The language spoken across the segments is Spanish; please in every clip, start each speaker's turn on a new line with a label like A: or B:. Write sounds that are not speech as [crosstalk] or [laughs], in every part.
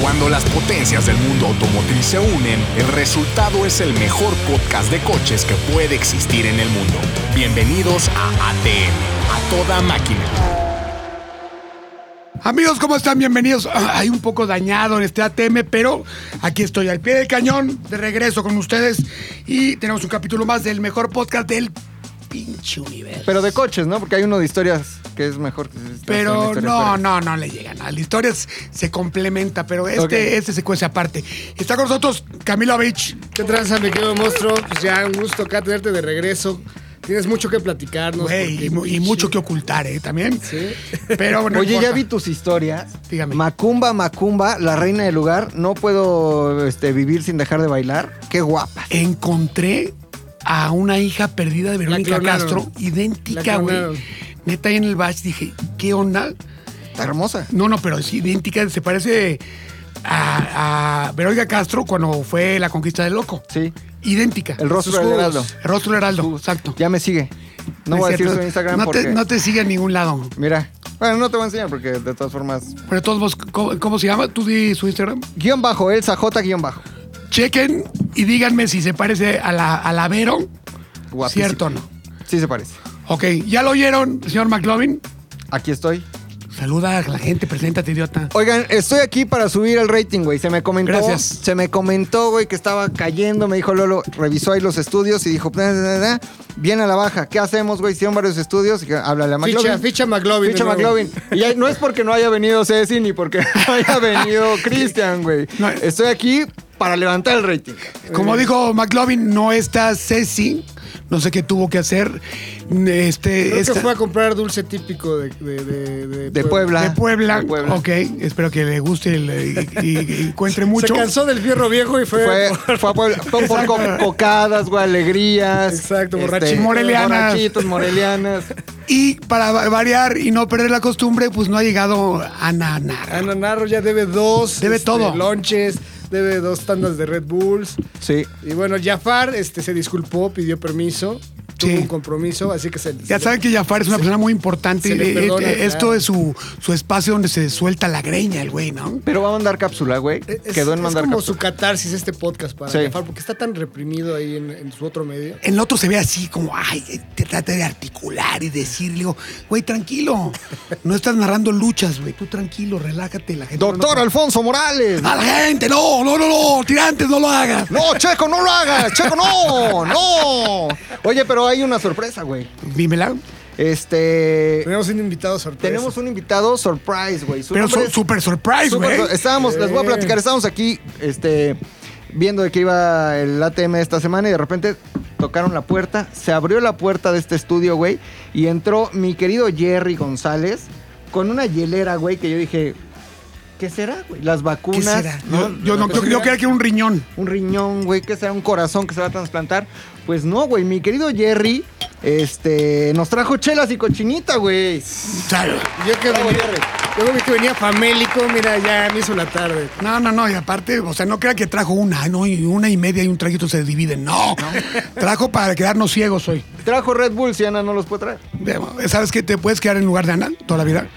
A: Cuando las potencias del mundo automotriz se unen, el resultado es el mejor podcast de coches que puede existir en el mundo. Bienvenidos a ATM, a toda máquina.
B: Amigos, ¿cómo están? Bienvenidos. Ah, Hay un poco dañado en este ATM, pero aquí estoy al pie del cañón, de regreso con ustedes y tenemos un capítulo más del mejor podcast del pinche universo.
C: Pero de coches, ¿no? Porque hay uno de historias que es mejor que
B: Pero
C: historias
B: no,
C: fuera.
B: no, no le llega nada. La historia es- se complementa, pero este,
C: Ok.
B: este se cuece aparte. Está con nosotros Camilo Avich.
D: ¿Qué tranza, mi querido monstruo? Pues ya, un gusto acá tenerte de regreso. Tienes mucho que
C: Pues,
D: platicarnos.
B: Güey,
D: porque-
B: y, mu- y mucho que ocultar, ¿eh? También.
D: Sí.
B: Pero bueno. no
C: [laughs] Oye, ya
B: importa.
C: vi tus historias.
B: Dígame.
C: Macumba, Macumba, la reina del lugar. No puedo este, vivir sin dejar de bailar. Qué guapa.
B: encontré a una hija perdida de Verónica
D: clonaron.
B: Castro, idéntica,
D: La
B: güey.
D: clonaron.
B: Neta, ahí en el batch dije, ¿qué onda?
C: Está hermosa.
B: No, no, pero es idéntica, se parece a, a Verónica Castro cuando fue la conquista del loco.
C: Sí.
B: Idéntica.
C: El rostro
B: Sus
C: del
B: jugos.
C: Heraldo.
B: El rostro del Heraldo,
C: Tú-
B: exacto.
C: Ya me sigue. No
B: Es
C: voy a decir
B: cierto.
C: su Instagram
B: no
C: porque...
B: Te, no te sigue a ningún lado.
C: Mira. Bueno, no te voy a enseñar porque de todas formas...
B: Pero de todos vos, ¿cómo, cómo se llama? ¿Tú di su Instagram?
C: Guión bajo, Elsa J guión bajo.
B: Chequen y díganme si se parece a la, a la Vero.
C: Guapísima.
B: ¿Cierto o no?
C: Sí se parece.
B: Ok, ¿ya lo oyeron, señor McLovin?
C: Aquí estoy.
B: Saluda a la gente, preséntate, idiota.
C: Oigan, estoy aquí para subir el rating, güey. Se me comentó.
B: Gracias.
C: Se me comentó, güey, que estaba cayendo. Me dijo Lolo, revisó ahí los estudios y dijo, "Na, na, na, viene a la baja. ¿Qué hacemos, güey? Hicieron varios estudios. Y que, háblale a McLovin.
D: Ficha, ficha McLovin.
C: Ficha
D: de nuevo.
C: McLovin. Y ahí- no es porque no haya venido Ceci ni porque [laughs] no
B: [laughs]
C: haya venido Cristian, güey.
B: No.
C: Estoy aquí para levantar el rating.
B: Como dijo McLovin, no está Ceci. No sé qué tuvo que hacer. Este,
D: Creo
B: esta-
D: que fue a comprar dulce típico de, de, de,
C: De Puebla.
B: de Puebla.
C: De Puebla.
B: Ok, espero que le guste y, le- y- y encuentre mucho.
D: Se cansó del fierro viejo y fue. [laughs]
C: Fue, fue a Puebla. Fue
B: [laughs]
C: por
B: Exacto.
C: co- cocadas, güey, alegrías. este,
D: Exacto, borrachos.
B: Morelianas. [laughs]
C: Borrachitos, morelianas.
B: Y para va- variar y no perder la costumbre, pues no ha llegado a nada.
D: Ana Narro ya debe dos. este,
B: Debe todo.
D: Lonches, debe dos tandas de Red Bulls.
C: Sí.
D: Y bueno, Jafar este, se disculpó, pidió permiso.
B: Sí.
D: Tuvo un compromiso, así que se.
B: Ya saben que Jafar es una persona muy importante.
D: se le
B: Eh, eh,
D: perdona,
B: Esto
D: claro.
B: es su, su espacio donde se suelta la greña, el güey, ¿no?
C: Pero va a mandar cápsula, güey.
D: Es-
C: Quedó en
D: es
C: mandar
D: como
C: cápsula.
D: su catarsis este podcast para
C: Sí.
D: Jafar, porque está tan reprimido ahí en, en su otro medio.
B: El otro se ve así como, ay, eh, te trata de articular y decirle, digo, güey, tranquilo. No estás narrando luchas, güey. Tú tranquilo, relájate. La gente no-
C: Doctor
B: no-
C: Alfonso Morales.
B: A la gente, no, no, no, no. Tirantes, no lo hagas.
C: No, Checo, no lo hagas. Checo, no. No. Oye, pero hay una sorpresa, güey.
B: Dímela.
C: Este.
D: Tenemos un invitado sorpresa.
C: Tenemos un invitado surprise, güey. Su
B: Pero
C: nombre
B: su-
C: es-
B: super surprise,
C: Súper
B: güey.
C: so- Estábamos, les voy a platicar, estábamos aquí, este, viendo de qué iba el ATM esta semana y de repente tocaron la puerta, se abrió la puerta de este estudio, güey, y entró mi querido Jerry González con una hielera, güey, que yo dije, ¿qué será, güey? Las
B: ¿Qué
C: vacunas.
B: será?
C: ¿no?
B: Yo- yo no creo yo creía que era un riñón.
C: un riñón, güey, que será un corazón que se va a trasplantar. Pues no, güey, mi querido Jerry, este, nos trajo chelas y cochinita, güey.
B: O sea,
D: Yo que venía, yo creo que venía famélico, mira, ya me hizo la tarde.
B: No, no, no, y aparte, o sea, no crea que trajo una, no, y una y media y un traguito se dividen, no. Trajo para quedarnos ciegos hoy.
C: Trajo Red Bull, si Ana no los puede traer.
B: ¿Sabes que te puedes quedar en lugar de Ana toda la vida?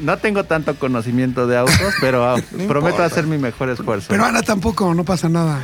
E: No tengo tanto conocimiento de autos,
C: [laughs]
E: pero ah, prometo hacer mi mejor esfuerzo.
B: Pero Ana tampoco, no pasa nada.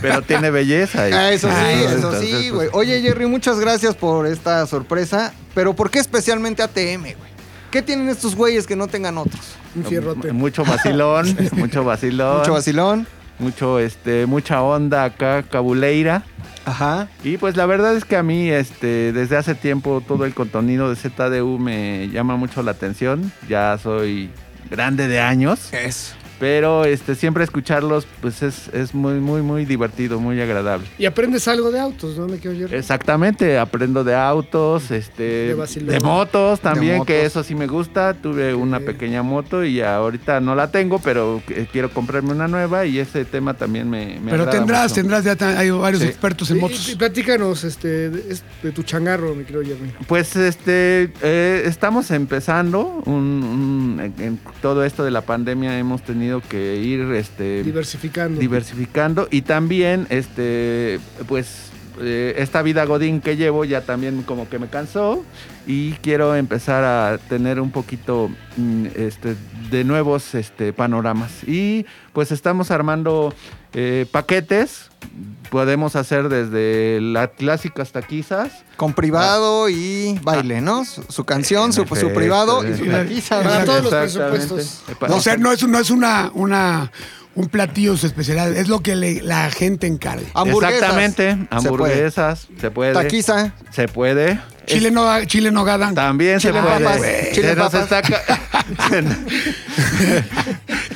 E: Pero tiene belleza. y-
C: Ah, eso sí,
E: Entonces,
C: eso sí,
E: pues,
C: güey. Oh, Oye, Jerry, muchas gracias por esta sorpresa. Pero ¿por qué especialmente ATM, güey? ¿Qué tienen estos güeyes que no tengan otros?
D: Un fierrote.
E: m-
C: [laughs]
E: Mucho vacilón, mucho vacilón.
C: Mucho vacilón.
E: mucho, este, mucha onda acá, cabuleira.
C: Ajá.
E: Y pues la verdad es que a mí, este, desde hace tiempo todo el contenido de ZDU me llama mucho la atención. Ya soy grande de años.
C: Eso.
E: Pero este, siempre escucharlos, pues es, es muy, muy, muy divertido, muy agradable.
D: Y aprendes algo de autos, ¿no? Me quiero yo.
E: Exactamente, aprendo de autos, este,
D: De
E: de,
D: vacilón.
E: motos también,
C: De motos.
E: que eso sí me gusta. Tuve una pequeña moto y ahorita no la tengo, pero eh, quiero comprarme una nueva y ese tema también me, me
B: Pero
E: agrada
B: tendrás,
E: mucho.
B: tendrás, ya ta- hay varios
E: Sí.
B: expertos
D: Y,
B: en
D: y- y
B: motos.
D: platícanos este, de, es- de tu changarro, me quiero Jeremy.
E: Pues este, eh, estamos empezando un- un- en, en todo esto de la pandemia hemos tenido que ir este,
D: Diversificando.
E: diversificando y también este pues eh, esta vida Godín que llevo ya también como que me cansó y quiero empezar a tener un poquito mm, este, de nuevos este, panoramas. Y pues estamos armando eh, paquetes, podemos hacer desde la clásica hasta quizás.
C: Con
E: Ah.
C: privado y baile, ¿no? Su, su canción, su, su
E: Perfecto,
C: privado y su
E: bien.
C: taquiza.
D: Para todos los
E: Exactamente.
D: presupuestos.
E: Eh, pa-
B: No, o sea, no es, un- no es una, una, un platillo su especialidad, es lo que le- la gente encargue.
E: Ah,
C: Hamburguesas.
E: Exactamente,
C: Se puede.
E: hamburguesas, se puede.
C: Taquiza.
E: Se puede.
B: Chile no, chile no gadan.
E: También
C: Chile
E: se
C: en
E: puede.
C: papas,
E: Se
C: chile en
E: nos
C: papas. [laughs]
E: está ca- se nos-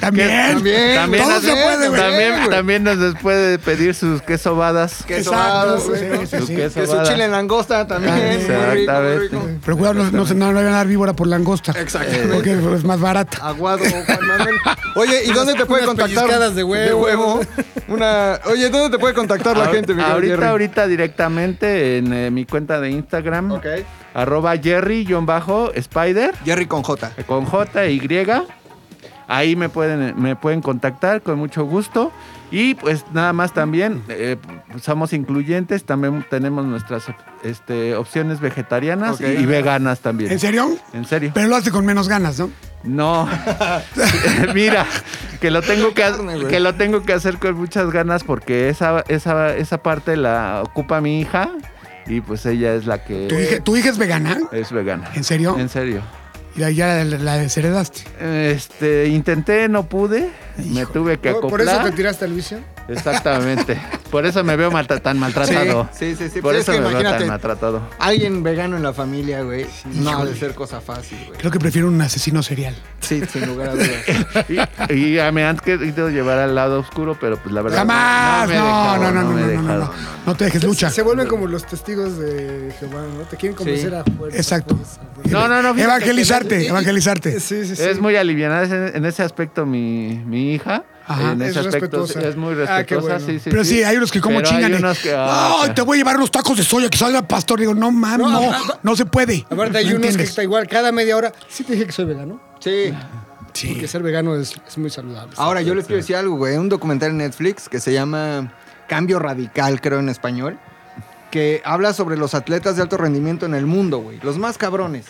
B: También.
C: También.
E: [laughs] también,
B: Todo
E: nos-
B: se puede, güey.
E: también, también nos puede pedir sus quesobadas.
C: Queso
B: [laughs] Exacto,
C: vadas,
B: güey.
C: ¿no?
B: Sí,
E: Sus
B: sí.
C: Que su
E: quesobadas.
C: chile en langosta también. Muy rico, muy
E: Exactamente.
C: rico.
B: Pero cuidado, no, no se no, le van a dar víbora por langosta.
C: Exactamente.
B: Porque es más
E: Ah,
B: barata.
C: Aguado, Juan Manuel. Oye,
E: [laughs]
C: ¿y dónde te puede
D: Unas
C: contactar?
D: pellizcadas de huevo.
C: Una... Oye, ¿dónde te puede contactar la
E: Ahor-
C: gente, mi querido
E: ahorita,
C: Jerry?
E: ahorita directamente en eh, mi cuenta de Instagram.
C: Ok.
E: Arroba Jerry-Spider
C: Jerry con J.
E: con J y Ahí me pueden, me pueden contactar con mucho gusto. Y pues nada más también, eh, somos incluyentes, también tenemos nuestras este, opciones
C: Ok.
E: vegetarianas y, y veganas también.
B: ¿En serio?
E: ¿En serio?
B: Pero lo hace con menos ganas, ¿no?
E: No. [laughs] Mira, que lo tengo que, ha-
C: Carne, güey.
E: que lo tengo que hacer con muchas ganas porque esa, esa, esa parte la ocupa mi hija y pues ella es la que
B: ¿Tu hija, tu hija es vegana?
E: es vegana.
B: ¿En serio?
E: En serio.
B: Y ahí ya la, la desheredaste.
E: Este, intenté, no pude, me tuve que
D: ¿Por, por
E: acoplar.
D: eso te tiraste al vicio?
E: Exactamente. Por eso me veo malta- tan maltratado.
C: Sí, sí, sí, sí.
E: Por
C: Pues
E: eso
C: es que
E: me veo
C: imagínate.
E: tan maltratado.
C: Alguien vegano en la familia, güey. no ha de ser cosa fácil, güey.
B: Creo que prefiero un asesino serial.
C: [laughs] Sí, sin lugar a dudas.
E: Y, y ya me han querido llevar al lado oscuro, pero pues la verdad.
B: Jamás.
E: me he
B: No,
E: dejado,
B: no, no, no,
E: me he
B: no, no, no,
E: dejado.
B: no. No te dejes lucha.
D: Se vuelven como los testigos de Jehová, ¿no? Te quieren convencer
C: Sí.
D: a fuerza.
B: Exacto.
D: fuerza, fuerza.
E: No, no, no, fíjate que
B: Evangelizarte, evangelizarte.
D: Sí, sí, sí.
E: Es muy aliviada en, en ese aspecto mi, mi hija.
B: Ajá.
E: en
D: Es
E: ese aspecto
D: respetuosa.
E: es muy
D: Ah,
E: respetuosa.
D: qué bueno.
E: sí, sí,
B: Pero sí, hay unos que como
E: Pero hay
B: chingan. eh.
E: unos que, ah,
B: Ay, te voy a llevar unos tacos de soya que salga pastor. Digo, no mames,
D: No,
B: no,
D: aparte-
B: no se puede.
D: Aparte hay
B: ¿No
D: unos que
B: entiendes?
D: está igual, cada media hora. Sí te dije que soy vegano,
C: Sí.
B: Sí.
D: porque ser vegano es, es muy saludable.
C: Ahora, yo les quiero decir algo, güey. Un documental en Netflix que se llama Cambio Radical, creo en español, que habla sobre los atletas de alto rendimiento en el mundo, güey. Los más cabrones.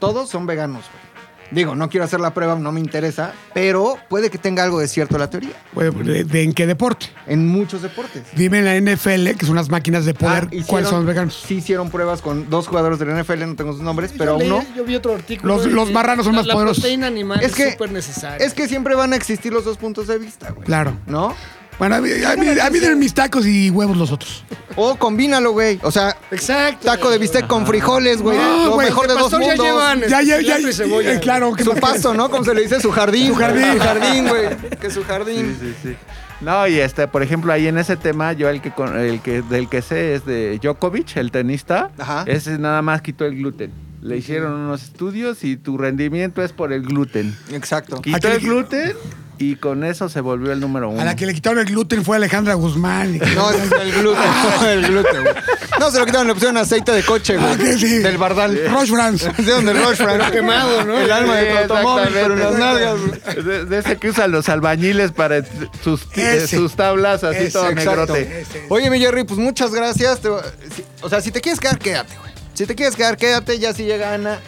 C: Todos son veganos, güey. Digo, no quiero hacer la prueba, no me interesa, pero puede que tenga algo de cierto la teoría.
B: Bueno, ¿de- de en qué deporte?
C: En muchos deportes.
B: Dime en la NFL, que son unas máquinas de poder,
C: Ah, hicieron-
B: ¿cuáles son los veganos?
C: Sí hicieron pruebas con dos jugadores de la NFL, no tengo sus nombres, pero
D: yo leí-
C: uno...
D: Yo vi otro artículo.
B: Los-
D: de
B: los
D: que
B: marranos son
D: la-
B: más poderosos.
D: La proteína animal
C: Es
D: Ah, es
C: que-
D: súper necesaria.
C: Es que siempre van a existir los dos puntos de vista, güey.
B: Claro.
C: ¿No?
B: Bueno, a mí, a mí- a mí denme mis tacos y huevos los otros.
C: O combínalo, güey. O sea,
D: Exacto.
C: taco de bistec con frijoles, güey.
B: No,
C: Lo
B: güey,
C: mejor de
D: de
C: dos
D: pastor ya
C: mundos.
D: llevan.
B: Ya, ya, ya.
D: Ah, cilantro y cebolla.
B: eh, claro, que
C: Su
B: más-
C: pasto, ¿no? Como se le dice, su jardín. Su
B: jardín.
C: Su jardín, güey. Que su
E: Sí,
C: jardín.
E: sí, sí. No, y este, por ejemplo, ahí en ese tema, yo el que, con- el que del que sé es de Djokovic, el tenista.
C: Ajá.
E: Ese nada más quitó el gluten. Le hicieron unos estudios y tu rendimiento es por el gluten.
C: Exacto.
E: Quitó
B: Aquí-
E: el gluten y con eso se volvió el número uno.
B: A la que le quitaron el gluten fue Alejandra Guzmán. Y- [laughs]
C: No, es el gluten. el gluten, güey. No, se lo quitaron, le pusieron aceite de coche,
B: Ah,
C: güey.
B: que sí.
C: Del bardal.
B: Roche
D: [laughs]
B: France.
C: De donde el Roche, Frank.
D: quemado, ¿no?
C: El alma de tu automóvil, pero en las
E: exactamente.
C: nalgas, güey.
E: De, de ese que usan los albañiles para eh, sus,
B: Ese.
E: sus tablas así
B: Ese,
E: todo
C: Exacto.
E: negrote.
C: Oye, mi Jerry, pues muchas gracias. Te- si- o sea, si te quieres quedar, quédate, güey. Si te quieres quedar, quédate. Ya si llega Ana.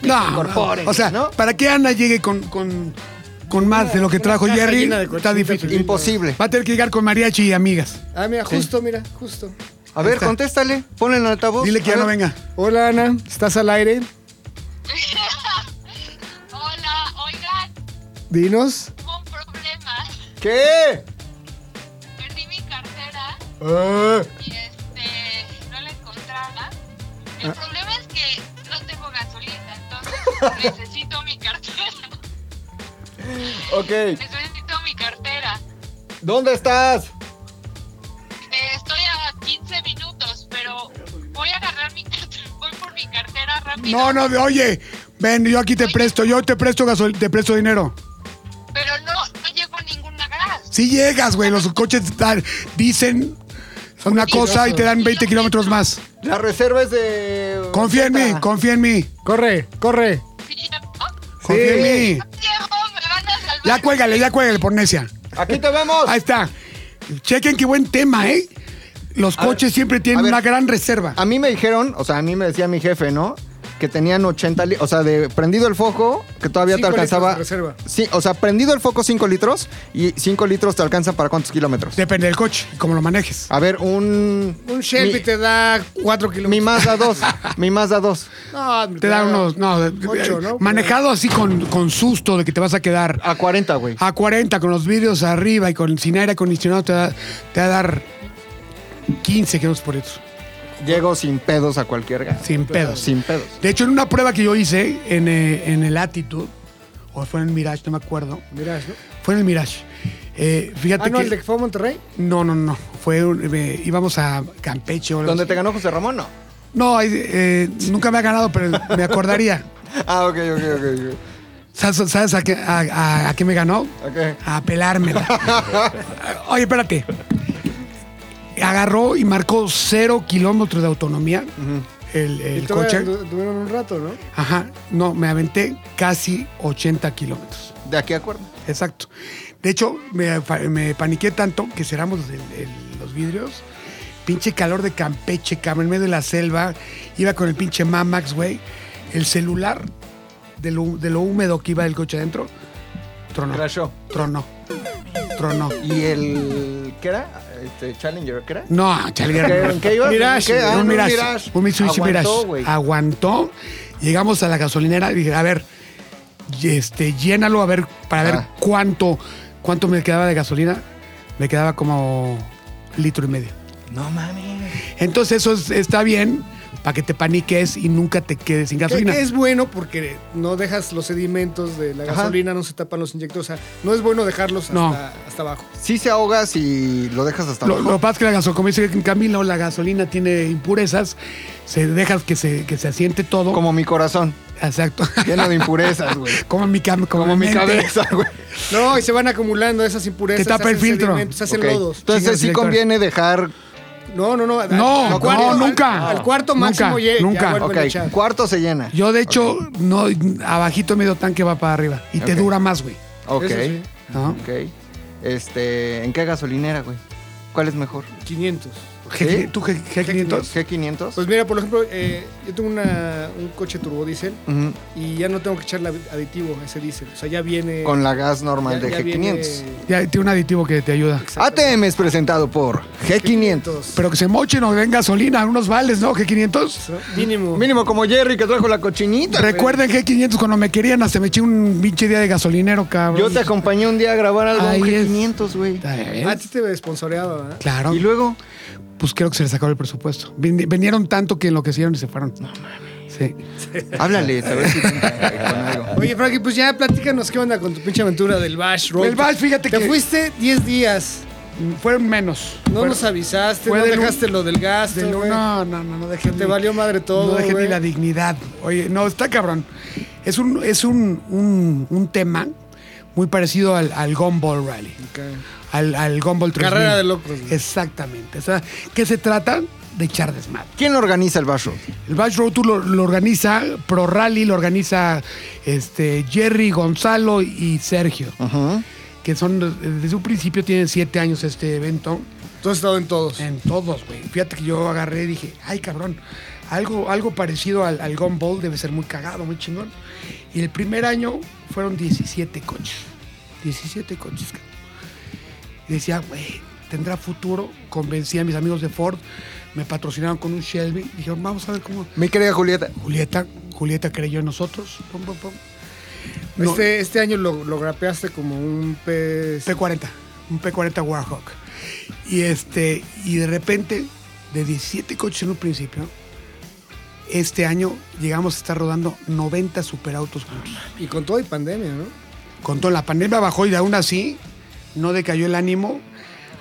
B: No,
C: incorporen,
B: o sea,
C: ¿no?
B: para que Ana llegue con, con, con más de lo que trajo
D: caja
B: Jerry,
D: llena de
B: está
D: cochinitas,
B: difícil.
D: Felipe.
C: Imposible.
B: Va a tener que llegar con mariachi y amigas.
D: Ah, mira, justo, mira, justo.
C: A ver, contéstale. Ponle en el altavoz.
B: Dile que
C: A
B: ya no
C: ver.
B: venga.
D: Hola, Ana. ¿Estás al aire?
F: [laughs] Hola, oigan,
D: Dinos.
F: tuve un problema.
C: ¿Qué?
F: Perdí mi cartera
C: Ah,
F: y este no la encontraba. El
B: Ah.
F: problema es que no tengo gasolina, entonces necesito mi cartera. [laughs]
C: Ok.
F: Necesito mi cartera.
C: ¿Dónde estás?
F: Eh, estoy a 15 minutos, pero voy a agarrar mi cartera. [laughs] Voy por mi cartera rápido.
B: No, no, de- oye, ven, yo aquí te presto, yo te presto gasol, te presto dinero.
F: Pero no, no llego a ninguna gas.
B: Si llegas, güey, los coches dan- dicen una cosa y te dan 20 kilómetros más.
C: La reserva es de.
B: Confía en mí,
C: Zeta.
B: confía en mí,
D: Corre, corre.
F: ¿Sí llego?
B: confía en mí.
F: Llego, me van a salvar.
B: Ya cuélgale, ya cuélgale por necia.
C: Aquí te vemos.
B: Ahí está. Chequen qué buen tema, ¿eh? Los coches siempre tienen
C: a ver.
B: una gran reserva.
C: A mí me dijeron, o sea, a mí me decía mi jefe, ¿no? Que tenían 80 litros, o sea, de prendido el foco, que todavía te
D: Cinco
C: alcanzaba.
D: litros de reserva.
C: Sí, o sea, prendido el foco 5 litros y 5 litros te alcanzan para cuántos kilómetros.
B: Depende del coche y cómo lo manejes.
C: A ver, un.
D: Un Shelby
C: mi-
D: te da 4
C: Mi
D: kilómetros.
C: Mazda 2. mi Mazda 2.
D: [laughs] No,
B: Te da unos. No,
D: Ocho,
B: eh,
D: ¿no?
B: manejado así con, con susto de que te vas a quedar
C: A 40, güey.
B: a 40 con los vidrios arriba y con sin aire acondicionado te, da- te va a dar 15 kilómetros por litro.
C: Llego sin pedos a cualquier gas.
B: Sin pedos.
C: Sin pedos.
B: De hecho, en una prueba que yo hice en, eh, en el Attitude, o fue en el Mirage, no me acuerdo.
D: Mira, ¿no?
B: Fue en el Mirage. Eh, fíjate
D: Ah, no,
B: que.
D: el de que fue a Monterrey.
B: No, no, no. Fue un- eh, íbamos a Campeche o algo
C: ¿Dónde
B: así.
C: te ganó José Ramón? No.
B: No, ahí, eh, nunca me ha ganado, pero me
D: [laughs]
B: acordaría.
C: Ah, ok, ok, ok.
B: ¿Sabes, sabes a, qué, a- a- a qué me ganó?
C: ok. okay.
B: A pelármela.
D: [laughs]
B: Oye, espérate. Agarró y marcó cero kilómetros de autonomía el, el
D: Y todavía
B: coche.
D: du- Tuvieron un rato, ¿no?
B: Ajá. No, me aventé casi 80 kilómetros.
C: De aquí a acuerdo.
B: Exacto. De hecho, me, fa- me paniqué tanto que cerramos el- el- los vidrios. Pinche calor de Campeche, cabrón, en medio de la selva. Iba con el pinche Mamax, güey. El celular, de lo, de lo húmedo que iba el coche adentro, tronó.
C: Crashó.
B: Tronó. Tronó.
C: ¿Y el. ¿Qué era? Este, Challenger, ¿qué era?
B: No, Chalguero.
C: ¿Qué- en qué ibas?
B: Mirage,
C: ¿En qué? Ah,
B: un,
C: en un
B: Mirage,
C: Mirage.
B: un Mitsubishi
C: Aguantó,
B: Mirage.
C: güey.
B: Aguantó. Llegamos a la gasolinera y dije, a ver, y este, llénalo a ver para ver
C: Ah.
B: cuánto, cuánto me quedaba de gasolina. Me quedaba como litro y medio.
C: No mames.
B: Entonces eso es- está bien para que te paniques y nunca te quedes sin
D: Que,
B: gasolina.
D: que es bueno porque no dejas los sedimentos de la
C: Ajá.
D: gasolina, no se tapan los inyectos. O sea, no es bueno dejarlos hasta,
B: No.
D: hasta abajo.
C: Sí se ahogas y lo dejas hasta
B: Lo,
C: abajo.
B: lo que pasa es que la gasolina, como dice Camilo, la gasolina tiene impurezas, se deja que se, que se asiente todo.
C: Como mi corazón,
B: Exacto. [laughs]
C: lleno de impurezas, güey.
B: como mi, cam- como
C: Como
B: mi
C: mi
B: mente.
C: cabeza, güey.
D: No, y se van acumulando esas impurezas.
B: Te tapa
D: se
B: el
D: hacen
B: filtro.
D: sedimentos, Se hacen
C: Ok.
D: lodos.
C: Entonces
B: Chingas,
C: sí
B: director.
C: conviene dejar.
D: No, no, no. al-
B: No,
D: al
B: no,
D: al-
B: nunca.
D: Al cuarto
B: Nunca,
D: máximo ye- ya
B: nunca.
D: vuelven
C: Ok,
D: a echar.
C: cuarto se llena.
B: Yo, de hecho, no, abajito medio tanque va para arriba. Y te
C: Ok.
B: dura más, güey.
C: Ok.
D: Eso sí.
B: ¿no?
C: Ok. Este, ¿en qué gasolinera, güey? ¿Cuál es mejor?
D: 500.
B: G-
C: ¿Sí?
B: ¿Tú G- G500?
C: G500.
D: Pues mira, por ejemplo, eh, yo tengo una, un coche turbodiesel
C: Ujú.
D: y ya no tengo que echarle ad- aditivo a ese diésel. O sea, ya
B: eh,
D: viene.
C: Con la gas normal
D: ya-
C: de
D: ya
C: G500.
D: viene-
B: Ya tiene un aditivo que te ayuda.
C: ATM es presentado por G500.
B: Pero que se mochen o den gasolina, unos vales, ¿no? G500.
D: ¿no? Mínimo.
C: Mínimo como Jerry que trajo la cochinita. güey.
B: Recuerden G500 cuando me querían, hasta me eché un pinche día de gasolinero, cabrón.
C: Yo te acompañé un día a grabar algo en
B: Ahí es.
C: G500, güey.
B: ¿Ya ves?
D: A ti te sponsoreaba, ¿verdad?
B: Claro.
C: Y luego,
B: Pues creo que se les acabó el presupuesto. Vin- Vinieron tanto que enloquecieron y se fueron. No mames. Sí.
C: háblale, a ver si te con algo.
D: Oye, Frankie, pues ya platícanos qué onda con tu pinche aventura del Bash Road.
B: El Bash, fíjate
D: te
B: que-
D: fuiste 10 días.
B: Fueron menos.
D: No
B: Fueron-
D: nos avisaste,
B: fue
D: no
B: del un-
D: dejaste lo del gasto.
B: Del-
D: güey.
B: no, no, no, no dejé.
D: Te valió madre todo,
B: No dejé
D: güey.
B: ni la dignidad. Oye, no, está cabrón. Es un, es un, un, un tema muy parecido al, al Gumball Rally. Al, al Gumball 3000.
D: Carrera de locos, güey.
B: Exactamente. O sea, ¿qué se trata? De echar desmadre.
C: ¿Quién organiza el vaso?
B: El Bash Road Tour lo, lo organiza Pro Rally, lo organiza este, Jerry, Gonzalo y Sergio. Que son, desde un principio tienen siete años este evento.
D: Tú has estado en todos.
B: En todos, güey. Fíjate que yo agarré y dije, ay, cabrón, algo, algo parecido al, al Gumball debe ser muy cagado, muy chingón. Y el primer año fueron 17 coches. 17 coches. cabrón. Y decía, güey, tendrá futuro. Convencí a mis amigos de Ford, me patrocinaron con un Shelby. Dijeron, vamos a ver cómo.
C: Mi querida Julieta.
B: Julieta, Julieta creyó en nosotros. Pum, pum, pum. No,
D: Este, este año lo, lo grapeaste como un pez.
B: P40, un P40 Warhawk. Y este, y de repente, de 17 coches en un principio, este año llegamos a estar rodando 90 superautos juntos.
D: Y con todo y pandemia, ¿no?
B: Con toda la pandemia bajó y aún así no decayó el ánimo.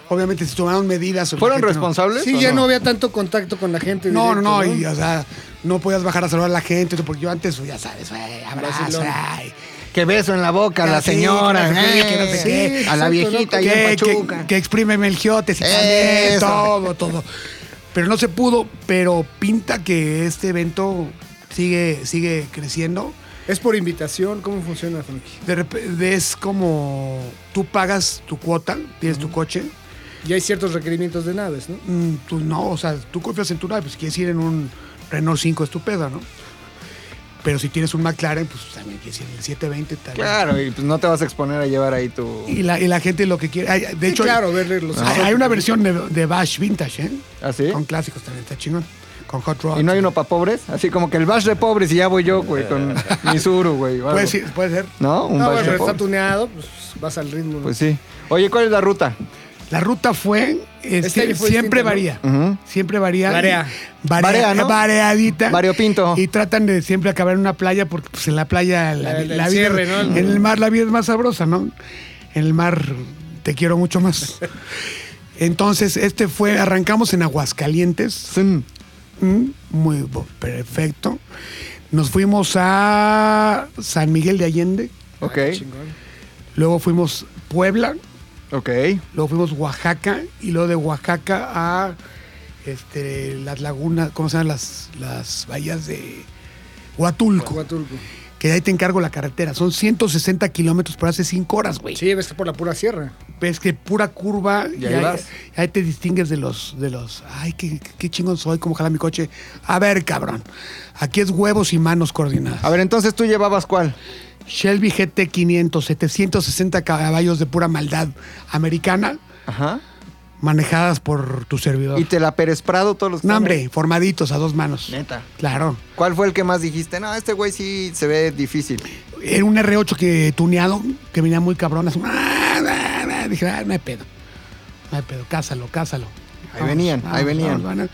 B: Obviamente se tomaron medidas.
C: ¿Fueron
B: obviamente no.
C: responsables?
D: Sí,
C: o
D: ya no? había tanto contacto con la gente.
B: No, no,
D: directo,
B: no, y, o sea, no podías bajar a saludar a la gente, porque yo antes, pues, ya sabes, ay, abrazo,
D: Vacilón.
B: ay,
C: Que beso en la boca a
B: Ah,
C: la
B: sí,
C: señora.
B: que no sé qué,
C: eh,
B: que no sé qué.
C: A la
D: Exacto,
C: viejita ahí en
B: que,
C: Pachuca.
B: que, que exprímeme el giote, si también,
C: Eso.
B: todo, todo. Pero no se pudo, pero pinta que este evento sigue, sigue creciendo.
D: Es por invitación. ¿Cómo funciona, Frankie?
B: De repente es como tú pagas tu cuota, tienes tu coche,
D: Y hay ciertos requerimientos de naves, ¿no?
B: Mm, tú no, o sea, tú confías en tu nave, pues quieres ir en un Renault 5 estupendo, ¿no? Pero si tienes un McLaren, pues también quieres ir en el 720 tal.
C: Claro, y pues no te vas a exponer a llevar ahí tu.
B: Y la, y la gente lo que quiere. ay, De
D: Sí,
B: hecho,
D: claro, ver los.
B: hay, hay una versión de, de Bash Vintage, ¿eh?
C: ¿Ah, sí?
B: Con clásicos también, está chingón. Con Hot Rod.
C: Y no hay uno para pobres, así como que el bash de pobres y ya voy yo, güey, con [laughs] mi Zuru, güey. o algo.
B: Puede ser, puede ser.
C: ¿No? Un
D: Pues No,
C: bash
D: bueno,
C: de
D: pero está
C: pobres.
D: tuneado, pues vas al ritmo. ¿no?
C: Pues sí. Oye, ¿cuál es la ruta?
D: Ah,
B: La ruta fue. este,
D: Este fue
B: siempre
D: distinto, ¿no?
B: varía.
C: Ujú.
B: Siempre varía.
D: Varea.
B: Varea,
C: Varea, ¿no?
B: Vareadita.
C: Variopinto.
B: Y tratan de siempre acabar en una playa porque pues, en la playa la,
D: La- el
B: la vida
D: cierre, ¿no?
B: en el mar la vida es más sabrosa, ¿no? En el mar te quiero mucho
D: [laughs]
B: más. Entonces, este fue arrancamos en Aguascalientes,
C: Zun.
B: Mm, muy bo- perfecto. Nos fuimos a San Miguel de Allende,
C: Ok,
D: Ah, chingón.
B: luego fuimos Puebla,
C: ok.
B: luego fuimos Oaxaca y luego de Oaxaca a este, las lagunas, ¿cómo se llaman las las bahías de Huatulco?
D: Huatulco.
B: que ahí te encargo la carretera. Son 160 kilómetros por hace 5 horas, güey.
D: Sí, ves que por la pura sierra.
B: Ves que pura curva. Y
C: ahí
B: ahí,
C: vas.
B: ahí te distingues de los, de los. Ay, qué, qué chingón soy, cómo jala mi coche. A ver, cabrón. Aquí es huevos y manos coordinadas.
C: A ver, entonces tú llevabas cuál?
B: Shelby GT500, 760 caballos de pura maldad americana,
C: Ajá.
B: manejadas por tu servidor.
C: Y te la Pérez Prado todos los que
B: No,
C: están
B: hombre, formaditos a dos manos.
C: Pues Neta.
B: Claro.
C: ahí. ¿Cuál fue el que más dijiste? No, este güey sí se ve difícil.
B: Era un R8 que tuneado, que venía muy cabrón. así, Dije, ah, no hay pedo. No hay pedo, cásalo, cásalo.
C: Ahí venían, ahí venían.
B: van a- De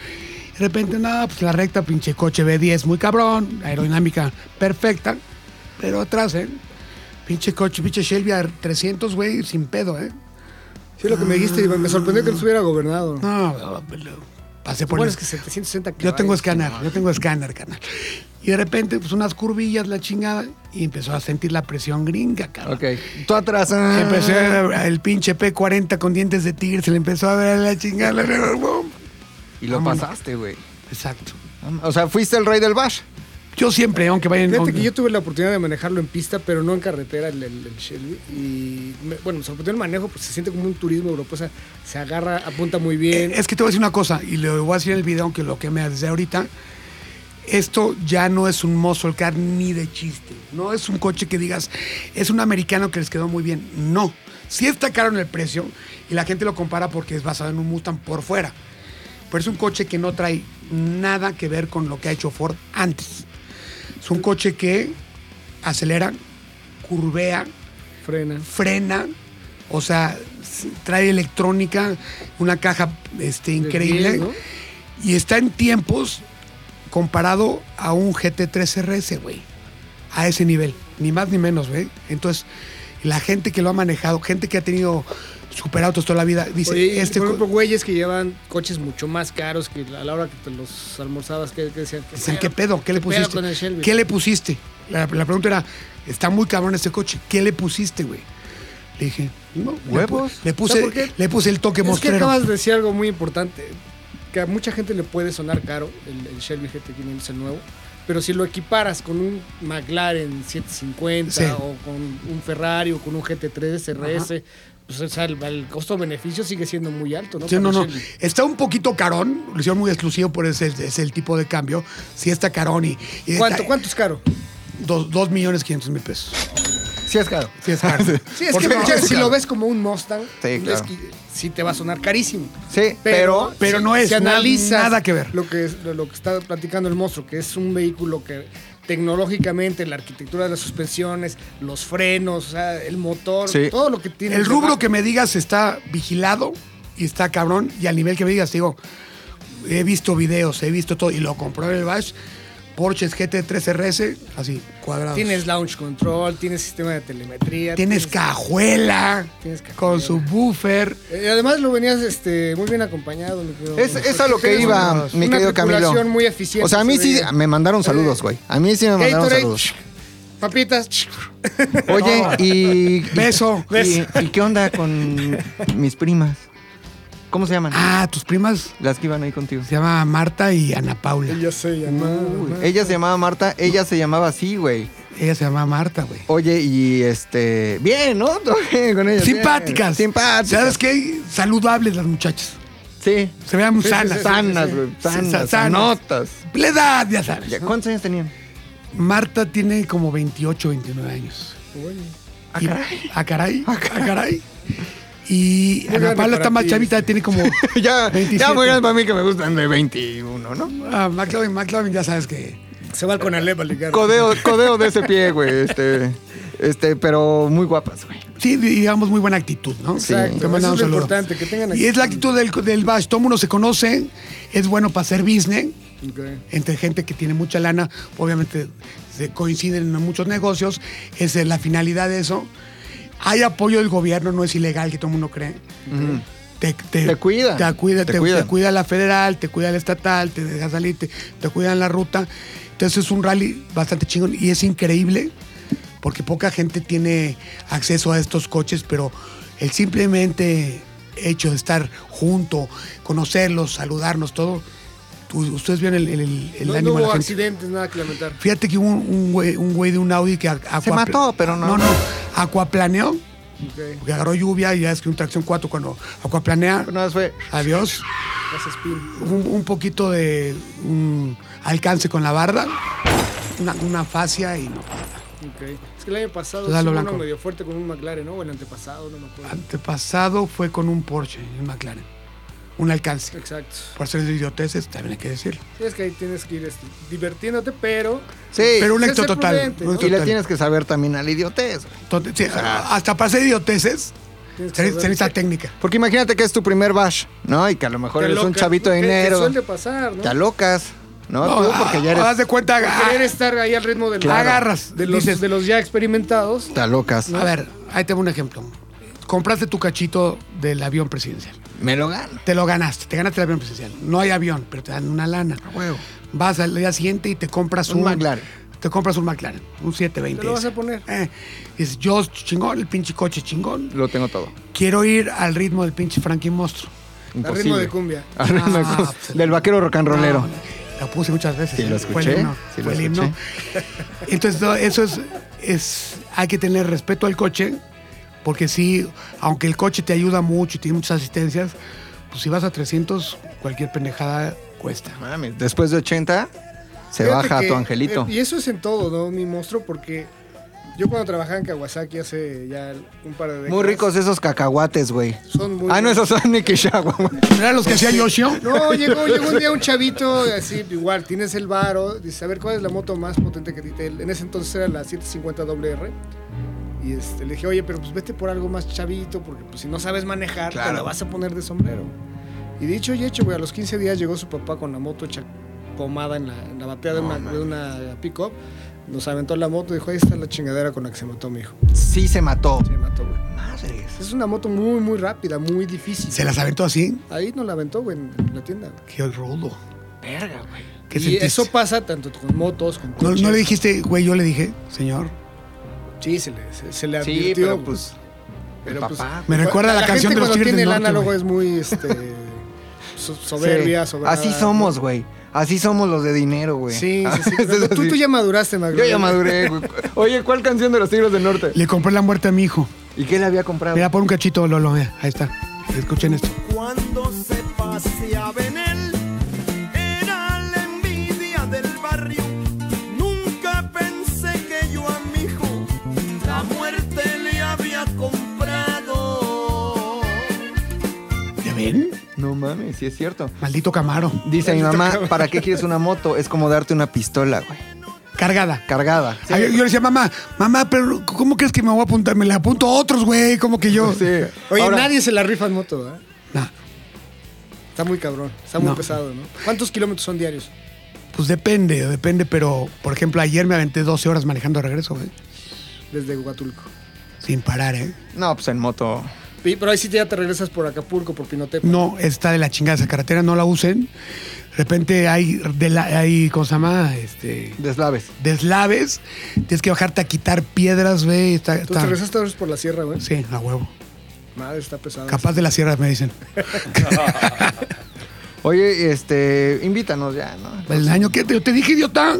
B: repente, nada, pues la recta, pinche coche B10, muy cabrón, aerodinámica perfecta, pero atrás, ¿eh? Pinche coche, pinche Shelby a 300, güey, sin pedo, ¿eh?
D: Sí, lo que me dijiste, Iván, me sorprendió que no estuviera gobernado.
B: Ah. No,
C: Ah,
B: lo- pasé por
D: Bueno,
B: el-
D: es que 760
B: Yo tengo
D: caballos.
B: escáner, yo tengo escáner, canal. Y de repente, pues unas curvillas, la chingada, y empezó a sentir la presión gringa, cabrón.
C: Ok. Tú atrás. ah.
B: Empezó el pinche P40 con dientes de tigre, se le empezó a ver la chingada.
C: Y lo
B: Vámonos.
C: pasaste, güey.
B: Exacto.
C: O sea, fuiste el rey del bash.
B: Yo siempre, aunque vayan...
D: Fíjate que yo tuve la oportunidad de manejarlo en pista, pero no en carretera, el, el- el Shelby. Y me- bueno, me sorprendió el manejo porque se siente como un turismo europeo. O sea, se agarra, apunta muy bien.
B: [laughs] Es que te voy a decir una cosa, y lo voy a decir en el video, aunque lo que me desde ahorita. Esto ya no es un muscle car ni de chiste. No es un coche que digas, es un americano que les quedó muy bien. No. Sí está caro en el precio y la gente lo compara porque es basado en un Mustang por fuera. Pero es un coche que no trae nada que ver con lo que ha hecho Ford antes. Es un coche que acelera, curvea,
D: Frena.
B: frena, o sea, s- trae electrónica, una caja este, increíble.
D: Bien, ¿no?
B: Y está en tiempos comparado a un GT3 RS, güey. A ese nivel. Ni más ni menos, güey. Entonces, la gente que lo ha manejado, gente que ha tenido superautos toda la vida, dice,
D: Oye, y
B: este...
D: por ejemplo,
B: co-
D: güeyes que llevan coches mucho más caros que a la hora que te los almorzabas, que, que decían,
B: Dicen, ¿qué pedo? ¿Qué le
D: pedo
B: pusiste?
D: con el Shelby?
B: ¿Qué le pusiste? La, la pregunta era, está muy cabrón este coche, ¿qué le pusiste, güey? Le dije, no, le pu-
C: Huevos.
B: Le
D: ¿Sabes por
B: puse,
D: qué?
B: le puse el toque
D: Es que
B: mostrero.
D: acabas de decir algo muy importante, que a mucha gente le puede sonar caro el, el Shelby GT500, el nuevo, pero si lo equiparas con un McLaren 750
B: Sí.
D: o con un Ferrari o con un GT3 SRS, pues o sea, el, el costo-beneficio sigue siendo muy alto, ¿no?
B: Sí,
D: Para
B: no,
D: el
B: no.
D: Shelby.
B: Está un poquito carón. Lo hicieron muy exclusivo por ese, ese el tipo de cambio. Sí está carón y... y
D: ¿Cuánto,
B: está-
D: ¿Cuánto es caro?
B: Dos, dos millones quinientos mil pesos.
C: Sí, es caro.
B: Sí es caro.
D: Sí, es
B: Porque
D: que
B: no,
D: ya,
B: es
D: si
B: caro.
D: lo ves como un Mustang,
C: Sí, claro.
D: es que sí te va a sonar carísimo.
C: Sí, pero.
B: pero
D: si-
B: no es,
D: si
B: no-
D: analizas
B: nada que ver.
D: Lo que, es- lo que está platicando el monstruo, que es un vehículo que tecnológicamente, la arquitectura de las suspensiones, los frenos, o sea, el motor,
C: Sí.
D: todo lo que tiene.
B: El rubro
D: debajo.
B: que me digas está vigilado y está cabrón. Y al nivel que me digas, digo, he visto videos, he visto todo. Y lo compró en el Bash. Porsche GT3 RS, así, cuadrado.
D: Tienes launch control, tienes sistema de telemetría.
B: Tienes cajuela.
D: Tienes
B: Con
D: cajuela.
B: su buffer.
D: Eh, además lo venías este, muy bien acompañado. mi querido
C: Es,
D: monstruo.
C: es a lo que
D: Tienes una-
C: iba, mi
D: una
C: querido Camilo.
D: tripulación muy eficiente.
C: O sea, a mí
D: se
C: sí
D: veía.
C: me mandaron saludos, güey. A mí sí me mandaron
D: Gatorade,
C: saludos.
D: Papitas.
C: Oye, [laughs] y. y-
B: Beso.
C: y- ¿Y qué onda con mis primas? ¿Cómo se llaman?
B: Ah, tus primas
C: Las que iban ahí contigo.
B: se llama Marta y Ana Paula.
D: Ya sé, ya no.
C: Ella se llamaba Marta, ella se llamaba así, güey.
B: Ella se llama Marta, güey.
C: Oye, y este. Bien, ¿no? [laughs] Todo bien con ellos. bien.
B: Simpáticas.
C: Simpáticas.
B: ¿Sabes qué? Saludables las muchachas.
C: Sí.
B: Se vean sanas.
C: Sanas, güey. Sanas. Sanotas.
B: La edad, ya sabes.
C: Ya, ¿Cuántos años tenían?
B: Marta tiene como 28, 29 años.
D: Oye,
B: Y- ¿A
C: [laughs]
B: caray? ¿A caray? Y
D: Muy
B: Ana
D: grande
B: Paula está
D: para
B: más
D: ti,
B: chavita, tiene
C: [laughs]
B: como...
C: [laughs] ya, ya
B: 27.
C: muy grande para mí que me gustan de 21, ¿no?
B: Ah, McLovin, McLovin, ya sabes que...
D: Se va con Alep a ligar.
C: Codeo, codeo de ese pie, güey. Este, este, pero muy guapas, güey.
B: Sí, digamos, muy buena actitud, ¿no?
C: Sí.
D: Exacto.
B: Te
D: Eso es
B: mandamos
D: lo
B: saludos.
D: importante, que tengan
B: Y es la actitud del, del bash. Todo mundo se conoce, es bueno para hacer business.
D: Ok.
B: Entre gente que tiene mucha lana, obviamente se coinciden en muchos negocios. Esa es eh, la finalidad de eso. Hay apoyo del gobierno, no es ilegal, que todo el mundo cree. Te,
C: Te cuida.
B: Te cuida,
C: Te
B: te, te
C: cuida.
B: cuida. la federal, te cuida la estatal, te deja salir, te, te cuidan la ruta. Entonces es un rally bastante chingón y es increíble porque poca gente tiene acceso a estos coches, pero el simplemente hecho de estar junto, conocerlos, saludarnos, todo, tú- ustedes ven el, el- el- el
D: No, no
B: ánimo de
D: hubo
B: la gente.
D: accidentes, nada que lamentar.
B: Fíjate que hubo un, un güey, un güey de un Audi que... a- aquapla-
C: mató, pero no.
B: No, no, acuaplaneó,
D: Ok.
B: porque agarró lluvia y ya es que un tracción 4 cuando acuaplanea,
C: Pero Pues nada más fue.
B: adiós
D: Haces pin.
B: un, un poquito de mm, alcance con la barda, una, una fascia y no.
D: Ok. Es que el año pasado
B: Dale,
D: sí hubo
B: Blanco.
D: uno medio fuerte con un McLaren, ¿no? O el antepasado, no me acuerdo.
B: Antepasado fue con un Porsche, un McLaren, un alcance.
D: Exacto.
B: Por ser de idioteces, también hay que decirlo.
D: Sí, es que ahí tienes que ir este, divirtiéndote, pero
C: Sí.
B: Pero un
D: sé
B: éxito
D: ser
B: total.
D: prudente,
B: un
D: ¿no?
B: éxito
C: y le
B: total.
C: tienes Ah. que saber también al idiotez, güey.
B: Entonces, sí, hasta para ser idioteces,
D: Tienes que
B: se ne-
D: saber
B: se necesita
D: que-
B: técnica.
C: Porque imagínate que es tu primer bash, ¿no? Y que a lo mejor
D: te
C: eres un
D: aloca-
C: chavito de
D: que- que
C: dinero.
D: suele pasar, ¿no?
C: Te alocas, ¿no? Tú, porque ya
B: Haz
C: eres.
B: de cuenta, ah,
D: Querer estar ahí al ritmo de los,
B: Agarras,
D: de los,
B: dices-
D: de los ya experimentados.
C: Te alocas.
B: a ver, ahí te un ejemplo. Compraste tu cachito del avión presidencial.
C: Me lo gano.
B: Te lo ganaste, te ganaste el avión presidencial. No hay avión, pero te dan una lana.
C: huevo.
B: Vas al día siguiente y te compras
C: Un
B: un,
C: McLaren.
B: Te compras un McLaren, un 720.
D: Te lo vas
B: ese.
D: a poner.
B: Eh, dices, yo chingón, el pinche coche chingón.
C: Lo tengo todo.
B: Quiero ir al ritmo del pinche Frankie Monstruo.
D: Al ritmo de cumbia.
C: Al ritmo de
B: Ah,
C: cumbia.
B: pues,
C: Del vaquero rock and rollero.
B: No, la puse muchas veces. ¿eh?
C: Sí, lo
B: Fue el
C: escuché,
B: himno,
C: sí, lo
B: fue el himno. [laughs] Entonces, no, eso es, es. Hay que tener respeto al coche, porque sí, aunque el coche te ayuda mucho y tiene muchas asistencias, pues si vas a 300, cualquier pendejada cuesta.
C: Mami, después de 80, se
D: Fíjate
C: baja
D: que-
C: tu angelito.
D: eh, Y eso es en todo, ¿no? Mi monstruo, porque yo cuando trabajaba en Kawasaki hace ya un par de décadas.
C: Muy ricos esos cacahuates, güey.
D: Son muy
C: Ah, no,
D: ricos.
C: esos son Nikishawa, güey.
B: ¿Eran los que hacía Yoshio?
D: No, llegó, llegó un día un chavito, así, igual, tienes el varo, dice, a ver, ¿cuál es la moto más potente que tiene? En ese entonces era la 750WR. Y este, le dije, oye, pero pues vete por algo más chavito, porque pues, si no sabes manejar, te la vas a poner de sombrero. Y dicho y hecho, güey, a los 15 días llegó su papá con la moto hecha pomada en la, en la batea de una, de una pick-up. Nos aventó la moto y dijo, ahí está la chingadera con la que se mató mi hijo.
C: Sí se mató.
D: Se mató, güey.
C: Madres.
D: Es una moto muy, muy rápida, muy difícil.
B: Se las aventó así.
D: Ahí nos la aventó, güey, en en la tienda. güey.
B: Qué rudo.
C: Verga, güey.
B: ¿Qué
D: y
B: sentiste?
D: eso pasa tanto con motos, con
B: ¿No,
D: coches.
B: no le dijiste, güey, yo le dije, señor?
D: Sí, se le, se, se le
C: Sí,
D: advirtió.
C: pero
D: güey.
C: pues.
D: Pero,
C: el
D: pues,
C: papá.
B: Me recuerda a la, canción de
D: gente
B: los
D: cuando
B: Tigres
D: tiene
B: del
D: el
B: Norte,
D: análogo
B: güey.
D: es muy este, so- soberbia,
C: Sí.
D: sobrada.
C: Así somos, güey. Así somos los de dinero, güey.
D: Sí, sí, sí.
C: Eso
D: Pero
C: es
D: tú,
C: así.
D: tú ya maduraste,
C: [laughs]
D: Magro.
C: Yo ya maduré, güey. Oye, ¿cuál canción de los Tigres del Norte?
B: Le compré la muerte a mi hijo.
C: ¿Y qué le había comprado?
B: Mira, pon un cachito, Lolo, mira, ahí está. Escuchen esto.
G: Cuando se paseaba en él, era la envidia del barrio. Nunca pensé que yo a mi hijo la muerte le había comprado.
B: ¿Ya ven?
C: No mames, sí es cierto.
B: Maldito Camaro.
C: Dice mi mamá, ¿para qué quieres una moto? Es como darte una pistola, güey.
B: Cargada.
C: Cargada. Sí.
B: Ay, yo le decía, mamá, mamá, pero ¿cómo crees que me voy a apuntar? Me la apunto a otros, güey, como que
D: [laughs]
B: yo.
C: Sí.
D: Oye,
C: Ahora-
D: nadie se la rifa en moto, ¿verdad?
B: Nah,
D: Está muy cabrón, está muy
B: No.
D: pesado, ¿no? ¿Cuántos kilómetros son diarios?
B: pues depende, depende, pero por ejemplo, ayer me aventé 12 horas manejando de regreso, güey.
D: Desde Huatulco.
B: Sin parar, ¿eh?
C: No, pues en moto.
D: Sí, pero ahí sí ya te regresas por Acapulco, por Pinotepa.
B: No, está de la chingada esa carretera, no la usen. De repente hay, de la, hay ¿cómo se llama? Este,
C: Deslaves.
B: deslaves. Tienes que bajarte a quitar piedras, güey. Está,
D: Tú
B: está-
D: te regresaste a veces por la sierra, güey.
B: Sí, a huevo.
D: Madre, está
B: [laughs]
D: pesado. [laughs]
B: Capaz de las sierras, me dicen.
C: Oye, este, invítanos ya, ¿no?
B: El año que te, yo te dije, idiota,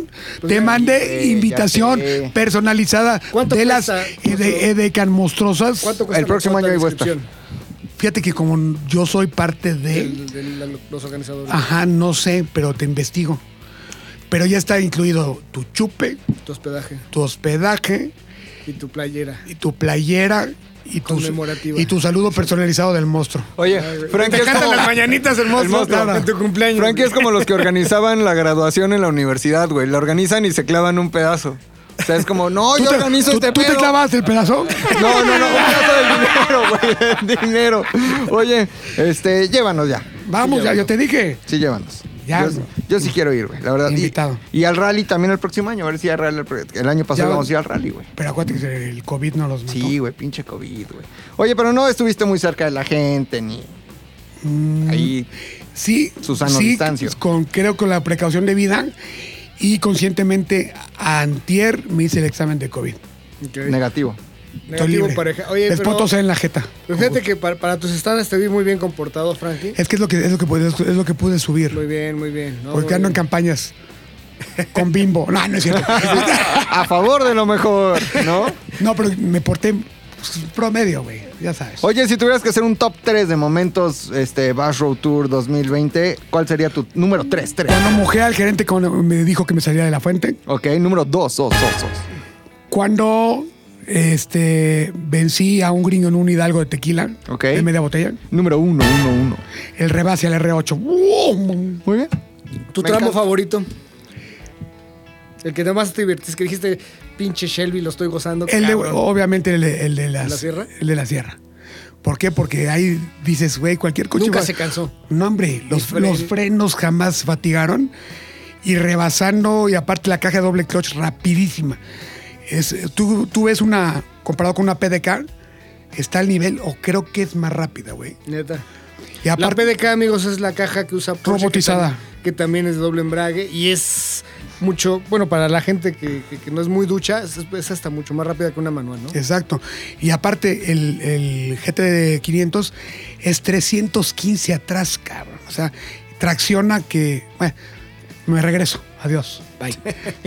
B: te
D: ya
B: mandé
C: te- ya
B: invitación
C: te-
B: personalizada
D: ¿Cuánto
B: de las
D: cuesta?
B: eh, de- eh, de can monstruosas.
D: ¿Cuánto cuesta
C: El
D: la
C: próximo
D: cuota
C: año
D: de
C: hay vuelta.
D: inscripción
B: Fíjate que como yo soy parte de,
D: del- del- de los organizadores?
B: ajá, no sé, pero te investigo. Pero ya está incluido tu chupe,
D: Tu hospedaje
B: tu hospedaje,
D: y tu playera.
B: y tu playera y tu,
D: Conmemorativa.
B: y tu saludo personalizado del monstruo.
C: Oye, Frankie es como...
B: mañanitas del
C: El monstruo,
B: Nada.
C: en tu cumpleaños. Frankie es como los que organizaban la graduación en la universidad, güey. La organizan y se clavan un pedazo. O sea, es como, no,
B: ¿Tú,
C: yo
B: te,
C: organizo
B: tú-
C: este
B: tú te
C: pedo.
B: clavas el pedazo?
C: No, no, no, un pedazo del dinero, güey. del dinero. Oye, este, llévanos ya.
B: Vamos, ya, yo te dije.
C: Sí, llévanos.
B: Ya.
C: Yo, yo sí quiero ir, güey, la verdad. Y-
B: Invitado.
C: Y, al rally también el próximo año, a ver si al rally. El año pasado
B: Ya.
C: vamos a ir al rally, güey.
B: Pero acuérdate que el COVID no los mató.
C: Sí, güey, pinche COVID, güey. Oye, pero no estuviste muy cerca de la gente, ni.
B: Mm.
C: Ahí.
B: Sí,
C: Susano
B: sí,
C: Distancio.
B: Con, creo con la precaución de vida y conscientemente antier me hice el examen de COVID. Estoy
D: Ok.
C: Negativo.
D: Negativo
B: libre.
D: pareja. Oye,
B: Les
D: pero,
B: puedo toser en la jeta.
D: pero fíjate que para, para tus estándares te vi muy bien comportado, Frankie.
B: Es que es lo que, es lo que, pude, es lo que pude subir.
D: Muy bien, muy bien. ¿no?
B: porque
D: Muy
B: ando en
D: bien.
B: campañas con bimbo. No, no es
D: [laughs]
B: cierto.
C: A favor de lo mejor, ¿no?
B: no, pero me porté pues, promedio, güey. Ya sabes.
C: Oye, si tuvieras que hacer un top 3 de momentos, este, Bash Road Tour 2020, ¿cuál sería tu número 3? 3.
B: Cuando mojé al gerente cuando me dijo que me salía de la fuente.
C: Ok, número 2, 2, 2,
B: Cuando este, vencí a un gringo en un hidalgo de tequila
C: Ok.
B: de media botella.
C: Número 1, 1, 1.
B: El rebase al R8. ¡Bum!
C: Muy bien.
D: ¿Tu
C: Me
D: tramo
C: encanta.
D: favorito? El que nomás te divertiste, que dijiste, pinche Shelby, lo estoy gozando.
B: El de,
D: cabrón".
B: obviamente el de, el de las-
D: ¿La sierra?
B: El de la sierra. ¿Por qué? Porque ahí dices, güey, cualquier coche.
D: Nunca
B: va-
D: se cansó.
B: No, hombre, los,
D: fre-
B: los frenos jamás fatigaron. Y rebasando, y aparte la caja de doble clutch rapidísima. Es, tú, tú ves una, comparado con una PDK, está al nivel, o creo que es más rápida, güey.
D: Neta.
B: Y
D: La
B: aparte,
D: PDK, amigos, es la caja que usa Porsche,
B: Robotizada.
D: Que, tam- que también es de doble embrague y es mucho, bueno, para la gente que, que- que no es muy ducha, es, es hasta mucho más rápida que una manual, ¿no?
B: exacto. Y aparte, el, el GT500 es 315 atrás, cabrón. O sea, tracciona que. Bueno, me regreso. Adiós. Bye. Eh,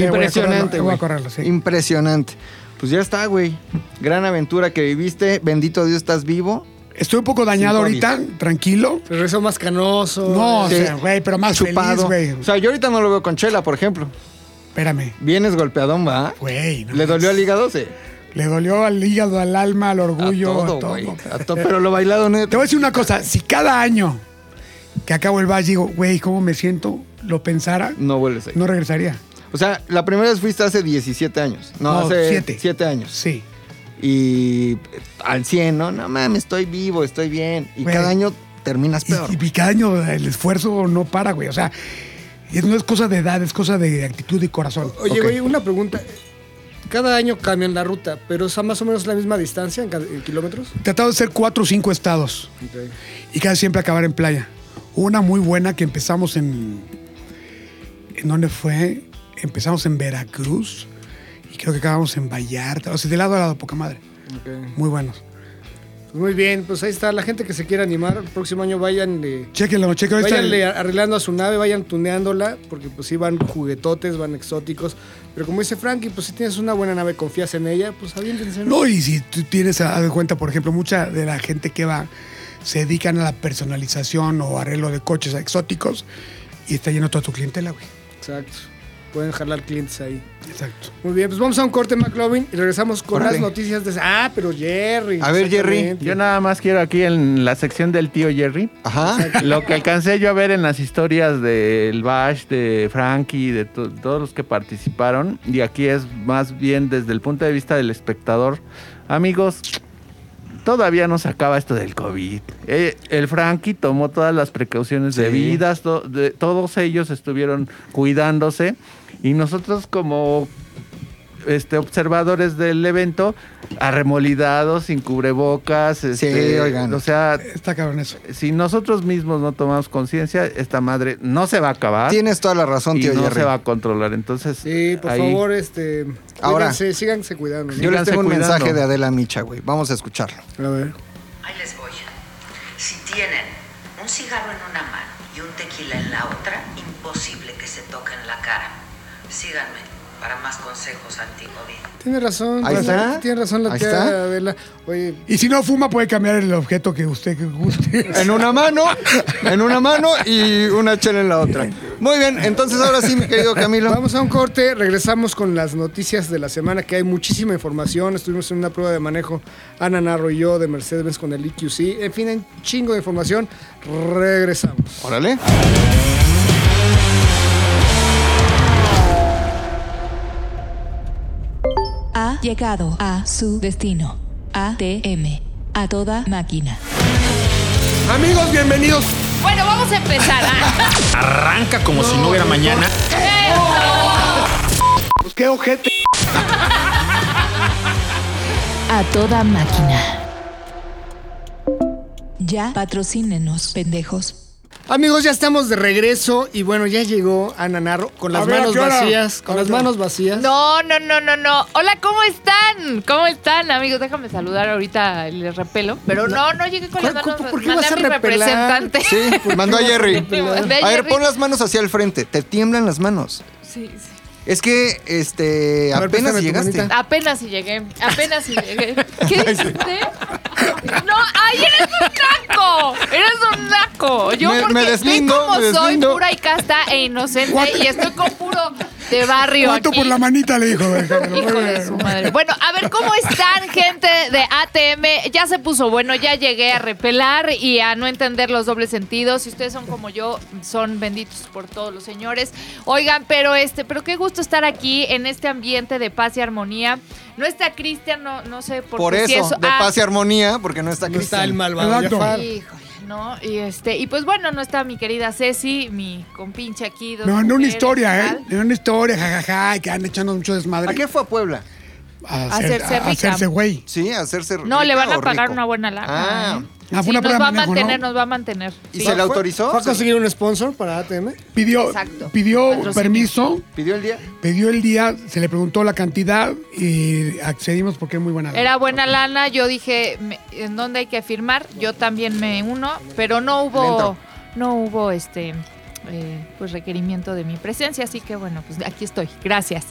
B: voy a
C: Impresionante,
B: correrlo, Voy a
C: güey.
B: correrlo, sí.
C: Impresionante. Pues ya está, güey. Gran aventura que viviste. Bendito Dios, estás vivo.
B: Estoy un poco dañado
C: Sin
B: ahorita, tranquilo.
D: Regresó más canoso. eh.
B: No, o
C: Sí.
B: sea, güey, pero más
C: Chupado.
B: feliz,
C: o
B: güey.
C: sea, yo ahorita no lo veo con Chela, por ejemplo.
B: Espérame.
C: Vienes golpeadón, va.
B: Güey, no
C: ¿Le dolió al hígado? Sí.
B: Le dolió al hígado, al alma, al orgullo,
C: a
B: a
C: todo,
B: todo.
C: güey. A todo, pero lo bailado,
B: Te
C: neta.
B: voy a decir una cosa, si cada año que acabo el valle digo, güey, ¿cómo me siento? Lo pensara,
C: No vuelves ahí.
B: no regresaría.
C: O sea, la primera vez fuiste hace 17 años. No,
B: No,
C: hace
B: siete.
C: 7 años.
B: Sí.
C: y eh, al 100, ¿no? No mames, estoy vivo, estoy bien. Y
B: Güey.
C: cada año terminas
B: Y,
C: peor.
B: y- y cada año el esfuerzo no para, güey. O sea, es- no es cosa de edad, es cosa de actitud y corazón.
D: Oye,
C: Ok.
D: güey, una pregunta. Cada año cambian la ruta, pero es a más o menos la misma distancia en, ca- en kilómetros.
B: Tratado de hacer cuatro o cinco estados y casi siempre acabar en playa. Hubo Una muy buena que empezamos en... ¿En dónde fue? Empezamos en Veracruz y creo que acabamos en Vallarta. O sea, de lado a lado, poca madre.
D: Ok.
B: Muy buenos.
D: Pues muy bien, pues ahí está. La gente que se quiera animar, el próximo año vayan de...
B: Chéquenlo, chéquenlo. Ahí está el-
D: Vayan arreglando a su nave, vayan tuneándola, porque pues sí van juguetotes, van exóticos. Pero como dice Frankie, pues si tienes una buena nave, confías en ella, pues aviéntense.
B: No, y si tú tienes a- haz de cuenta, por ejemplo, mucha de la gente que va se dedican a la personalización o arreglo de coches exóticos y está lleno toda tu clientela, güey.
D: Exacto. Pueden jalar clientes ahí.
B: Exacto.
D: Muy bien, pues vamos a un corte, McLovin, y regresamos con
C: Órale.
D: las noticias de... Ah, pero Jerry.
C: A ver, Jerry.
D: exactamente.
E: Yo nada más quiero aquí en la sección del tío Jerry.
C: Ajá.
E: [laughs] Lo que alcancé yo a ver en las historias del Bash, de Frankie, de to- todos los que participaron, y aquí es más bien desde el punto de vista del espectador. Amigos, todavía no se acaba esto del COVID. Eh, el Frankie tomó todas las precauciones debidas, to- de- todos ellos estuvieron cuidándose, y nosotros como este, observadores del evento, arremolidados, sin cubrebocas, este,
C: oigan.
E: o sea,
B: Está cabrón eso.
E: si nosotros mismos no tomamos conciencia, esta madre no se va a acabar
C: Tienes toda la razón,
E: y
C: tío
E: no
C: Jerry.
E: se va a controlar. Entonces,
D: Sí, por
E: ahí-
D: favor, este...
C: Ahora.
D: Ahora. síganse cuidando. ¿no?
C: Yo les
E: Síganse
C: tengo un
E: cuidando.
C: mensaje de Adela Micha, güey. Vamos a escucharlo.
D: A ver.
H: Ahí les voy. Si tienen un cigarro en una mano y y un tequila en la otra, imposible que se toquen la cara. Síganme para más consejos anti-COVID.
D: Tienes razón.
C: Ahí
D: tiene-
C: está.
D: Tiene razón la
C: Ahí
D: tía
C: está.
D: Adela. Oye,
B: Y si no fuma, puede cambiar el objeto que usted
I: [laughs]
B: guste.
C: [laughs] En una mano, en una mano y una chela en la otra. Muy bien, entonces ahora sí, mi querido Camilo.
D: Vamos a un corte, regresamos con las noticias de la semana, que hay muchísima información. Estuvimos en una prueba de manejo, Ana Narro y yo, de Mercedes-Benz con el EQC. En fin, hay un chingo de información. Regresamos.
C: Órale.
J: Ha llegado a su destino. ATM. A toda máquina.
B: Amigos, bienvenidos.
I: Bueno, vamos a empezar. ah.
A: Arranca como si no hubiera mañana.
B: Pues qué ojete.
J: A toda máquina. Ya patrocínenos, pendejos.
D: Amigos, ya estamos de regreso y bueno, ya llegó Ana Narro con las
B: A ver, ¿a
D: manos
B: qué hora?
D: vacías. Con
B: ¿A
D: las
B: qué hora?
D: manos vacías.
I: No, no, no, no, no. Hola, ¿cómo están? ¿Cómo están, amigos? Déjame saludar ahorita, les repelo. Pero no, no llegué con las
D: ¿Cuál-
I: manos.
D: cu- por qué
I: mandé
D: vas a
I: mi
D: repelar?
I: representante.
C: Sí, [laughs] mandó a Jerry.
I: Mandé a
C: A ver,
I: Jerry.
C: pon las manos hacia el frente. Te tiemblan las manos.
I: Sí, Ah, sí.
C: Es que, este,
D: A ver, préstame
C: apenas
D: tu
C: llegaste.
D: manita.
I: [laughs] Apenas si llegué, apenas si llegué. ¿Qué dijiste? No, ay, eres un naco, eres un naco. Yo
C: Me- me
I: porque
C: deslindo,
I: soy como
C: me
I: soy,
C: deslindo.
I: pura y casta e inocente y estoy con puro de barrio
B: ¿Cuánto
I: aquí.
B: por la manita le dijo?
I: [laughs] Hijo de su madre. Bueno, a ver, ¿cómo están, gente de ATM? Ya se puso bueno, ya llegué a repelar y a no entender los dobles sentidos. Si ustedes son como yo, son benditos por todos los señores. Oigan, pero este, pero qué gusto estar aquí en este ambiente de paz y armonía. No está Cristian, no, no sé por,
C: Por
I: qué si
C: eso, de
I: ah,
C: paz y armonía, porque no está
D: No está el
C: Cristian.
D: malvado.
B: Exacto.
D: Jafar.
I: Híjole, ¿no? Y este, y pues bueno, no está mi querida Ceci, mi compinche aquí. dos
B: No, en una
I: mujeres,
B: historia,
I: tal.
B: ¿eh? En una historia, jajaja, que han echando mucho desmadre.
C: ¿A qué fue a Puebla?
B: A
I: Hacerse
B: hacer- a
I: rica.
B: hacerse güey.
C: Sí, a hacerse
I: No, le
C: rica
I: van a
C: o
I: pagar
C: rico?
I: una buena lana.
C: Ah,
B: Ah, fue
I: Sí,
B: una
I: nos
B: prueba
I: va a
B: de manejo,
I: mantener,
B: ¿no?
I: nos va a manterizar.
C: ¿y
I: Sí.
C: se le
D: ¿Fue-
C: autorizó?
D: ¿Fue a conseguir un sponsor para ATM?
B: Pidió,
I: Exacto.
B: pidió
I: Patrocinio.
B: permiso,
C: ¿Pidió el día?
B: pidió el día, se le preguntó la cantidad y accedimos porque es muy buena.
I: Era buena lana, yo dije, me- ¿en dónde hay que firmar? Yo también me uno, pero no
C: Lento.
I: hubo, no hubo este eh, pues requerimiento de mi presencia, así que bueno, pues aquí estoy. Gracias.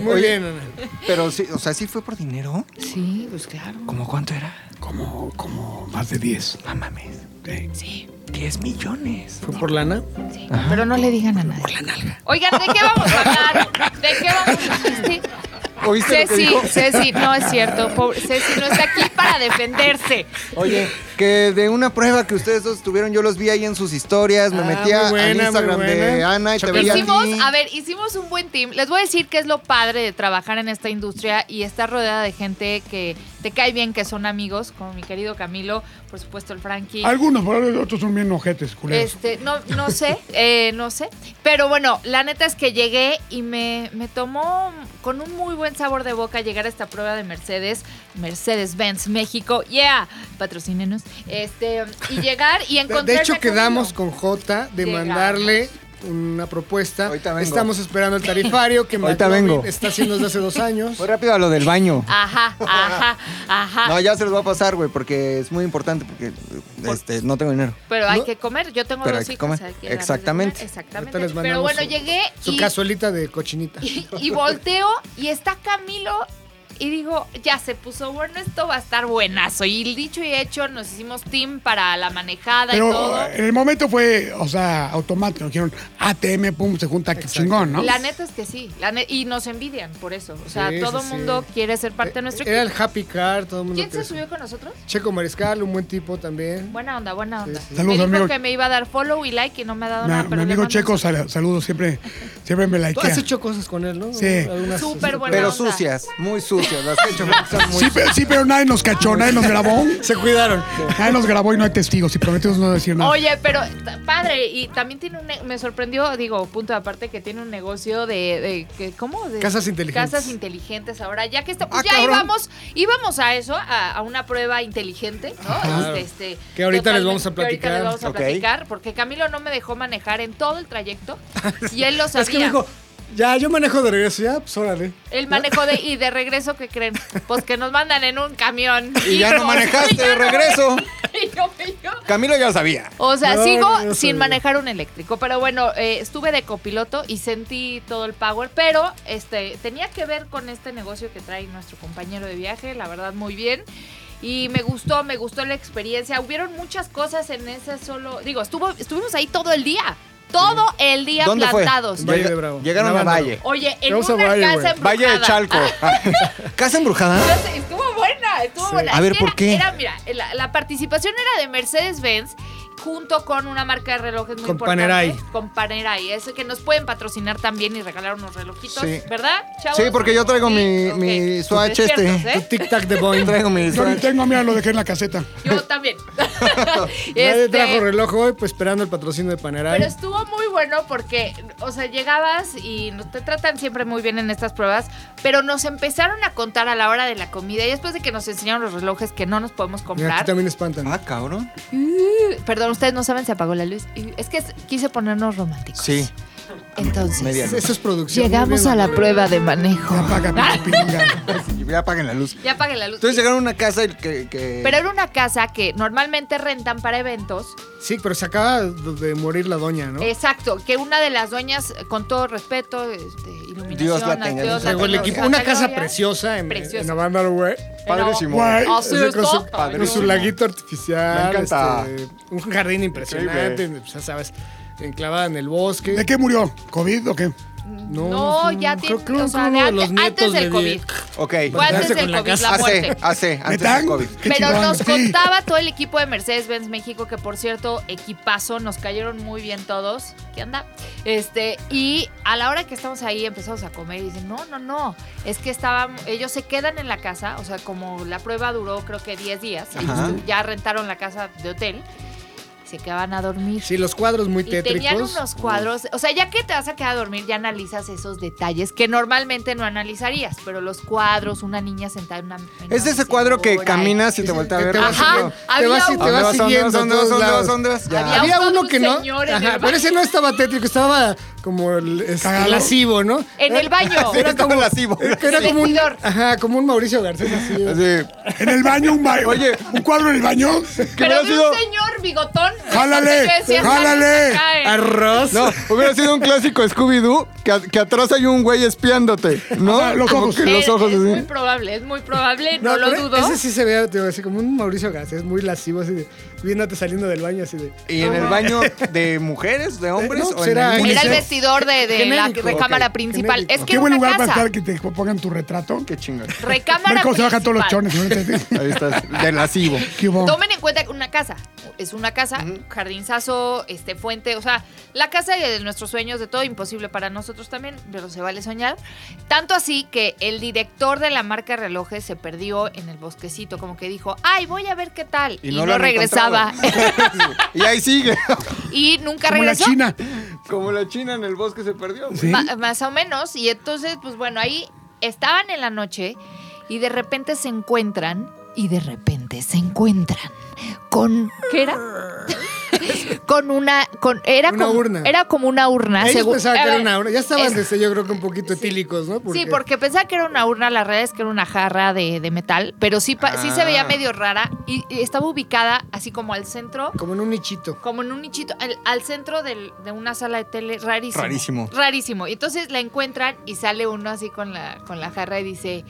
D: Muy
C: Oye.
D: bien, Ana.
C: Pero sí, o sea, sí fue por dinero.
I: Sí, pues claro.
C: ¿Cómo cuánto era?
B: Como, como más de 10.
C: No mames.
B: Sí.
I: Sí,
C: 10 millones.
D: ¿Fue por lana?
I: sí. Pero no le digan a nadie. Oigan, ¿de qué vamos a hablar? ¿De qué vamos a hablar? Sí.
C: ¿Oíste lo que
I: Ceci,
C: dijo?
I: Ceci, no es cierto. Pobre, Ceci no está aquí para defenderse.
C: Oye, que de una prueba que ustedes dos tuvieron, yo los vi ahí en sus historias, me
D: Ah,
C: metía
D: muy buena,
C: al
D: muy
C: Instagram de
D: buena.
C: Ana y te
D: Chocolate.
C: veía.
I: Hicimos,
C: ti.
I: a ver, hicimos un buen team. Les voy a decir qué es lo padre de trabajar en esta industria y estar rodeada de gente que te cae bien, que son amigos, como mi querido Camilo, por supuesto el Frankie.
B: Algunos, pero otros son bien ojetes, culeros.
I: Este, no, no sé, eh, no sé. Pero bueno, la neta es que llegué y me, me tomó con un muy buen sabor de boca llegar a esta prueba de Mercedes, Mercedes-Benz México, yeah, patrocínenos. Este, y llegar y
D: De,
I: encontrar.
D: de hecho, quedamos con J de
I: Llegamos.
D: mandarle una propuesta.
C: Ahorita vengo.
D: Estamos esperando el tarifario [laughs] que
C: Ahorita
D: McLovin
C: vengo.
D: está haciendo desde hace dos [laughs] años.
C: Voy rápido a lo del baño.
D: Ah.
I: Ajá, ajá, ajá.
C: No, ya se los va a pasar, güey, porque es muy importante, porque este, no tengo dinero.
I: Pero hay
D: No.
I: que comer, yo tengo
C: Pero
I: dos
C: hay que
I: hijos.
C: comer.
I: hay que darles de
C: Exactamente.
D: Ahorita
I: comer,
D: les
I: Exactamente. Pero
D: mandamos
I: bueno,
D: su-
I: llegué
D: Su
I: y,
D: cazuelita de cochinita.
I: [laughs] y- y volteo y está Camilo y digo, ya se puso bueno, esto va a estar buenazo. Y dicho y hecho, nos hicimos team para la manejada y todo.
B: Pero eh, en el momento fue, o sea, automático. Dijeron ATM, pum, se junta, qué chingón, ¿no?
I: La neta es que sí, la ne- y nos envidian por eso. O sea,
D: Sí,
I: todo el
D: sí,
I: mundo
D: sí.
I: quiere ser parte de nuestro
D: Eh, Era
I: equipo.
D: el happy car, todo el mundo.
I: ¿Quién se
D: quería-
I: subió con nosotros?
D: Checo Mariscal, un buen tipo también.
I: Buena onda, buena onda.
B: sí. Saludos,
I: me dijo
B: amigo.
I: que me iba a dar follow y like y no me ha dado
B: Mi-
I: nada.
B: mi
I: pero le
B: amigo
I: mando
B: Checo,
I: un saludo.
B: sal- saludos, siempre, siempre me
D: Tú
B: likea.
D: has hecho cosas con él, ¿no?
B: Sí.
D: Algunas-
I: Súper buena
C: Pero
I: onda.
C: sucias, muy sucias. Las que he hecho son muy
B: Sí, pero, sí, pero nadie nos
D: [laughs]
B: cachó, nadie nos grabó.
D: Se cuidaron.
B: Nadie nos grabó y no hay testigos y prometimos no decir nada.
I: Oye, pero t- padre, y también tiene un. ne- Me sorprendió, digo, punto de aparte, que tiene un negocio de. de que, ¿Cómo? De,
D: Casas inteligentes.
I: Casas inteligentes. Ahora, ya que está.
D: Ah,
I: Pues ya
D: cabrón.
I: íbamos, íbamos a eso, a, a una prueba inteligente, ¿no?
D: Claro.
I: Este,
D: Que ahorita les vamos a
I: totalmente- Que
D: platicar.
I: ahorita les vamos a
C: Ok.
I: platicar, porque Camilo no me dejó manejar en todo el
D: [laughs]
I: trayecto y él lo sabía.
D: Es que me dijo, ya, yo manejo de regreso, ya, pues órale.
I: El manejo de y de regreso que creen, pues que nos mandan en un camión.
C: Y ya no
I: Hijos.
C: manejaste
I: [laughs] Y ya
C: de
I: no-
C: regreso.
I: Y dígame yo.
K: Camilo ya lo sabía.
I: O sea,
D: No,
I: sigo
D: no, no
I: sin
D: sabía.
I: manejar un eléctrico, pero bueno, eh, estuve de copiloto y sentí todo el power, pero este tenía que ver con este negocio que trae nuestro compañero de viaje, la verdad muy bien. Y me gustó, me gustó la experiencia. Hubieron muchas cosas en ese solo, digo, estuvo estuvimos ahí todo el día, todo el día
C: ¿Dónde fue?
I: plantados.
D: Valle de Bravo.
C: Llegaron a
D: Navándaro.
C: Valle.
I: Oye, en
D: Vamos a
I: una
D: Valle,
I: casa
D: güey.
I: embrujada.
K: Valle de Chalco.
D: [laughs]
C: ¿Casa embrujada?
I: No sé, Estuvo buena, estuvo
D: Sí.
I: buena.
C: A
I: Es
C: ver,
I: que
C: ¿por
I: era-
C: qué?
I: Era, mira, la, la participación era de Mercedes-Benz junto con una marca de relojes muy
D: Con
I: importante.
D: Panerai.
I: Con Panerai. Eso que nos pueden patrocinar también y regalar unos relojitos,
C: Sí.
I: ¿verdad, chavos?
C: Sí, porque yo traigo mi-
I: ok.
C: mi swatch
I: Despiertos,
C: este. [laughs]
I: ¿eh?
D: Tic Tac de
I: [laughs]
D: Boeing.
C: Traigo mi
B: Yo ni
C: suéter.
B: tengo, mira, lo dejé en la caseta.
I: Yo
C: [laughs]
I: también.
D: Nadie
I: Este,
D: trajo reloj hoy, pues esperando el patrocinio de Panerai.
I: Pero estuvo muy bueno porque, o sea, llegabas y no- te tratan siempre muy bien en estas pruebas, pero nos empezaron a contar a la hora de la comida y después de que nos enseñaron los relojes que no nos podemos
D: Mira, aquí
I: comprar.
D: también espantan.
C: Ah, cabrón.
I: Uh, Perdón, ustedes no saben, se apagó la luz. Y Es que es- quise ponernos románticos.
C: Sí.
I: Entonces,
C: Media luz.
D: Eso es producción.
I: llegamos a la prueba de manejo. Ah,
B: Ya paga, pinche
D: [laughs]
B: pilinga.
C: Ya apaguen la luz.
I: Ya apague la luz.
C: Entonces llegaron a una casa y que. que-
I: Pero era una casa que normalmente rentan para eventos.
D: Sí, pero se acaba de morir la doña, ¿no?
I: Exacto, que una de las dueñas, con todo respeto, este, iluminación,
C: Dios la tenga, Dios
I: Dios la
C: la
D: Llegó el
I: tenga,
D: equipo.
I: Santa
D: Una casa
I: Gloria.
D: preciosa en,
I: Preciosa.
D: en Navándaro, güey.
K: Padre
I: Pero-
K: Simón.
B: Guay.
I: Así
D: Así con su-
I: está.
D: Con su laguito artificial.
K: Me encanta.
D: este, un jardín impresionante,
K: Increíble.
D: pues, ya sabes, enclavada en el bosque.
B: ¿De qué murió? ¿COVID o qué?
I: No,
D: no,
I: ya
D: creo-
I: tiene.
D: creo
I: o
D: que
I: sea,
D: uno
I: de
D: de
I: antes,
D: los nietos
I: antes del
D: de
I: COVID.
D: Diego.
C: Ok.
I: Fue antes
D: Quedarse
I: del
D: con la
I: COVID, la
D: casa.
C: Hace,
I: muerte.
C: hace, antes del
B: ¿Metán?
C: COVID.
B: Qué
I: Pero
B: chingón,
I: nos
B: sí.
I: contaba todo el equipo de Mercedes-Benz México, que por cierto, equipazo, nos cayeron muy bien todos. ¿Qué anda? Este, y a la hora que estamos ahí empezamos a comer y dicen, no, no, no, es que estaban, ellos se quedan en la casa, o sea, como la prueba duró creo que 10 días, y
C: Ajá.
I: ya rentaron la casa de hotel, se quedaban a dormir.
D: Sí, los cuadros muy
I: Y tenían
D: tétricos.
I: unos cuadros, o sea, ya que te vas a quedar a dormir, ya analizas esos detalles que normalmente no analizarías, pero los cuadros, una niña sentada en una... en
C: Es
I: una
C: ese cuadro que
I: mecedora y-
C: caminas y te voltea a
D: Que
C: ver.
D: te vas
I: Ajá,
D: siguiendo.
I: había
D: te vas, y-
I: uno.
D: te vas siguiendo. a
C: ¿Dónde vas?
D: todos
C: ¿Dónde vas?
D: lados.
C: ¿Dónde vas? Ya.
I: Había-
D: Había
I: Todos
D: uno
I: los
D: que no.
I: señores
D: Ajá,
I: del
D: pero ese no estaba tétrico, estaba como el este,
B: Cagado.
D: lascivo, ¿no?
I: En
B: Eh, [laughs]
C: [laughs]
I: el baño.
D: Era como
C: lascivo.
D: Era
I: el
D: como un,
I: vestidor.
D: ajá, como un Mauricio Garcés así.
I: [laughs]
C: Así.
B: En el baño, un baño.
C: Oye.
B: un cuadro en el baño.
I: Pero
C: hubiera
I: de un señor bigotón.
B: Jálale,
I: que decía,
B: jálale.
I: "Cae".
D: Arroz.
C: No, hubiera sido un clásico Scooby-Doo que, a- que atrás hay un güey espiándote, ¿no?
B: Ajá, los
C: Como
B: ojos.
C: que los
I: Es-
C: ojos
I: Eh, es muy
C: así.
I: probable, es muy probable, no, lo
D: pero
I: dudo.
D: Ese sí se ve, te digo, así como un Mauricio Garcés, muy lascivo, así de, viéndote saliendo del baño, así de.
C: ¿Y en el baño de mujeres, de hombres
D: No,
C: o Eh, en
D: será-
C: el
I: Era
D: Unicef.
I: el vestidor de, de la
D: Genérico.
I: recámara
D: Ok,
I: principal.
D: genérico.
I: Es que
B: Qué buen
I: era una
B: lugar para
I: casa.
B: estar que te pongan tu retrato.
C: Qué chingón.
I: Recámara
B: Ver cómo se bajan todos los
I: principal.
B: chones. ¿no?
C: Ahí estás, de lascivo.
B: ¿Qué hubo?
I: Tomen en cuenta que una casa. Es una casa, jardinzazo, este, fuente, o sea, la casa de nuestros sueños, de todo, imposible para nosotros también, pero se vale soñar. Tanto así que el director de la marca de relojes se perdió en el bosquecito, como que dijo, ay, voy a ver qué tal. Y, no,
C: lo han [laughs]
I: regresaba.
C: encontrado. y ahí sigue.
I: [laughs] y nunca
B: Como la
I: regresó.
B: China.
C: Como la china en el bosque se perdió. güey.
B: Sí.
I: Ma- más o menos. Y entonces, pues bueno, ahí estaban en la noche y de repente se encuentran y de repente se encuentran con ¿qué era? [laughs] con una con era
D: Una
I: como
D: urna.
I: era como una urna,
D: Ellos
I: según-
D: pensaban que
I: eh,
D: era una hora. Ya estaban,
I: es-
D: desde, yo creo que un poquito etílicos, ¿no?
I: Sí, porque pensaba que era una urna, la realidad es que era una jarra de, de metal, pero sí, pa- sí se veía
C: Ah.
I: medio rara y, y estaba ubicada así como al centro,
D: Como en un nichito.
I: como en un nichito, al, al centro del- de una sala de tele, rarísimo.
C: Rarísimo.
I: Rarísimo. Y entonces la encuentran y sale uno así con la, con la jarra y dice,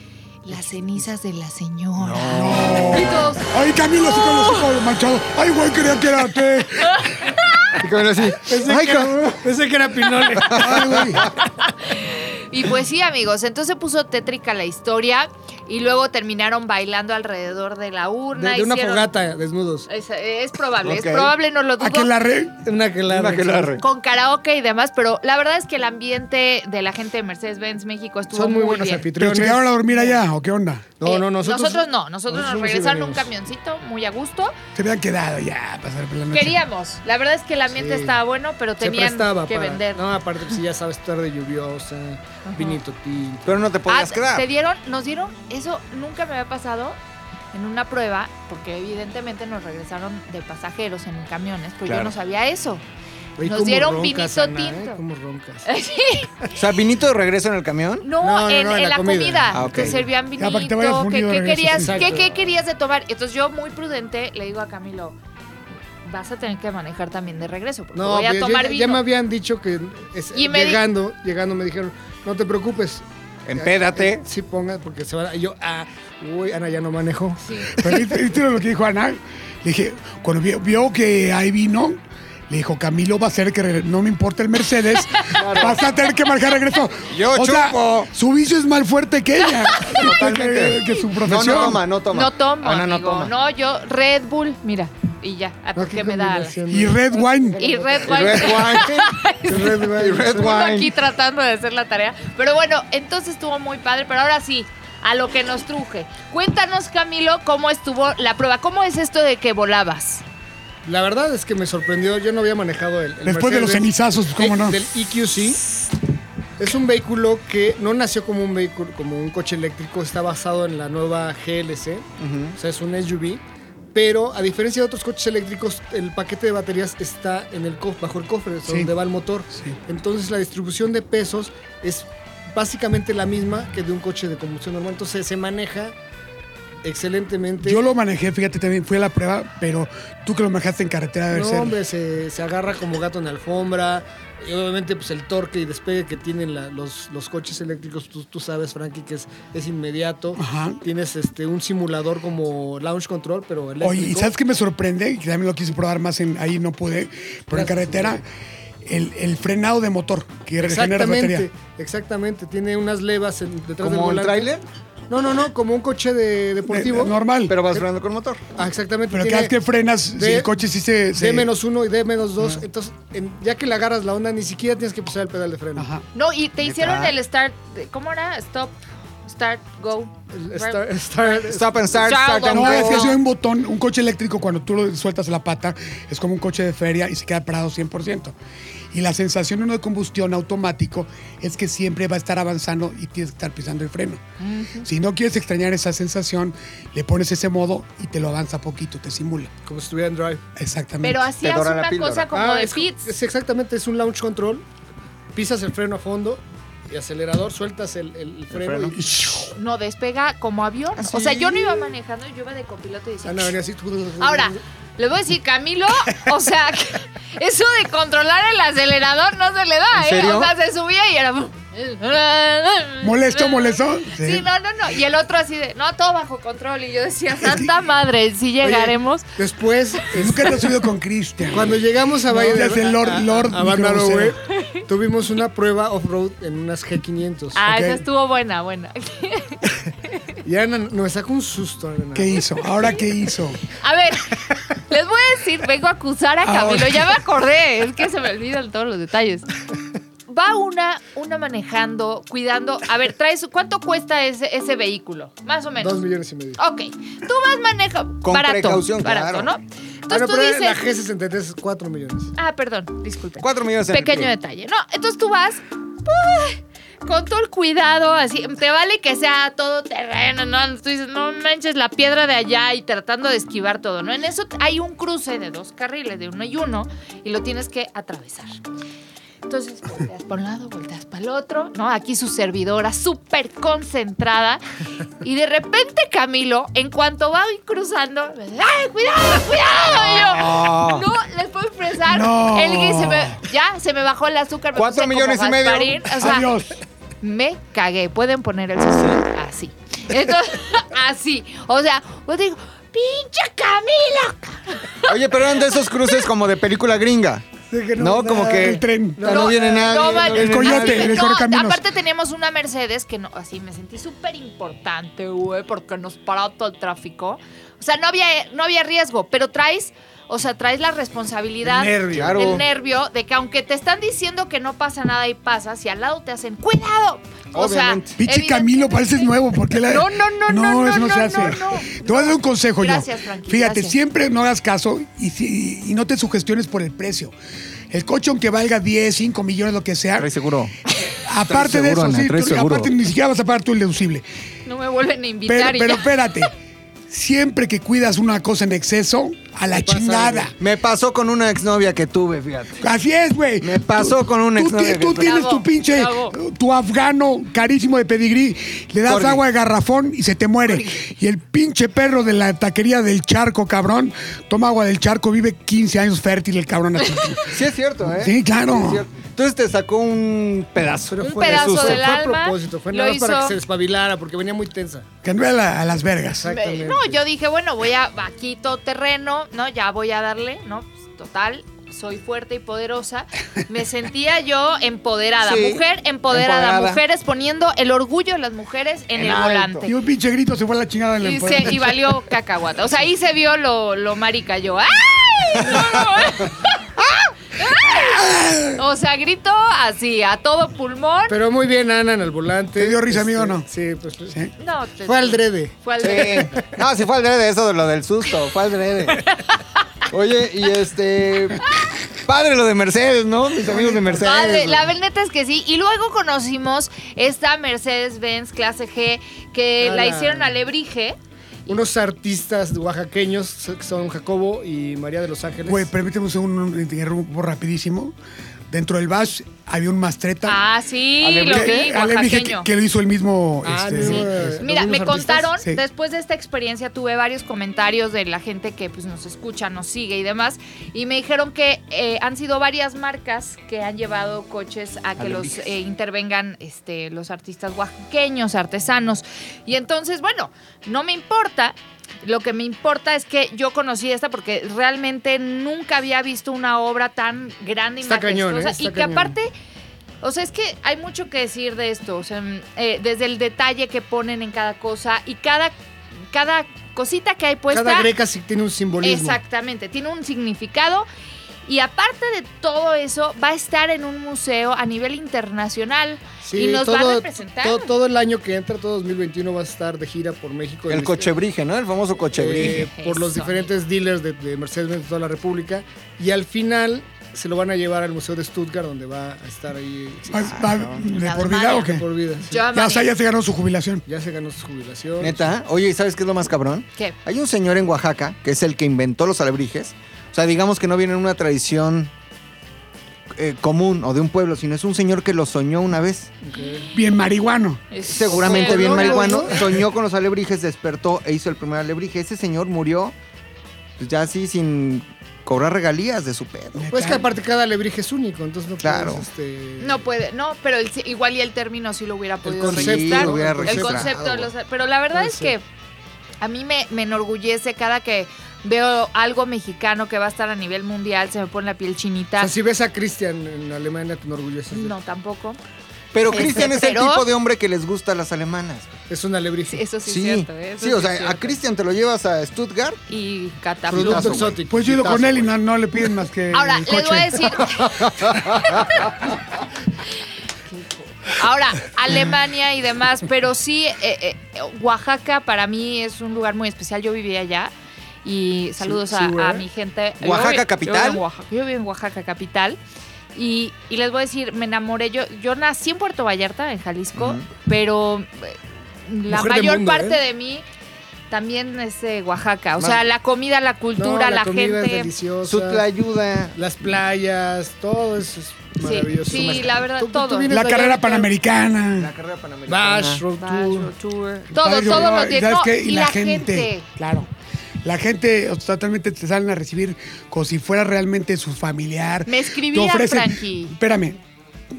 I: las cenizas de la señora. [laughs] Y todos,
B: Ay, Camilo, así con los ojos manchados. Ay, güey, quería que era té.
C: Y que ven así.
D: Pensé,
C: Ay,
D: que,
C: cabrón.
D: era, pensé que era [laughs] Pinole.
B: Ay, güey.
I: Y pues sí, amigos, entonces se puso tétrica la historia y luego terminaron bailando alrededor de la
D: De,
I: urna.
D: de una
I: hicieron-
D: fogata, desnudos.
I: Es, es probable,
C: Ok.
I: es probable, no lo dudo.
B: ¿A que la re?
D: Una que la.
C: Una que la re-
I: Con karaoke y demás, pero la verdad es que el ambiente de la gente de Mercedes-Benz México estuvo
D: Son muy buenos
I: bien.
B: ¿Pero
D: anfitriones.
B: se quedaron a dormir allá o qué onda?
D: No,
I: Eh,
D: no, nosotros.
I: no, nosotros nos
D: nosotros sí
I: regresaron un
D: venimos.
I: camioncito muy a gusto.
B: Se habían quedado ya a pasar por la noche.
I: Queríamos. La verdad es que el ambiente
D: Sí.
I: estaba bueno, pero
D: Se
I: tenían
D: prestaba
I: que
D: para-
I: vender. Ah,
D: No, aparte, si ya sabes, tarde lluviosa, vinito tinto.
C: Pero no te podías
I: Ah,
C: quedar.
I: te dieron, nos dieron, eso nunca me había pasado en una prueba, porque evidentemente nos regresaron de pasajeros en camiones, pero yo
C: Claro.
I: no sabía eso.
D: Oye,
I: Nos
D: cómo
I: dieron
D: roncas,
I: vinito
D: Ana, ¿eh?
I: tinto.
D: ¿Cómo
I: [laughs]
D: roncas?
C: O sea, vinito de regreso en el camión.
I: No,
D: No, no,
I: en,
D: no,
I: en la comida.
C: Ah, ok.
I: Te servían
B: Ya,
I: vinito.
B: para que te vayas
I: ¿qué,
B: fundido
I: qué
B: de regreso.
I: querías, qué-
D: Exacto.
I: qué querías de tomar? Entonces yo, muy prudente, le digo a Camilo, vas a tener que manejar también de regreso, porque
D: No, pues,
I: voy a
D: yo-
I: tomar
D: ya,
I: vino.
D: ya me habían dicho que es-
I: Y me di-
D: llegando, llegando me dijeron, no te preocupes.
K: Empédate.
D: Eh, eh, sí, ponga, porque se van a... y yo, ah, uy, Ana ya no manejó. [laughs]
I: Sí.
B: Pero ¿viste- ¿Viste lo que dijo Ana? Le dije, cuando vio, vio que ahí vino, le dijo, Camilo va a ser que re- no me importa el
C: [laughs]
B: Mercedes, vas a tener que marcar regreso.
K: Yo
B: o sea,
K: chupo.
B: su vicio es más fuerte que
C: [laughs]
B: ella, que, que su
C: No,
B: profesión.
C: no toma, no toma.
I: No tomo,
C: Ana Ah, no
I: amigo.
C: toma.
I: No, yo Red Bull, mira, y ya, a
D: No,
I: ti que me da. alas.
D: combinación.
B: Y Red Wine.
I: Y Red Bull. [laughs]
C: Red
D: Y Red Wine.
I: Uno aquí tratando de hacer la tarea. Pero bueno, entonces estuvo muy padre, pero ahora sí, a lo que nos truje. Cuéntanos, Camilo, cómo estuvo la prueba. ¿Cómo es esto de que volabas?
D: La verdad es que me sorprendió, yo no había manejado el, el
B: Después de los
D: Mercedes.
B: cenizazos, ¿cómo
D: Eh,
B: no?
D: Del EQC. Es un vehículo que no nació como un vehículo, como un coche eléctrico, está basado en la nueva GLC, o sea, es un SUV, pero a diferencia de otros coches eléctricos, el paquete de baterías está en el cof- bajo el cofre, es
B: Sí.
D: donde va el motor. Entonces la distribución de pesos es básicamente la misma que de un coche de combustión normal, entonces se maneja excelentemente.
B: Yo lo manejé, fíjate, también fui a la prueba, pero tú que lo manejaste en carretera debe
D: No,
B: ser.
D: hombre, se, se agarra como gato en la alfombra. Y obviamente, pues el torque y despegue que tienen la- los, los coches eléctricos, tú, tú sabes, Frankie, que es, es inmediato.
B: Ajá.
D: Tienes este un simulador como launch control, pero eléctrico.
B: Oye, ¿y sabes qué me sorprende? Y que también lo quise probar más en, ahí, no pude, pero en carretera, el, el frenado de motor que regenera
D: Exactamente,
B: batería. Eh,
D: exactamente. Tiene unas levas en- detrás del
C: ¿Como un
D: volante.
C: tráiler?
D: No, no, no, como un coche de, deportivo.
B: Eh, Normal.
C: Pero vas frenando con motor.
D: Ah, exactamente.
B: Pero cada
D: tiene-
B: vez que frenas, si
D: de-
B: el coche sí se. se-
D: D-1 y D-2, entonces en- ya que le agarras la onda, ni siquiera tienes que pisar el pedal de freno.
B: Ajá.
I: No, y te hicieron el start, ¿cómo era? Stop, start, go.
D: El start- start-
C: Stop and start,
I: Start
C: start and
I: and
B: No,
I: go.
B: es que
I: Pero-
B: si hay un botón, un coche eléctrico, cuando tú lo sueltas la pata, es como un coche de feria y se queda parado 100%. Y la sensación de uno de combustión automático es que siempre va a estar avanzando y tienes que estar pisando el freno. Si no quieres extrañar esa sensación, le pones ese modo y te lo avanza poquito, te simula.
D: Como si estuviera en drive.
B: Exactamente.
I: Pero hacías
C: dora la
I: una
C: píldora.
I: cosa como
D: Ah,
I: de
D: es-
I: pits.
D: Es exactamente, es un launch control. Pisas el freno a fondo y acelerador, sueltas el, el- el freno.
C: freno.
D: Y
I: No despega como avión. O sea, yo no iba manejando, yo iba de copiloto y decía,
D: Ana Ah, venía así.
I: Ahora, le voy a decir, Camilo, o sea, [laughs] que eso de controlar el acelerador no se le da, ¿eh?
C: serio?
I: O sea, se subía y era.
B: ¿Molesto, molesto?
I: Sí, no, no, no. Y el otro así de, no, todo bajo control. Y yo decía, santa madre, si
D: Oye,
I: llegaremos.
D: Después, es-
B: Nunca te has subido con Christian.
D: cuando llegamos a
B: No,
D: Valle
B: ya es el Lord-
D: a- a-
B: Lord
D: a Van Narrowway,
B: Microbusero.
D: tuvimos una prueba off-road en unas G500.
I: ah,
B: ok.
I: esa estuvo buena, buena.
D: Y Ana nos sacó un susto, Ana.
B: ¿Qué hizo? ¿Ahora qué hizo?
I: A ver, les voy a decir, vengo a acusar a Camilo, ya me acordé, es que se me olvidan todos los detalles. Va una, una manejando, cuidando. A ver, traes, ¿cuánto cuesta ese, ese vehículo? Más o menos. Oh,
D: Dos millones y medio.
I: Ok, tú vas maneja
C: Con
I: barato,
C: precaución,
I: barato,
C: claro.
I: ¿no?
D: Ah,
I: Entonces
D: no,
I: tú
D: pero la
I: dices,
D: G63 es 4 millones.
I: ah, perdón, disculpe.
C: 4 millones en el
I: Pequeño
C: pie.
I: detalle. No, entonces tú vas ¡ay! con todo el cuidado, así, te vale que sea todo terreno, ¿no? Tú dices, no manches la piedra de allá y tratando de esquivar todo, ¿no? En eso hay un cruce de dos carriles, de uno y uno, y lo tienes que atravesar. Entonces, volteas para un lado, volteas para el otro, ¿no? Aquí su servidora súper concentrada. Y de repente Camilo, en cuanto va cruzando, me dice, ¡ay, cuidado,
C: Ah.
I: cuidado! Y yo, no, les puedo expresar.
B: No.
I: El gui se me, ya, se me bajó el azúcar. me
C: Cuatro
I: puse como
C: millones y medio.
I: Gasparín, O sea,
B: Adiós.
I: me cagué. Pueden poner el sonido así. Entonces, [laughs] así. O sea, yo digo, ¡pinche Camilo!
C: Oye, pero eran de esos cruces como de película gringa. No, como que-
B: El tren.
C: No, no viene nadie, no
I: man-
C: viene
B: El coyote,
I: así de-
B: el correcaminos.
I: aparte teníamos una Mercedes que no, así me sentí súper importante, güey, porque nos paró todo el tráfico. O sea, no había, no había riesgo, pero traes, o sea, traes la responsabilidad.
C: Claro.
I: El nervio de que aunque te están diciendo que no pasa nada y pasa, si al lado te hacen ¡cuidado! O sea,
C: Obviamente.
B: Pinche
I: evidente-
B: Camilo, pareces nuevo. porque la...
I: No, no, no, no,
B: eso
I: no,
B: no, se
I: no,
B: hace.
I: no, no.
B: Te voy a dar un consejo
I: Gracias,
B: yo.
I: Frankie,
B: Fíjate,
I: gracias.
B: siempre no hagas caso y, si- y no te sugestiones por el precio. El coche, aunque valga 10, 5 millones, lo que sea,
C: Trae
D: [laughs]
C: seguro.
B: aparte
C: trae
B: de
C: seguro,
B: eso,
C: Ana,
B: sí,
C: trae
B: tú-
C: seguro.
B: aparte ni siquiera vas a pagar tu deducible.
I: No me vuelven a invitar
B: Pero,
I: y
B: pero
I: ya.
B: espérate, siempre que cuidas una cosa en exceso, a la
D: pasa,
B: chingada.
C: Me pasó con una exnovia que tuve, fíjate.
B: Así es, güey.
C: Me pasó
B: Tú-
C: con un
B: Tú,
C: exnovio
B: ti-
C: que
B: tú
C: tuve.
B: tienes
I: Bravo,
B: tu pinche,
I: bravo.
B: tu afgano carísimo de pedigrí, le das
C: Corgi.
B: agua de garrafón y se te muere. Y el pinche perro de la taquería del charco, cabrón, toma agua del charco, vive 15 años fértil el cabrón.
I: [laughs]
B: así.
C: Sí es cierto, ¿eh?
B: Sí, claro.
C: es cierto. Entonces te sacó un pedazo.
D: Pero
I: Un
D: fue,
I: pedazo
D: fue
I: del
D: a
I: alma,
D: propósito, fue
I: lo
D: nada más para
I: hizo.
D: que se despabilara porque venía muy tensa.
B: que anda a, la- a las vergas.
D: Exactamente.
I: No, yo dije, bueno, voy a aquí todo terreno, ¿no? Ya voy a darle, ¿no? Pues, total, soy fuerte y poderosa. Me sentía yo empoderada,
C: Sí,
I: mujer empoderada,
C: empoderada.
I: mujeres poniendo el orgullo de las mujeres en,
C: En
I: el
C: alto.
I: volante.
B: Y un pinche grito se fue a la chingada del
I: Y,
B: empoder-
I: se- y valió cacahuata. O sea, ahí se vio lo, lo marica yo. ¡Ay! No, no. O sea, gritó así, a todo pulmón.
D: Pero muy bien, Ana, en el volante.
B: ¿Te dio risa, amigo, o no?
D: Sí, pues. pues,
I: No, te-
D: Fue al drede.
I: Fue al
C: Sí.
I: drede.
C: No, sí fue al drede eso de lo del susto, fue al drede. Oye, y este. Padre lo de Mercedes, ¿no? Mis amigos de Mercedes.
I: Padre,
C: güey.
I: la verdad es que sí. Y luego conocimos esta Mercedes-Benz clase G que
D: Ah, la-
I: la hicieron a Lebrige.
D: Unos artistas oaxaqueños que son Jacobo y María de los Ángeles.
B: Güey, permíteme un segundo, un- te interrumpo rapidísimo. Dentro del bash había un mastreta.
I: Ah, sí, lo
B: Que-
I: vi,
B: Alebrije, que,
I: oaxaqueño.
B: que lo hizo el mismo.
D: Ah,
B: este,
D: sí.
I: Mira,
D: ¿Algunos
I: me
D: artistas?
I: contaron,
B: Sí.
I: después de esta experiencia tuve varios comentarios de la gente que pues, nos escucha, nos sigue y demás, y me dijeron que eh, han sido varias marcas que han llevado coches a que los eh, intervengan este, los artistas oaxaqueños, artesanos. Y entonces, bueno, no me importa. Lo que me importa es que yo conocí esta porque realmente nunca había visto una obra tan grande y
D: Está cañón,
I: majestuosa.
D: ¿eh? Está
I: y que
D: cañón.
I: aparte o sea, es que hay mucho que decir de esto. o sea, mm, eh, desde el detalle que ponen en cada cosa y cada, cada cosita que hay puesta.
D: Cada greca sí tiene un simbolismo.
I: exactamente, tiene un significado. Y aparte de todo eso, va a estar en un museo a nivel internacional.
D: Sí,
I: y nos va a
D: todo-
I: representar.
D: Todo, todo el año que entra, todo 2021, va a estar de gira por México.
C: El
D: En-
C: cochebrige, ¿no? El famoso cochebrige.
D: eh, por los
I: Eso.
D: diferentes dealers de, de Mercedes-Benz de toda la República. Y al final se lo van a llevar al Museo de Stuttgart, donde va a estar ahí.
B: va- va- ¿De
I: La
B: por vida o
I: Alemania.
B: qué?
D: Por vida. sí.
I: Yo
B: Ya, o sea,
I: amaría-
B: ya se ganó su jubilación.
D: Ya se ganó su jubilación.
C: Neta. Oye, ¿y sabes qué es lo más cabrón?
I: ¿Qué?
C: Hay un señor en Oaxaca que es el que inventó los alebrijes. O sea, digamos que no viene en una tradición eh, común o de un pueblo, sino es un señor que lo soñó una vez.
B: Bien marihuano.
I: Es-
C: Seguramente
I: Pero
C: bien
I: no,
C: marihuano. Soñó con los alebrijes, despertó e hizo el primer alebrije. Ese señor murió pues, ya así sin cobrar regalías de su pedo.
D: Pues que aparte cada alebrije es único, entonces no
C: Claro.
D: puedes, este,
I: No puede, no, pero el- igual y el término sí lo hubiera podido
D: concepto,
I: registrar.
D: lo hubiera
I: el
D: registrado,
I: concepto, de
C: güey.
I: los- pero la verdad
D: Puede
I: es que a mí me, me enorgullece cada que veo algo mexicano que va a estar a nivel mundial, se me pone la piel
D: O
I: chinita.
D: sea, si ves a Cristian en Alemania, te enorgulleces. de él.
I: No, tampoco.
C: Pero
I: Este,
C: Cristian es el
I: pero-
C: tipo de hombre que les gusta a las alemanas.
D: Es un alebrije.
I: Eso sí,
C: Sí,
I: es cierto. ¿eh? eso
C: sí, o
I: es
C: sea, a
I: cierto.
C: Cristian te lo llevas a Stuttgart.
I: Y
D: Producto
I: catapulta.
C: Frutazo, güey.
D: exótico.
B: Pues yo he ido con
D: Frutazo,
B: él y
D: güey.
B: no, no le piden más que.
I: Ahora,
B: el
I: les voy a
B: coche.
D: [laughs]
I: decir. Ahora, Alemania y demás, pero sí, eh, eh, Oaxaca para mí es un lugar muy especial. Yo vivía allá y saludos
D: sí,
I: a- a,
D: güey.
I: mi gente. Yo
C: Oaxaca
I: vi- yo
C: capital.
I: vivo en Oaxaca, Yo vivo en Oaxaca capital. Y, y les voy a decir, me enamoré. Yo, yo nací en Puerto Vallarta, en Jalisco, pero eh, la
D: Mujer de
I: mayor
D: mundo,
I: parte
D: ¿eh?
I: de mí también es de Oaxaca. O
C: Más-
I: sea, la comida, la
D: No,
I: cultura, la,
D: comida es
I: gente.
D: deliciosa,
C: Su ayuda.
D: las playas, todo eso es maravilloso.
I: sí, la verdad, todo.
D: vienes
B: La
D: de allá,
B: carrera
D: ¿no?
B: panamericana.
C: carrera panamericana.
I: Ah,
D: Bash, Road Tour.
I: Todo,
B: Padre,
I: todo
B: no,
I: lo tiene.
B: ¿sabes
I: No,
B: qué?
I: y la gente.
B: Claro. La gente o sea, totalmente te salen a recibir como si fuera realmente su familiar.
I: Me escribía
B: Te ofrecen-
I: Frankie.
B: Espérame.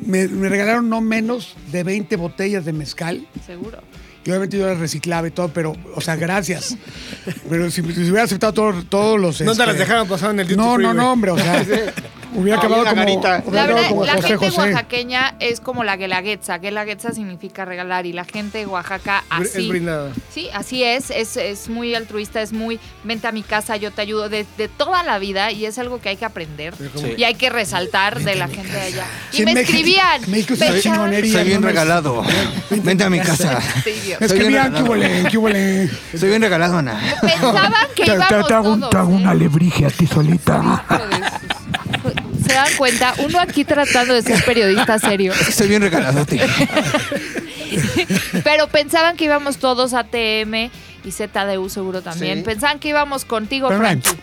B: Me, me regalaron no menos de 20 botellas de mezcal.
I: Seguro.
B: Y obviamente yo las reciclaba y todo, pero, o sea, gracias. [laughs] Pero si, si hubiera aceptado todo- todos los.
D: No te
B: este,
D: las dejaron pues. pasar en el duty
B: No,
D: free,
B: no,
D: güey.
B: no, hombre, o
D: [laughs]
B: sea, hubiera
C: Había
B: acabado
C: una
B: como,
C: garita.
B: hubiera
I: La
B: acabado
I: verdad,
B: como
I: la
B: José
I: gente
B: José.
I: oaxaqueña es como la guelaguetza. Guelaguetza significa regalar y la gente de Oaxaca
D: Br-
I: así.
D: Es brindada.
I: Ah, Sí, así es, es, es muy altruista, es muy, vente a mi casa, yo te ayudo, de, de toda la vida y es algo que hay que aprender y hay que resaltar de la gente de allá. Y
B: Sí,
I: me
B: México-
I: escribían,
B: México es una
I: "Vete a-
B: chingonería.
C: Soy bien
B: no me-
C: regalado. Vente a mi casa.
I: Este idiota.
B: Es
C: Soy
B: que
C: bien
B: miran, ¿qué
C: regalado.
B: huele? ¿Qué
I: [laughs]
B: huele?
C: Soy bien regalado, Ana.
I: Pensaban que íbamos todos. ¿eh?
B: alebrije a ti solita.
I: Hijo de sus- Se dan cuenta, uno aquí tratando de ser periodista serio,
C: Soy bien regalado, [laughs] tío.
I: pero pensaban que íbamos todos a TM y ZDU seguro también.
C: Sí.
I: Pensaban que íbamos contigo,
B: Pero no hay.
I: Frankie.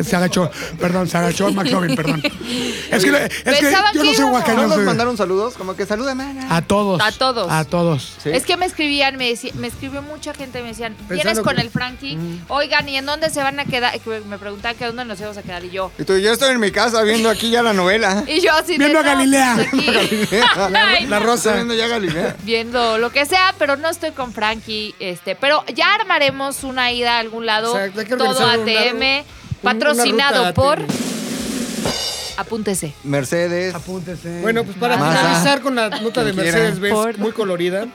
B: Se agachó. Perdón, se
I: [laughs]
B: agachó McLovin, perdón. Es que, es que
I: Pensaba
B: yo
I: que
B: no soy
I: íbamos.
C: ¿No
B: guacañoso.
C: nos mandaron saludos? Como que salúdame.
B: A todos.
I: A todos.
B: A todos.
C: Sí.
I: Ah, Es que me escribían, me, decí- me escribió mucha gente, me decían, ¿vienes
D: Pensando
I: con
D: que- Mm.
I: el Frankie? Oigan, ¿y en dónde se van a quedar? Que Me preguntaban que dónde nos íbamos a quedar y yo.
C: Y tú, yo estoy en mi casa viendo aquí ya la novela.
I: Y yo así de,
B: Viendo a
I: "No,
B: Galilea".
I: pues aquí. [laughs] Ay,
C: La rosa. Estoy viendo ya Galilea.
I: Viendo lo que sea, pero no estoy con Frankie. este Pero ya armaremos una ida a algún lado.
D: Exacto, hay que
I: todo
D: organizar un
I: ATM,
D: lado-
I: patrocinado
D: una ruta
I: por...
D: ATM.
I: Apúntese.
C: Mercedes.
B: Apúntese.
D: Bueno, pues para
C: Masa.
D: finalizar con la nota de
C: Quien quiera.
D: Mercedes-Benz,
I: Por-
D: muy colorida,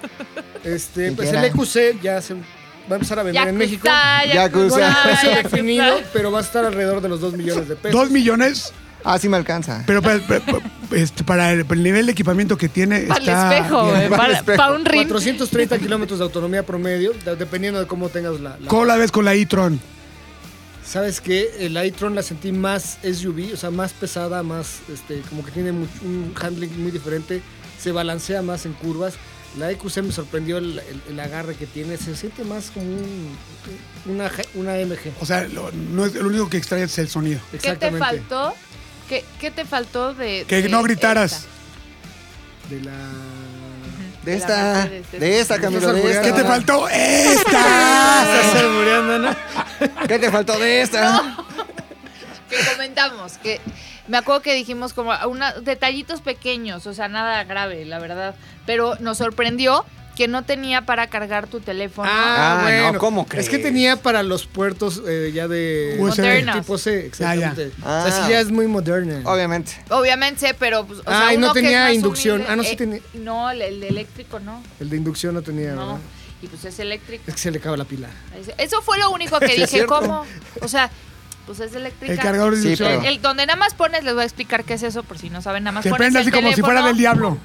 D: este,
C: Quien
D: pues
C: quiera.
D: el EQC ya se va a empezar a vender en México.
C: Yakuza.
D: Con
I: [laughs] Yakuza,
D: un precio
I: Yakuza.
D: definido, pero va a estar alrededor de los 2 millones de pesos.
B: Dos millones,
C: Ah, sí me alcanza.
B: pero para, para- este, para el, para el nivel de equipamiento que tiene.
I: Para
B: está
I: el espejo,
B: bien.
I: eh, para, para un ring.
D: 430 kilómetros de autonomía promedio, de- dependiendo de cómo tengas la. la-
B: ¿Cómo la ves con la e-tron?
D: Sabes que el i-tron la sentí más SUV, o sea, más pesada, más, este, como que tiene much- un handling muy diferente, se balancea más en curvas. La EQC me sorprendió el, el- el agarre que tiene, se siente más como un- una, G- una MG.
B: O sea, lo, no es, lo único que extrae es el sonido.
I: ¿Qué te
D: Exactamente.
I: faltó? ¿Qué, qué te faltó de...?
B: Que
I: de
B: no gritaras.
I: esta?
D: De la...
C: De esta. De esta, Camilo. De esta.
B: ¿Qué te
D: [laughs]
B: faltó? ¡Esta!
C: Estás albureando, ¿no? ¿Qué te faltó de esta?
I: que comentamos, que me acuerdo que dijimos como una, detallitos pequeños, o sea, nada grave, la verdad. Pero nos sorprendió que no tenía para cargar tu teléfono.
C: Ah, no, ¿cómo crees?
D: Es que tenía para los puertos eh, ya de...
B: USB.
I: Modernas.
D: Tipo C, exactamente.
C: Ah, ya.
D: O sea, sí ya es muy moderna.
C: Obviamente.
I: Obviamente, pero pues, o sea,
D: Ah, y no
I: uno que
D: tenía
I: es más
D: inducción.
I: humilde,
D: Ah, no, sí
I: eh,
D: tenía.
I: No, el, el eléctrico no.
D: El de inducción no tenía,
I: No.
D: ¿verdad?
I: Y pues es eléctrico.
D: Es que se le acaba la pila.
I: Eso fue lo único que
C: Sí, es
I: dije,
C: cierto.
I: ¿cómo? O sea, pues es eléctrica.
B: El cargador de
C: Sí,
B: inducción.
C: pero-
I: El donde nada más pones, les voy a explicar qué es eso, por si no saben, nada más
B: Se
I: pones
B: prende
I: el
B: así como si fuera
I: teléfono.
B: del diablo.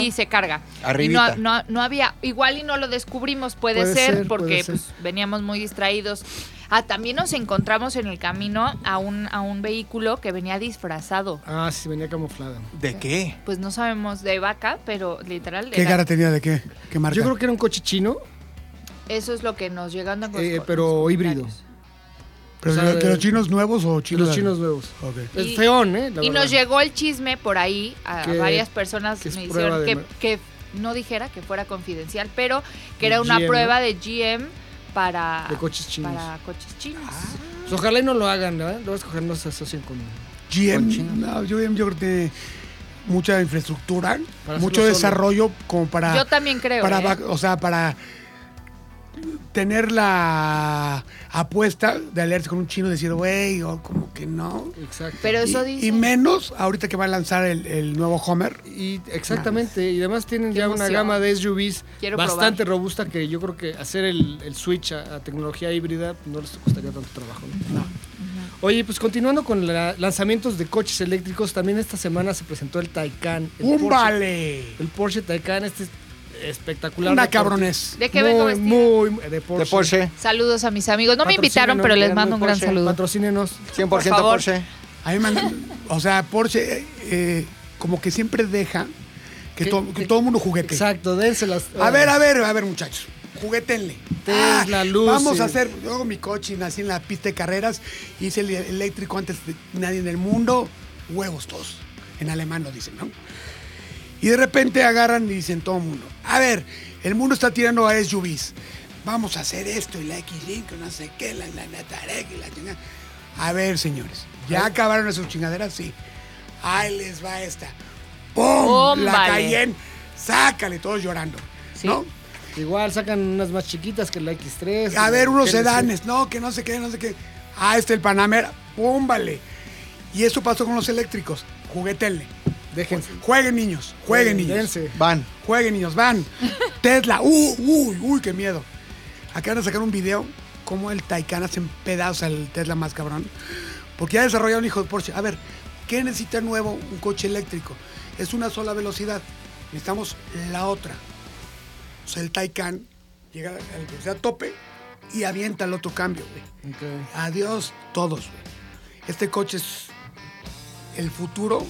I: y se carga.
C: Arribita.
I: Y no, no- no había, igual y no lo descubrimos, puede,
D: Puede
I: ser,
D: ser,
I: porque
D: puede ser.
I: pues, veníamos muy distraídos. Ah, también nos encontramos en el camino a un, a un vehículo que venía disfrazado.
D: Ah, sí, venía camuflada.
C: ¿De qué?
I: Pues no sabemos de vaca, pero literal.
B: ¿Qué
I: era-
B: cara tenía de qué? ¿Qué marca?
D: Yo creo que era un coche chino.
I: Eso es lo que nos llegan a
D: Eh, pero híbrido.
B: ¿Pero
D: o sea,
B: de, de los
D: de-
B: chinos nuevos o
D: Y
B: chinos?
D: los chinos nuevos.
B: Ok.
I: Y-
D: Es feón, ¿eh? La
I: Y
D: verdad.
I: nos llegó el chisme por ahí, a
D: Que-
I: varias personas
D: que es
I: me
D: prueba
I: hicieron
D: de ma-
I: que, que no dijera que fuera confidencial, pero que era
D: De
I: una
D: GM, ¿no?
I: prueba de GM para,
D: De coches chinos.
I: para coches chinos.
D: Pues ojalá y no lo hagan, ¿verdad? Lo vas a escoger, no se asocien con.
B: GM, no, GM yo creo que tiene mucha infraestructura,
D: Para
B: mucho
D: hacerlo solo.
B: desarrollo como para...
I: Yo también creo.
B: para
I: ¿eh?
B: va- O sea, para tener la apuesta de aliarse con un chino y decir, güey, o como que no.
D: Exacto.
I: Pero eso
B: Y-
I: dice.
B: y, menos ahorita que va a lanzar el, el nuevo Homer.
D: Y exactamente, y además tienen
I: Qué
D: ya una
I: emoción.
D: gama de SUVs
I: Quiero
D: bastante robusta que yo creo que hacer el, el switch a, a tecnología híbrida pues, no les costaría tanto trabajo. ¿no? Oye, pues continuando con la- lanzamientos de coches eléctricos, también esta semana se presentó el Taycan. El
B: ¡Un
D: Porsche-
B: vale!
D: El Porsche Taycan, este es espectacular.
B: Una
D: deportivo.
B: cabrones.
I: ¿De qué vengo vestido?
D: Muy, muy, de Porsche.
C: De Porsche.
I: Saludos a mis amigos. No me invitaron,
D: Patrocínenos,
I: pero les
D: quedan
I: mando
D: muy
I: un gran
D: Porsche.
I: saludo.
D: Patrocínenos.
C: 100%
I: Por favor.
C: Porsche.
B: A mí me
D: [laughs]
B: han- o sea, Porsche eh, eh, como que siempre deja que,
D: Que-
B: to- que
D: que-
B: todo el mundo juguete.
D: Exacto, dénselas.
B: A ver, a ver, a ver, muchachos. Juguetenle. Ah,
D: Tesla, Lucy.
B: Vamos a hacer. Yo hago mi coche, nací en la pista de carreras, hice el eléctrico antes de nadie en el mundo. Huevos todos. En alemán lo dicen, ¿no? Y de repente agarran y dicen todo el mundo. A ver, el mundo está tirando a SUVs. Vamos a hacer esto y la X-Link, no sé qué, la, la, la Tarek y la chingada. A ver, señores, ¿ya acabaron esas chingaderas? Sí. Ahí les va esta. ¡Pum! La
I: Pómbale.
B: Cayenne. Sácale, todos llorando.
I: Sí.
B: ¿No?
D: Igual sacan unas más chiquitas que la X3.
B: A ver, unos
D: Que les-
B: sedanes, no, que no sé qué, no sé qué. Ah, este el Panamera, púmbale. Y eso pasó con los eléctricos. Juguetenle.
D: Déjense.
B: Jueguen niños, jueguen niños.
D: Dense.
C: Van.
B: Jueguen niños, van. Tesla, uy, uy, uy, qué miedo. Acaban de sacar un video cómo el Taycan hace en pedazos al Tesla más cabrón. Porque ya desarrollaron hijo de Porsche. A ver, ¿qué necesita nuevo un coche eléctrico? Es una sola velocidad. Necesitamos la otra. O sea, el Taycan llega a la velocidad tope y avienta el otro cambio, güey.
D: Ok.
B: Adiós todos, güey. Este coche es el futuro,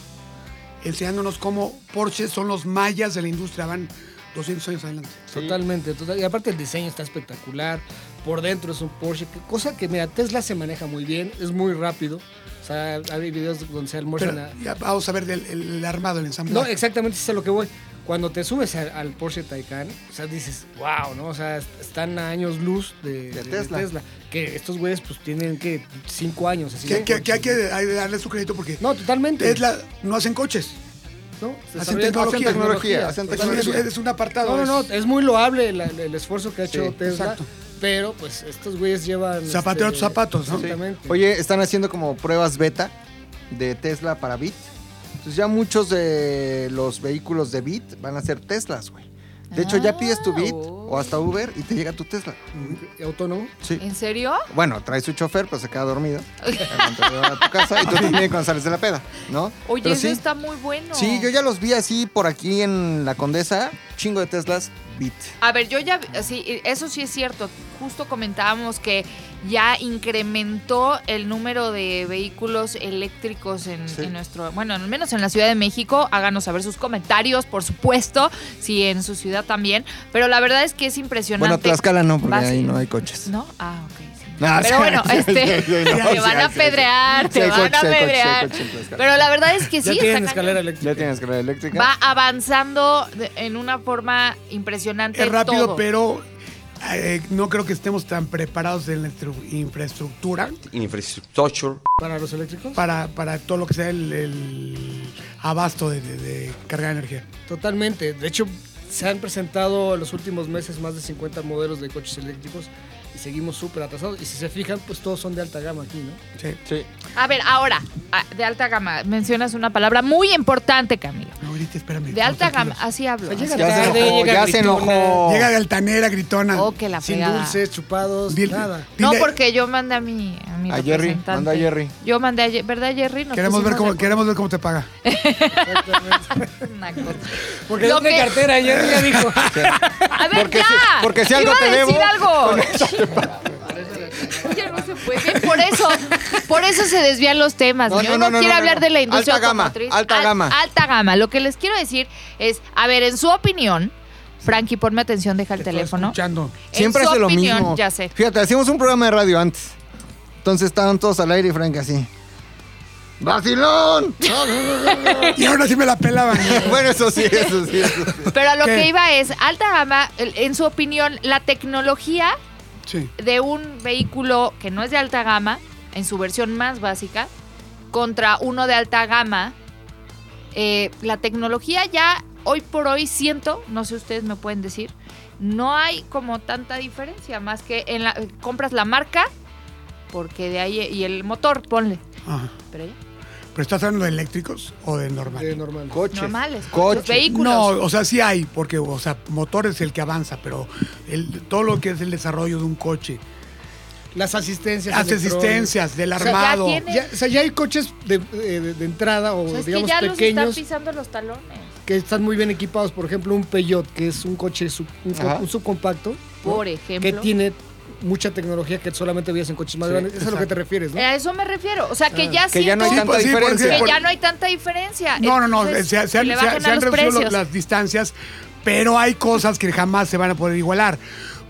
B: enseñándonos cómo Porsche son los mayas de la industria, van 200 años adelante.
D: Totalmente, total. Y aparte el diseño está espectacular. Por dentro es un Porsche, que- cosa que, mira, Tesla se maneja muy bien, es muy rápido. O sea, hay videos donde se almuerzan
B: Pero
D: a-
B: ya vamos a ver del el armado, el ensamble.
D: No, exactamente, eso es a lo que voy. Cuando te subes a- al Porsche Taycan, o sea, dices, wow, ¿no? O sea, est- están a años luz de, de- de
C: Tesla.
D: Tesla. Que estos güeyes, pues, tienen, que Cinco años. Así,
B: que,
D: ¿no?
B: que- que hay que hay que darle su crédito porque
D: No, totalmente.
B: Tesla no hacen coches.
D: ¿no?
B: Hacen
D: Desarrollan-
B: tecnología.
C: hacen tecnología, hacen
B: Es,
C: tecnología.
B: es- es un apartado.
D: No, no,
B: es
D: no, es muy loable el, el esfuerzo que ha hecho
C: Sí,
D: Tesla.
B: exacto.
D: Pero, pues, estos güeyes llevan... este,
B: Zapatero a tus zapatos, ¿no?
D: Exactamente.
C: Oye, están haciendo como pruebas beta de Tesla para Bit. Entonces ya muchos de los vehículos de Bit van a ser Teslas, güey. De hecho, ya pides tu Bit
I: Oh.
C: o hasta Uber y te llega tu Tesla.
D: ¿Autónomo?
C: Sí.
I: ¿En serio?
C: Bueno, trae su chofer, pero se queda [laughs] dormido. Te lo llevan a tu casa y tú también cuando sales de la peda, ¿no?
I: Oye,
C: Pero
I: eso
C: sí,
I: está muy bueno.
C: sí, yo ya los vi así por aquí en la Condesa. Chingo de Teslas, Bit.
I: A ver, yo ya, sí, eso sí es cierto. Justo comentábamos que ya incrementó el número de vehículos eléctricos en,
C: Sí.
I: en nuestro, bueno, al menos en la Ciudad de México. Háganos saber sus comentarios, por supuesto, si en su ciudad también. Pero la verdad es que es impresionante.
C: Bueno, Tlaxcala no, porque
I: Vas-
C: ahí no hay coches.
I: ¿No? Ah, ok. sí.
C: [laughs] No,
I: Pero
C: sí,
I: bueno,
C: sí,
I: este,
C: sí, sí, no,
I: [laughs] te van a
C: sí, sí, sí.
I: apedrear,
C: Sí,
I: te
C: hay
I: van
C: coches,
I: a
C: hay coches, hay
I: apedrear.
C: coches en Tlaxcala.
I: Pero la verdad es que
D: Ya tienen
I: sí, está cañón.
D: escalera eléctrica.
C: Ya tienes escalera eléctrica.
I: va avanzando de- en una forma impresionante.
B: es rápido,
I: todo.
B: pero eh, no creo que estemos tan preparados en la estru- infraestructura
K: infrastructure.
D: ¿Para los eléctricos?
B: para, para todo lo que sea el, el abasto de, de- de carga de energía.
D: Totalmente. De hecho, se han presentado en los últimos meses más de 50 modelos de coches eléctricos y seguimos súper atrasados. Y si se fijan, pues todos son de alta gama aquí, ¿no?
B: Sí.
I: A ver, ahora, ah, de alta gama, mencionas una palabra muy importante, Camilo.
B: No, ahorita espérame.
I: De alta
B: estamos
I: gama, así hablo.
D: O sea,
I: así.
D: llega
C: Ya se
D: tarde,
C: enojó,
D: llega
C: ya se
D: gritona,
C: enojó.
B: tranquilos. Llega de altanera, gritona.
I: Oh, que la
D: Sin
I: fregada.
D: dulces, chupados,
B: Dile-
D: nada.
I: No,
B: dile-
I: porque yo mandé a mi, a mi
C: A Jerry,
I: representante.
C: manda a Jerry.
I: Yo mandé a Jerry, ¿verdad, Jerry? Nos
B: Queremos ver,
I: pusimos
B: cómo,
I: de-
B: queremos ver cómo te paga.
I: Una cosa.
D: Porque
I: Lo
D: no tiene
I: que-
D: cartera, ya, [laughs] ya dijo.
I: A ver,
C: Porque
I: ya.
C: si- porque si algo
I: Iba
C: te
I: a decir
C: debo,
I: algo. Ya no se puede. ¿eh? Por eso, por eso se desvían los temas.
C: No,
I: No,
C: no,
I: Uno
C: no, no,
I: quiere
C: no,
I: hablar
C: no.
I: de la industria
C: Alta gama,
I: automotriz.
C: alta gama.
I: Alta gama. Lo que les quiero decir es, a ver, en su opinión, Frankie, ponme atención, deja el
B: Estoy
I: teléfono.
B: Escuchando.
I: En
C: Siempre
I: su
C: hace lo
I: opinión,
C: mismo.
I: Ya sé.
C: Fíjate, hacíamos un programa de radio antes. Entonces estaban todos al aire y Frank
I: [laughs]
C: así. ¡Vacilón!
B: Y ahora sí me la pelaban.
C: bueno, eso sí, eso sí. Eso sí.
I: Pero a lo
B: ¿Qué?
I: que iba es, alta gama, el- en su opinión, la tecnología
B: Sí.
I: de un vehículo que no es de alta gama, en su versión más básica, contra uno de alta gama, eh, la tecnología ya hoy por hoy siento, no sé ustedes me pueden decir, no hay como tanta diferencia, más que en la, compras la marca, porque de ahí, y el motor, ponle.
B: Ajá.
I: Pero ya,
B: ¿Pero estás hablando de eléctricos o de normal?
D: De normal.
I: normales,
C: Coche.
I: coches, vehículos.
B: No, o sea, sí hay, porque, o sea, motor es el que avanza, pero el, todo lo que es el desarrollo de un coche,
D: Las asistencias.
B: las
D: electrónicas.
B: asistencias, del
D: sea, ya
B: armado.
I: tiene-
D: Ya, o sea, ya hay coches de, eh, de- de entrada o,
I: O sea, es que
D: digamos
I: ya los
D: pequeños
I: están pisando los talones.
D: que están muy bien equipados. Por ejemplo, un Peugeot, que es un coche, sub- un, co-
C: Ajá.
D: un subcompacto. ¿no?
I: Por
D: que
I: ejemplo.
D: tiene mucha tecnología que solamente veías en coches más grandes. Eso es a lo que te refieres, ¿no?
I: Eh, A eso me refiero. O sea,
B: Ah,
I: que ya
C: Que ya no
I: siento-
C: hay
B: Sí,
C: tanta
B: pues sí, por
C: diferencia.
I: que
B: ejemplo.
I: ya no hay tanta diferencia.
B: No, no, no,
I: Ah, Entonces,
B: se, se han,
I: que le
B: se han-
I: bajen
B: se
I: a
B: han
I: los
B: reducido lo-
I: precios.
B: las distancias, pero hay cosas que jamás se van a poder igualar.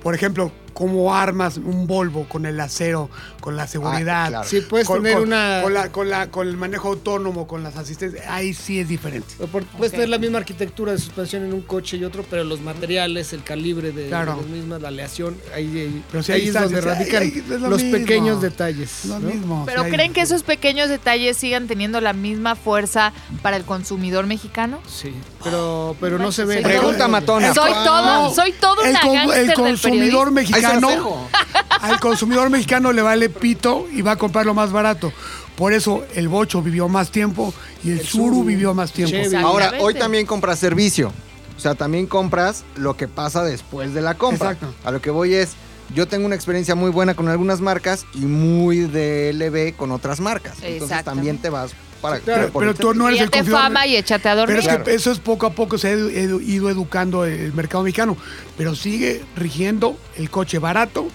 B: Por ejemplo, cómo armas un Volvo con el acero, con la seguridad.
C: claro.
D: Sí, Ah, puedes
B: con,
D: tener
B: con-
D: una-
B: Con, la- con la- con el manejo autónomo, con las asistencias, ahí sí es diferente.
D: Por- Puedes tener la misma arquitectura de suspensión en un coche y otro, pero los materiales, el calibre de,
B: Claro.
D: de las mismas, la aleación, ahí, ahí-
B: Pero si hay
D: ahí es donde
B: distancias,
D: radican
B: ahí- ahí es lo
D: los
B: mismo.
D: pequeños detalles.
B: Lo
D: ¿no?
B: mismo.
I: Pero
B: sí hay-
I: ¿creen que esos pequeños detalles sigan teniendo la misma fuerza para el consumidor mexicano?
D: Sí, pero, pero no se
I: Soy
D: ve.
I: todo-
C: Pregunta matona.
I: Soy todo, soy todo
B: el,
I: una
B: con-
I: gángster
B: el
I: del
B: consumidor
I: periodismo.
C: Ahí se los
B: mexicano
C: dejo.
B: [laughs] al consumidor mexicano le vale pito y va a comprar lo más barato por eso el bocho vivió más tiempo y el, suru vivió más tiempo
D: Chevy.
C: Ahora, hoy
I: Exactamente.
C: también compras servicio. O sea, también compras lo que pasa después de la compra.
B: Exacto.
C: A lo que voy es, yo tengo una experiencia muy buena con algunas marcas y muy de LB con otras marcas. Entonces
I: Exactamente.
C: también te vas para...
B: pero,
C: por-
B: pero tú no eres el
I: Siete
B: consumidor
I: fama y échate a dormir.
B: pero es
C: Claro.
B: que eso es poco a poco se ha edu- edu- ido educando el mercado mexicano pero sigue rigiendo el coche barato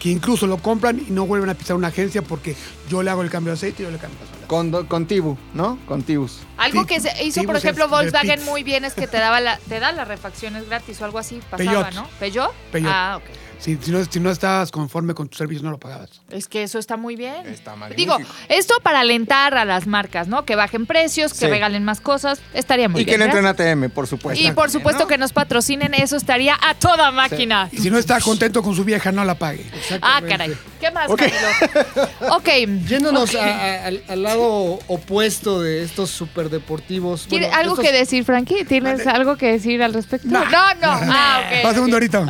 B: que incluso lo compran y no vuelven a pisar una agencia porque yo le hago el cambio de aceite y yo le cambio de aceite.
C: Con, con Tibu, ¿no? Con Tibus.
I: Algo
B: Sí,
I: que se hizo,
B: sí,
I: por
B: pues,
I: ejemplo,
B: es del
I: Volkswagen
B: Pits.
I: muy bien es que te daba la, te da las refacciones gratis o algo así pasaba,
B: Peugeot.
I: ¿no? ¿Peugeot?
B: Peugeot.
I: Ah, ok.
B: Si, si no, si no estabas conforme con tu servicio, no lo pagabas.
I: Es que eso está muy bien.
A: Está magnífico.
I: Digo, esto para alentar a las marcas, ¿no? Que bajen precios, que
C: Sí.
I: regalen más cosas. Estaría muy
C: Y que
I: bien.
C: no entre en
I: ¿verdad?
C: ATM, por supuesto.
I: y por supuesto
C: ¿no?
I: que nos patrocinen, eso estaría a toda máquina.
B: Y si no está contento con su vieja, no la pague.
I: Ah, caray. ¿Qué más, Camilo? Ok.
D: Yéndonos
I: Ok.
D: a- a- al, al lado opuesto de estos superdeportivos.
I: ¿Tiene
D: bueno,
I: algo
D: estos-
I: que decir, Frankie? ¿Tienes algo que decir al respecto? No, no. Ah, ok.
B: Pase un
I: [laughs]
B: dorito.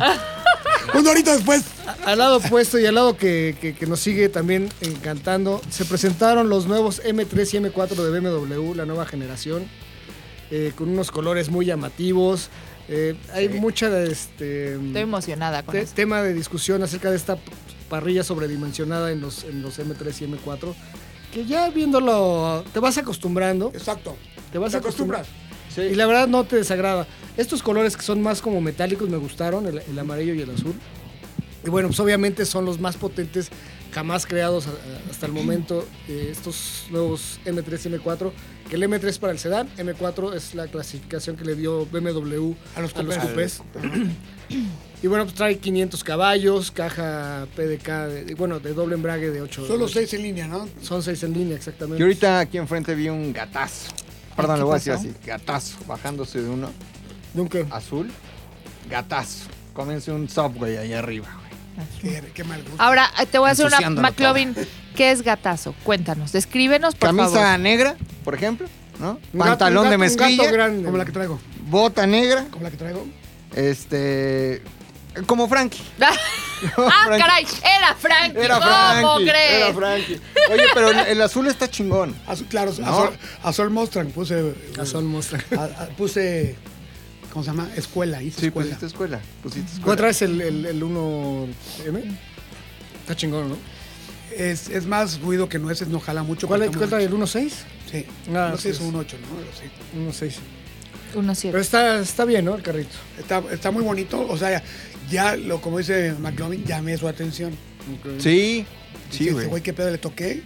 B: un dorito después.
D: Al lado opuesto y al lado que, que- que nos sigue también encantando, se presentaron los nuevos M3 y M4 de BMW, la nueva generación, eh, con unos colores muy llamativos. Eh, hay mucha este,
I: Estoy emocionada con
D: te-
I: esto.
D: tema de discusión acerca de esta parrilla sobredimensionada en los, en los M3 y M4, que ya viéndolo te vas acostumbrando.
B: Exacto.
D: Te vas acostumbras. Y la verdad no te desagrada. Estos colores que son más como metálicos me gustaron, el, el amarillo y el azul. Y bueno, pues obviamente son los más potentes jamás creados a- a- hasta el momento, eh, estos nuevos M3 y M4, que el M3 para el sedán, M4 es la clasificación que le dio BMW a los cupés. [clears throat] Y bueno, pues trae 500 caballos, caja PDK, de- de- bueno, de doble embrague de 8.
B: Solo seis en línea, ¿no?
D: Son 6 en línea, exactamente.
C: Y ahorita aquí enfrente vi un gatazo. Perdón,
I: ¿Qué
C: lo voy a decir
I: pasó?
C: así. Gatazo. Bajándose de uno
D: Nunca.
C: azul. Gatazo. Comienza un subway ahí arriba. güey.
B: Qué, qué mal gusto.
I: Ahora eh, te voy a hacer una
C: Ensuciándolo
I: McLovin. ¿Qué es gatazo? Cuéntanos, descríbenos, por
C: Camisa [laughs]
I: favor.
C: negra, por ejemplo, ¿no?
D: Un gato-
C: Pantalón
D: un
C: de
D: gato- un gato
C: mezclilla,
D: grande.
B: Como la que traigo.
C: bota negra,
B: Como la que traigo.
C: este como Frankie.
I: ah,
C: Frankie.
I: caray, era Frankie.
C: Era
I: ¿Cómo
C: Frankie,
I: crees?
C: era Frankie. Oye, pero el, el azul está chingón.
B: Azul, claro, azul,
C: No.
B: azul Mustang puse. eh,
D: Ah, son monstruos.
B: a- a- puse. ¿Cómo se llama? Escuela. Hice
C: Sí, pues. este
B: escuela.
C: pusiste escuela, pusiste
D: ¿Cómo
C: escuela.
D: traes el, el, el 1M? Está chingón, ¿no?
B: Es, es más ruido que nueces, no jala mucho.
D: ¿Cuál,
B: pero
D: cuál
B: está
D: trae
B: muy
D: el 1.6?
B: bonito. Sí.
D: Ah,
B: no
D: sí,
B: sé, es
D: sí.
B: un 8, ¿no? Pero sí.
D: 1.6.
I: Uno siete.
D: Pero está, está bien, ¿no? El carrito.
B: Está, está muy bonito. O sea, ya, lo, como dice McLovin, llamé su atención.
C: Sí.
B: Dice,
C: Sí,
B: este
C: güey.
B: güey, qué pedo le toqué.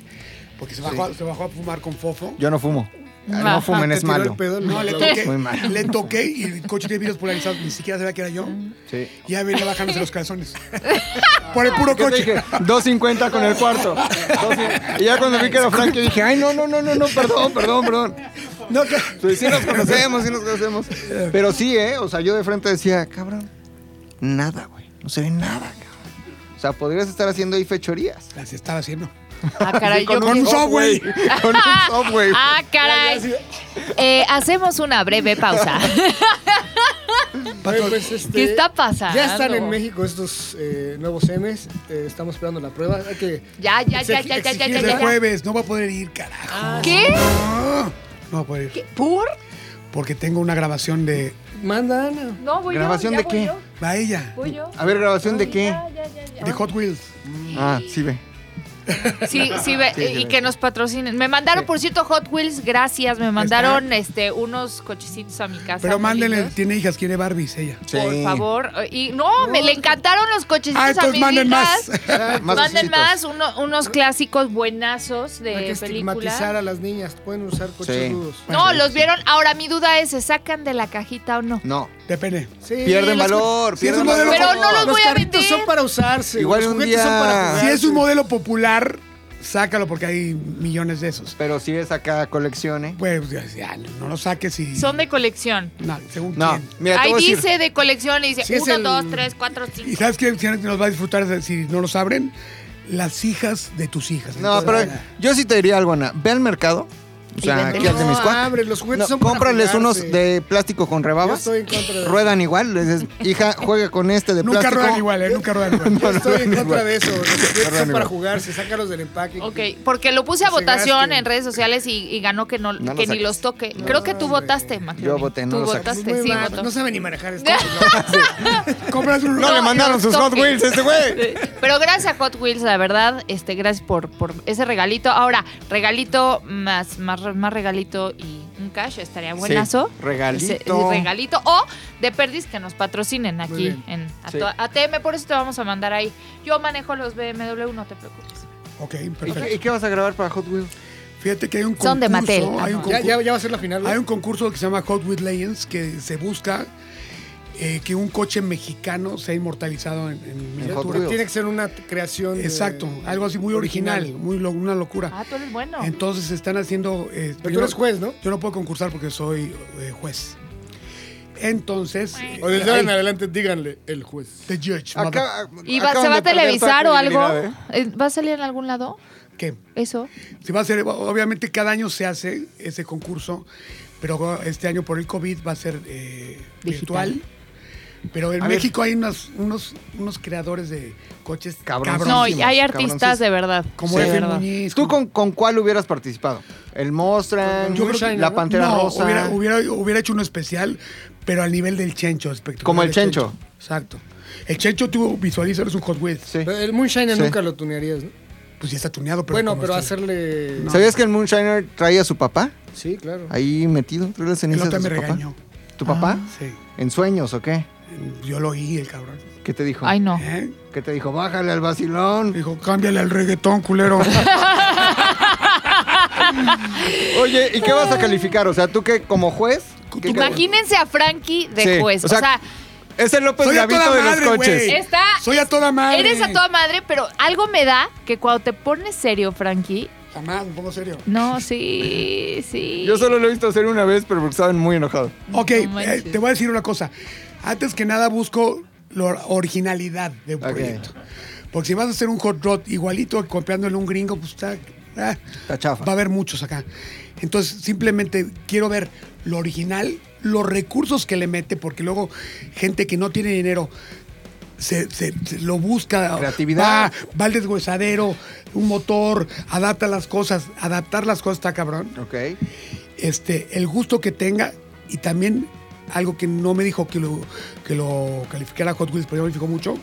B: Porque se bajó, a- se bajó a fumar con fofo.
C: Yo no fumo. Ah,
I: Ajá.
C: No fumen,
D: Te
C: es
D: tiró
C: malo.
D: el pedo,
B: No, le
C: [laughs]
D: la-
B: toqué.
C: Muy malo.
B: Le toqué y el coche tiene vidrios polarizados. Ni siquiera sabía que era yo.
C: Sí.
B: Y ya venía bajándose los
C: [laughs]
B: calzones. Por el puro
C: ¿Qué te
B: coche.
C: dije? 2.50 con el
B: [laughs]
C: cuarto. Dos cin- Y ya cuando vi que era Frankie dije, ay, no, no, no, no, no, perdón, perdón, perdón. No, que... Pues sí nos conocemos, sí nos conocemos. Pero sí, ¿eh? O sea, yo de frente decía, cabrón, nada, güey. No se ve nada, cabrón. O sea, podrías estar haciendo ahí fechorías. Oh,
B: Las estaba haciendo.
I: Ah, caray, yo
B: con un
I: qué-
B: subway.
C: Con un subway.
I: Ah, caray. Eh, hacemos una
B: [laughs]
I: breve pausa.
D: Oye, pues, este,
I: ¿Qué está pasando?
D: Ya están en México estos eh, nuevos M's. eh, estamos esperando la prueba. Hay que...
I: Ya, ya, ya, ya, ya, ya,
B: Y
I: ya,
B: es de
I: ya, ya.
B: jueves, no va a poder ir, carajo.
I: ¿Qué?
B: No va a poder ir.
I: ¿Por?
B: Porque tengo una grabación de.
D: Manda, Ana.
I: No, voy
C: ¿Grabación
I: yo. ya
C: de
I: voy
C: qué?
I: yo,
B: Va ella.
I: voy yo.
C: A ver, ¿grabación de qué?
I: Ya, ya, ya, ya.
B: De Hot Wheels.
C: Ah, sí, ve.
I: Sí, sí, ve- eh,
C: Sí, sí,
I: y
C: ve.
I: que nos patrocinen. Me mandaron, por cierto, Hot Wheels, gracias. Me mandaron este unos cochecitos a mi casa.
B: Pero
I: muy
B: mándenle,
I: lindos.
B: tiene hijas, quiere Barbies ella.
I: Por favor. Y no, me le encantaron los cochecitos
B: Ah,
I: a
B: entonces
I: mis
B: manden
I: hijas.
B: más.
C: Más
I: [laughs]
C: cositas.
I: Manden más uno- unos clásicos buenazos
D: Hay que
I: de
D: estigmatizar
I: película.
D: a las niñas. Pueden usar coches
C: Sí.
D: rudos.
I: No, los vieron. Ahora mi duda es, ¿se sacan de la cajita o no?
C: No.
B: Depende.
D: Sí,
C: Pierden
D: los-
C: valor,
B: sí, es
C: pierden
B: un
C: valor.
B: modelo
I: Pero no los
D: Los
I: voy a
D: carritos
I: vender.
D: son para usarse.
C: Igual
D: los
C: un
D: juguetes
C: día-
D: son para
B: Si
D: jugarse.
B: es un modelo popular, sácalo porque hay millones de esos.
C: Pero sí es acá colección, ¿eh?
B: Pues ya, no, no lo saques y.
I: Son de colección.
B: No, según
C: No,
B: quién.
C: mira, te
I: Pues, Ahí
C: voy a decir.
I: dice de colección y dice
D: Sí, es
I: 1,
D: el-
I: 2, 3, 4, 5.
B: Y sabes que nos va a disfrutar de- si no los abren, las hijas de tus hijas.
C: No,
B: Entonces,
C: pero yo sí te diría algo, Ana. Ve al mercado. O sea,
I: vende.
C: aquí al de
D: No,
C: mis cuates.
D: abre, los juguetes son para
C: cómprales unos
D: jugarse.
C: de plástico con
D: Yo
C: rebabas.
D: estoy en contra de
C: Ruedan igual. Les dices, hija, juega con este de
B: Nunca
C: plástico.
B: ruedan igual, ¿eh? Nunca ruedan
C: [laughs]
B: igual.
D: Yo estoy en contra
C: igual.
D: de eso. Los juguetes
C: Perdón,
D: son para
C: igual.
D: jugarse. Sácalos del empaque.
I: Ok, porque lo puse a
D: Que se
I: votación
D: gasten.
I: en redes sociales y, y ganó que, no,
C: No lo
I: que ni
C: saques.
I: los toque. Creo que tú
D: hombre.
I: votaste, Mac.
C: Yo voté, no
I: Tú
C: lo saques.
I: votaste,
D: Muy
I: sí,
D: mal,
I: votó.
D: No sabe ni
I: [laughs]
D: manejar esto.
B: Compras un
C: No, le
I: No,
C: mandaron
I: no,
C: sus Hot
I: toque.
C: Wheels a este güey.
I: Pero gracias a Hot Wheels, la verdad, este, gracias por, por ese regalito. Ahora, regalito más, más, más regalito y un cash estaría buenazo.
C: regalito.
I: Ese- ese regalito. O de perdis que nos patrocinen
D: Muy
I: aquí
D: bien.
I: en a
C: Sí.
I: to- ATM, por eso te vamos a mandar ahí. Yo manejo los BMW, no te preocupes.
B: Ok,
C: ¿Y qué, y
B: perfecto.
C: qué vas a grabar para Hot Wheels?
B: Fíjate que hay un concurso.
I: Son de Mattel.
B: Hay
I: Ah,
B: un
I: no.
B: concurso,
D: Ya, ya, ya va a ser la final. güey.
B: hay un concurso que se llama Hot Wheels Legends que se busca eh, que un coche mexicano sea inmortalizado en, en
C: Hot
B: miniatura.
C: Wheels.
D: Tiene que ser una creación. de-
B: Exacto, algo así muy original, muy lo- una locura.
I: Ah, tú eres bueno.
B: Entonces están haciendo. eh,
D: Pero
B: yo
D: tú
B: no-
D: eres juez, ¿no?
B: Yo no puedo concursar porque soy eh, juez. Entonces. eh,
D: O desde ahora en
B: ahí,
D: adelante, díganle el juez.
B: The Judge. mother-
C: Acá-
I: ¿Y va-
C: acaban
I: se va
C: de
I: a
C: perder
I: televisar o
C: toda
I: algo?
C: credibilidad, ¿eh?
I: Eh, ¿Va a salir en algún lado?
B: ¿Qué?
I: Eso.
B: Se va a hacer, obviamente cada año se hace ese concurso, pero este año por el COVID va a ser eh,
I: Digital.
B: virtual. Pero en
C: A ver.
B: México hay unas- unos, unos creadores de coches
C: Cabroncísimos.
I: No,
B: cabrones,
I: y hay
C: cabroncísimos.
I: artistas de verdad.
B: como
I: de
B: F.
I: verdad.
B: Muñiz.
C: ¿Tú
B: como-
C: con, con cuál hubieras participado? ¿El Mostran?
B: Yo creo que-
C: ¿La Pantera
B: No,
C: Rosa?
B: Hubiera, hubiera- hubiera hecho uno especial, pero al nivel del Chencho. espectacular
C: Como el
B: del
C: Chencho.
B: Exacto. El Chencho, tú visualizas, es un Hot Wheels.
C: Sí.
D: Pero el Moonshiner
C: Sí.
D: nunca lo tunearías, ¿no?
B: Pues ya está tuneado. Pero
D: bueno,
B: como este
D: pero
B: está-
D: hacerle.
C: ¿Sabías que el Moonshiner traía a su papá?
D: Sí, claro.
C: Ahí metido, trae las
B: El
C: cenizas
B: otro me
C: de su papá.
B: regañó. Ah,
C: ¿Tu papá?
B: Sí.
C: ¿En sueños o qué?
B: Yo lo oí, el cabrón.
C: ¿Qué te dijo?
I: Ay, no.
B: ¿Eh?
C: ¿Qué te dijo? Bájale al vacilón.
B: Dijo, cámbiale al reggaetón,
C: [laughs]
B: culero.
C: Oye, ¿y qué vas a calificar? O sea, tú que como juez. ¿qué
B: Tú-
C: cal-
I: Imagínense a Frankie de
C: Sí,
I: juez. O sea,
C: es el López
B: Soy a
C: Gavito
B: toda
C: de los
B: madre,
C: coches.
B: güey.
I: está.
B: Soy a toda madre.
I: Eres a toda madre, pero algo me da que cuando te pones serio, Frankie.
B: Jamás, un poco serio.
I: No, sí, sí.
C: Yo solo lo he visto hacer una vez, pero porque estaban muy enojados.
B: Ok,
I: No
B: eh,
I: manches.
B: te voy a decir una cosa. Antes que nada busco la or- originalidad de un
C: Ok.
B: proyecto. Porque si vas a hacer un hot rod igualito, copiándole a un gringo, pues está... ah,
C: Está chafa.
B: Va a haber muchos acá. Entonces, simplemente quiero ver lo original, los recursos que le mete, porque luego gente que no tiene dinero se, se- se lo busca.
C: Creatividad.
B: Va, va al deshuesadero, un motor, adapta las cosas. Adaptar las cosas está cabrón
C: Ok.
B: este, el gusto que tenga y también algo que no me dijo que lo, que lo calificara Hot Wheels, pero yo me fijo mucho,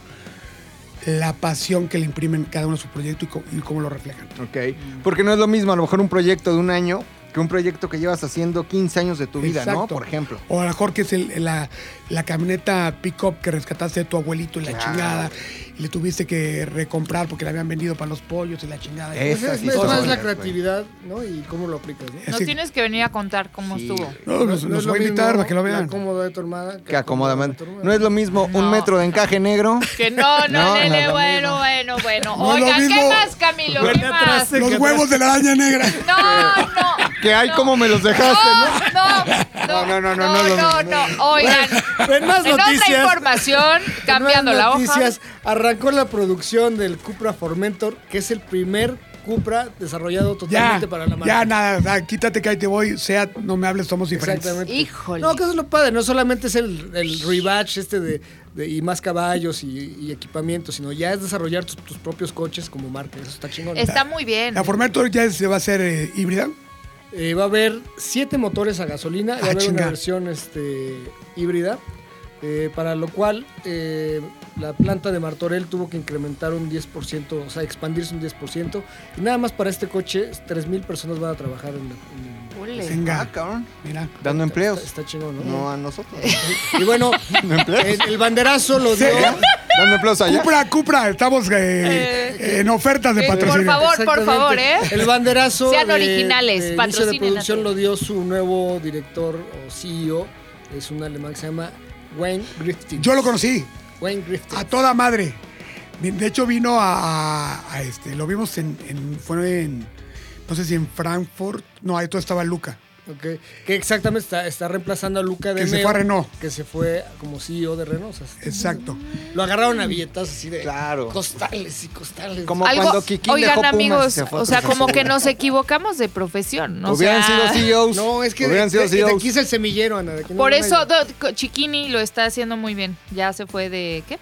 B: la pasión que le imprimen cada uno a su proyecto y, co- y cómo lo reflejan.
C: Ok. Porque no es lo mismo a lo mejor un proyecto de un año que un proyecto que llevas haciendo 15 años de tu vida, ¿no?
B: Exacto.
C: Por ejemplo.
B: O a lo mejor que es el- la, la camioneta pick-up que rescataste de tu abuelito y la
C: Claro.
B: chingada, y le tuviste que recomprar porque la habían vendido para los pollos y la chingada.
C: Es-
D: Pues
C: Esas
D: es,
C: sí
D: es
C: son
D: más
C: buenas,
D: la
C: güey.
D: creatividad, ¿no? Y cómo lo aplicas, ¿no?
B: Es
I: Nos
B: decir,
I: tienes que venir a contar cómo
C: Sí.
I: estuvo.
B: no, pues los,
D: es
B: los
D: lo
B: voy a
D: mismo
B: invitar para que lo
D: La
B: vean.
D: cómoda de tu hermana.
C: Que acomodamente.
D: de tu
C: No es lo mismo un
I: No.
C: metro de encaje negro.
I: Que no, no,
C: No, no
I: nene,
C: es lo
I: bueno, bueno, bueno,
B: No es lo
I: Oigan, ¿qué
B: mismo. eh.
I: más, Camilo? ¿Qué
E: Bueno, atrás
I: más?
E: se-
B: Los huevos de la araña negra.
I: No, no.
C: Que hay
I: no.
C: como me los dejaste, ¿no?
I: No, no, no, no, no,
C: no,
I: no,
C: no.
I: Oigan,
D: En más
I: en otra
D: noticias.
I: información, cambiando la hoja.
D: noticias, Arrancó la producción del Cupra Formentor, que es el primer Cupra desarrollado
B: Ya,
D: totalmente para la marca.
B: ya, nada, nada, quítate que ahí te voy, sea, no me hables, somos diferentes.
D: Exactamente.
I: Híjole.
D: No, que eso es lo padre. No solamente es el, el rebatch este de, de- y más caballos y, y equipamiento, sino ya es desarrollar tus, tus propios coches como marca. Eso está chingón.
I: Está muy bien.
B: La Formator ya se va a hacer eh, híbrida.
D: Eh, va a haber siete motores a gasolina, va
B: Ah,
D: a haber
B: chinga.
D: una versión este, híbrida, eh, para lo cual eh, la planta de Martorell tuvo que incrementar un 10%, o sea, expandirse un 10%. Y nada más para este coche, 3.000 personas van a trabajar en... en-
I: Ole.
B: Venga,
C: Ah, cabrón.
B: mira.
C: Dando empleos.
D: Está, está chingón, ¿no?
C: No a [laughs] nosotros.
D: Y bueno, [laughs] el, el banderazo lo dio...
C: Dando empleos allá.
B: Cupra, Cupra, estamos eh, en ofertas de
I: eh,
B: patrocinio.
I: por favor. favor, ¿eh?
D: El banderazo.
I: Sean
D: de-
I: originales,
D: de inicio de
I: patrocinen
D: producción
I: así.
D: lo dio su nuevo director o CEO. Es un alemán que se llama Wayne Griffin.
B: Yo lo conocí,
D: Wayne
I: Ah,
D: Griffin.
B: a toda madre. De hecho, vino a, a- a este, lo vimos en, en- fue en, no sé si en Frankfurt, no, ahí todo estaba Luca.
D: Ok. Que exactamente está, está reemplazando a Luca de
B: Que se fue a Renault.
D: Que se fue como CEO de Renault. o sea,
B: Exacto.
D: lo agarraron a billetas así de
C: Claro.
D: costales y costales. Ah,
C: Como
I: Algo,
C: cuando Kikín
I: oigan
C: dejó Pumas,
I: amigos,
C: se fue a
I: o sea,
C: Cruz
I: como
C: Azul.
I: que nos equivocamos de profesión, ¿no? O
C: Hubieran
I: sea,
C: sido CEOs.
D: No, es que de,
C: Hubieran sido E
D: de-
B: E
D: de
C: CEOs.
D: aquí es el semillero, Ana. de aquí no
I: Por
D: van a
I: eso
D: ir.
I: Do- Chiquini lo está haciendo muy bien. Ya se fue de ¿qué?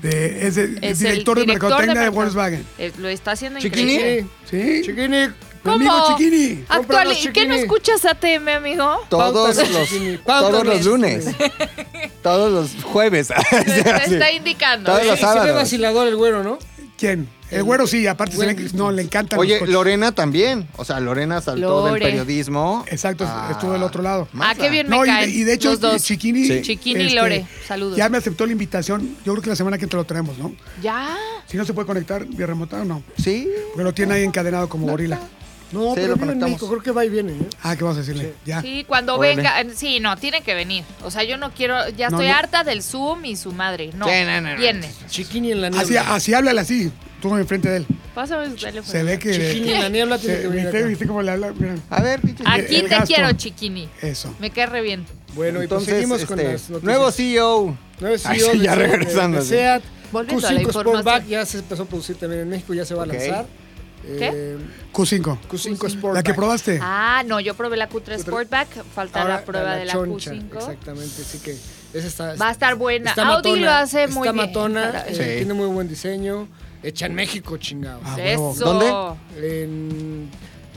B: De, es el,
I: Es el
B: director de
I: director
B: mercadotecnia de,
I: de mercado-
B: Volkswagen.
I: Eh, Lo está haciendo
C: Chiquini.
I: increíble.
D: Sí.
B: Sí.
D: Chiquini.
B: Mi amigo Chiquini.
I: Actual,
D: Cómpranos,
I: ¿y qué no
D: Chiquini.
I: escuchas ATM, amigo?
C: [laughs] Todos
D: Pautas,
C: los,
D: Chiquini, pautas,
C: todos los
D: Chiquini.
C: lunes. [laughs] Todos los
I: [laughs]
C: jueves.
I: Te
C: [laughs] Sí.
I: está indicando.
C: Todos
I: ¿eh?
C: los
D: Sí, sí ve
C: sábados.
D: vacilador el güero, ¿no?
B: ¿Quién? El güero sí, aparte, se le-
D: Buen-
B: no, le encantan los
C: Oye,
B: coches.
C: Lorena también. O sea, Lorena saltó del
I: Lore.
C: periodismo.
B: Exacto,
C: a-
B: estuvo del otro lado.
I: Ah, qué bien me
B: No, y de,
I: caen.
B: y de hecho,
I: los dos.
B: Chiquini. este,
C: Sí.
I: Chiquini y Lore, saludos.
B: Ya me aceptó la invitación. Yo creo que la semana que te lo traemos, ¿no?
I: Ya.
B: Si no se puede conectar vía remota o no.
C: Sí.
B: Porque lo tiene ahí encadenado como gorila.
D: No,
C: Sí,
D: pero
C: lo
D: vive en
C: conectamos.
D: México, creo que va y viene. ¿eh?
B: Ah, ¿qué vas a decirle? Ya.
I: Sí, cuando
C: Órale.
I: venga. eh, Sí, no, tiene que venir. O sea, yo no quiero. Ya
B: No,
I: estoy
B: no.
I: harta del Zoom y su madre. No.
C: Sí, no, no, no.
I: Viene.
D: Chiquini en la
B: Así,
D: niebla.
B: así háblale así, tú enfrente de él.
I: Pásame su teléfono.
B: Se ve que.
D: Chiquini en la niebla tiene
B: se-
D: que venir.
B: ¿Viste,
D: acá.
B: ¿Viste cómo le habla? Mira,
C: A ver, pinche.
I: Aquí
B: el
I: te
B: gasto.
I: quiero, chiquini.
B: Eso.
I: Me cae re bien.
D: Bueno, y pues
C: Entonces,
D: seguimos
C: este,
D: con las noticias.
C: nuevo E CEO. [laughs]
D: Nuevo
C: Ay,
D: CEO
C: sí,
D: de
C: ya
D: Seat,
C: regresando,
D: de
C: sí.
D: Seat.
I: Volviendo a la
D: Q5 Sportback
I: información.
D: ya se empezó a producir también en México, ya se va a
C: Ok.
D: lanzar.
I: ¿Qué?
D: Eh,
B: Q5.
D: Q5 Sportback.
B: La que probaste.
I: Ah, no, yo probé la Q3 Sportback. Falta
D: Ahora,
I: la prueba de la
D: choncha,
I: Q5.
D: Exactamente, así que esa está.
I: Va a estar buena.
D: está
I: Audi
D: matona,
I: lo hace muy
D: está
I: bien.
D: matona,
I: Sí.
D: eh, tiene muy buen diseño. Hecha en México, chingado.
B: Ah,
I: Eso.
B: huevo.
C: ¿Dónde?
D: En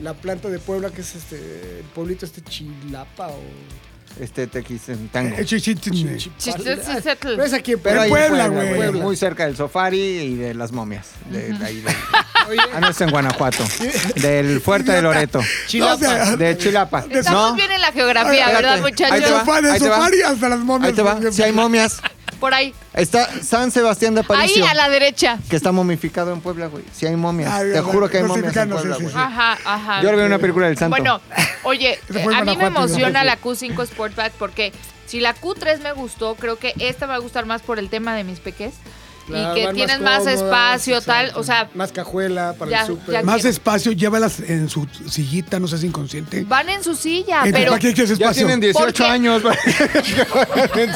D: la planta de Puebla, que es este, el pueblito este Chilapa o...
C: Este te quise en tango.
B: Eh, chi- chi- chi-
I: Chichichisetl.
D: No es Ah, aquí en
C: Pero
D: Puebla.
C: ahí
B: Puebla,
C: en
B: güey.
D: Puebla.
C: Muy cerca del safari y de las momias. De, de
I: [laughs]
C: ahí de-
D: Oye,
C: ah, no, es en
D: [laughs]
C: Guanajuato. Del fuerte de Loreto.
B: No, o sea,
C: De Chilapa.
I: Estamos
C: No,
I: bien en la geografía,
C: Ay,
I: ¿verdad,
C: espérate. Ahí
B: Ahí
C: te
B: te
I: muchachos?
C: va, ahí
B: de
C: te va.
B: safari hasta las momias.
C: ahí te va. Si hay momias.
I: Por ahí.
C: Está San Sebastián de
I: Ahí
C: Aparicio.
I: a la derecha.
C: Que está momificado en Puebla, güey. Si hay momias.
B: Ay,
C: te
B: verdad.
C: juro que hay
B: Ah, No estoy
C: momias en
B: picando,
C: Puebla,
B: sí,
C: güey.
B: sí, sí.
I: Ajá, ajá.
C: Yo lo vi en una película del santo.
I: Bueno, oye,
B: fue
I: eh,
B: en
I: a mí me
B: Guanajuato,
I: emociona
B: ¿no?
I: la Q5 Sportback porque si la Q3 me gustó, creo que esta me va a gustar más por el tema de mis peques.
D: claro,
I: y que
D: van
I: tienen más,
D: cómodas,
I: espacio, tal.
D: exacto.
I: O sea,
D: Más cajuela para
I: ya-
D: el súper.
I: ya-
B: Más espacio, llévalas en su sillita, no seas inconsciente.
I: van en su silla,
B: Eh,
I: Ah, pero
B: ¿Para qué quieres
C: Ya
B: espacio?
C: tienen
I: ¿Por
C: 18
I: qué?
C: años, güey. [laughs]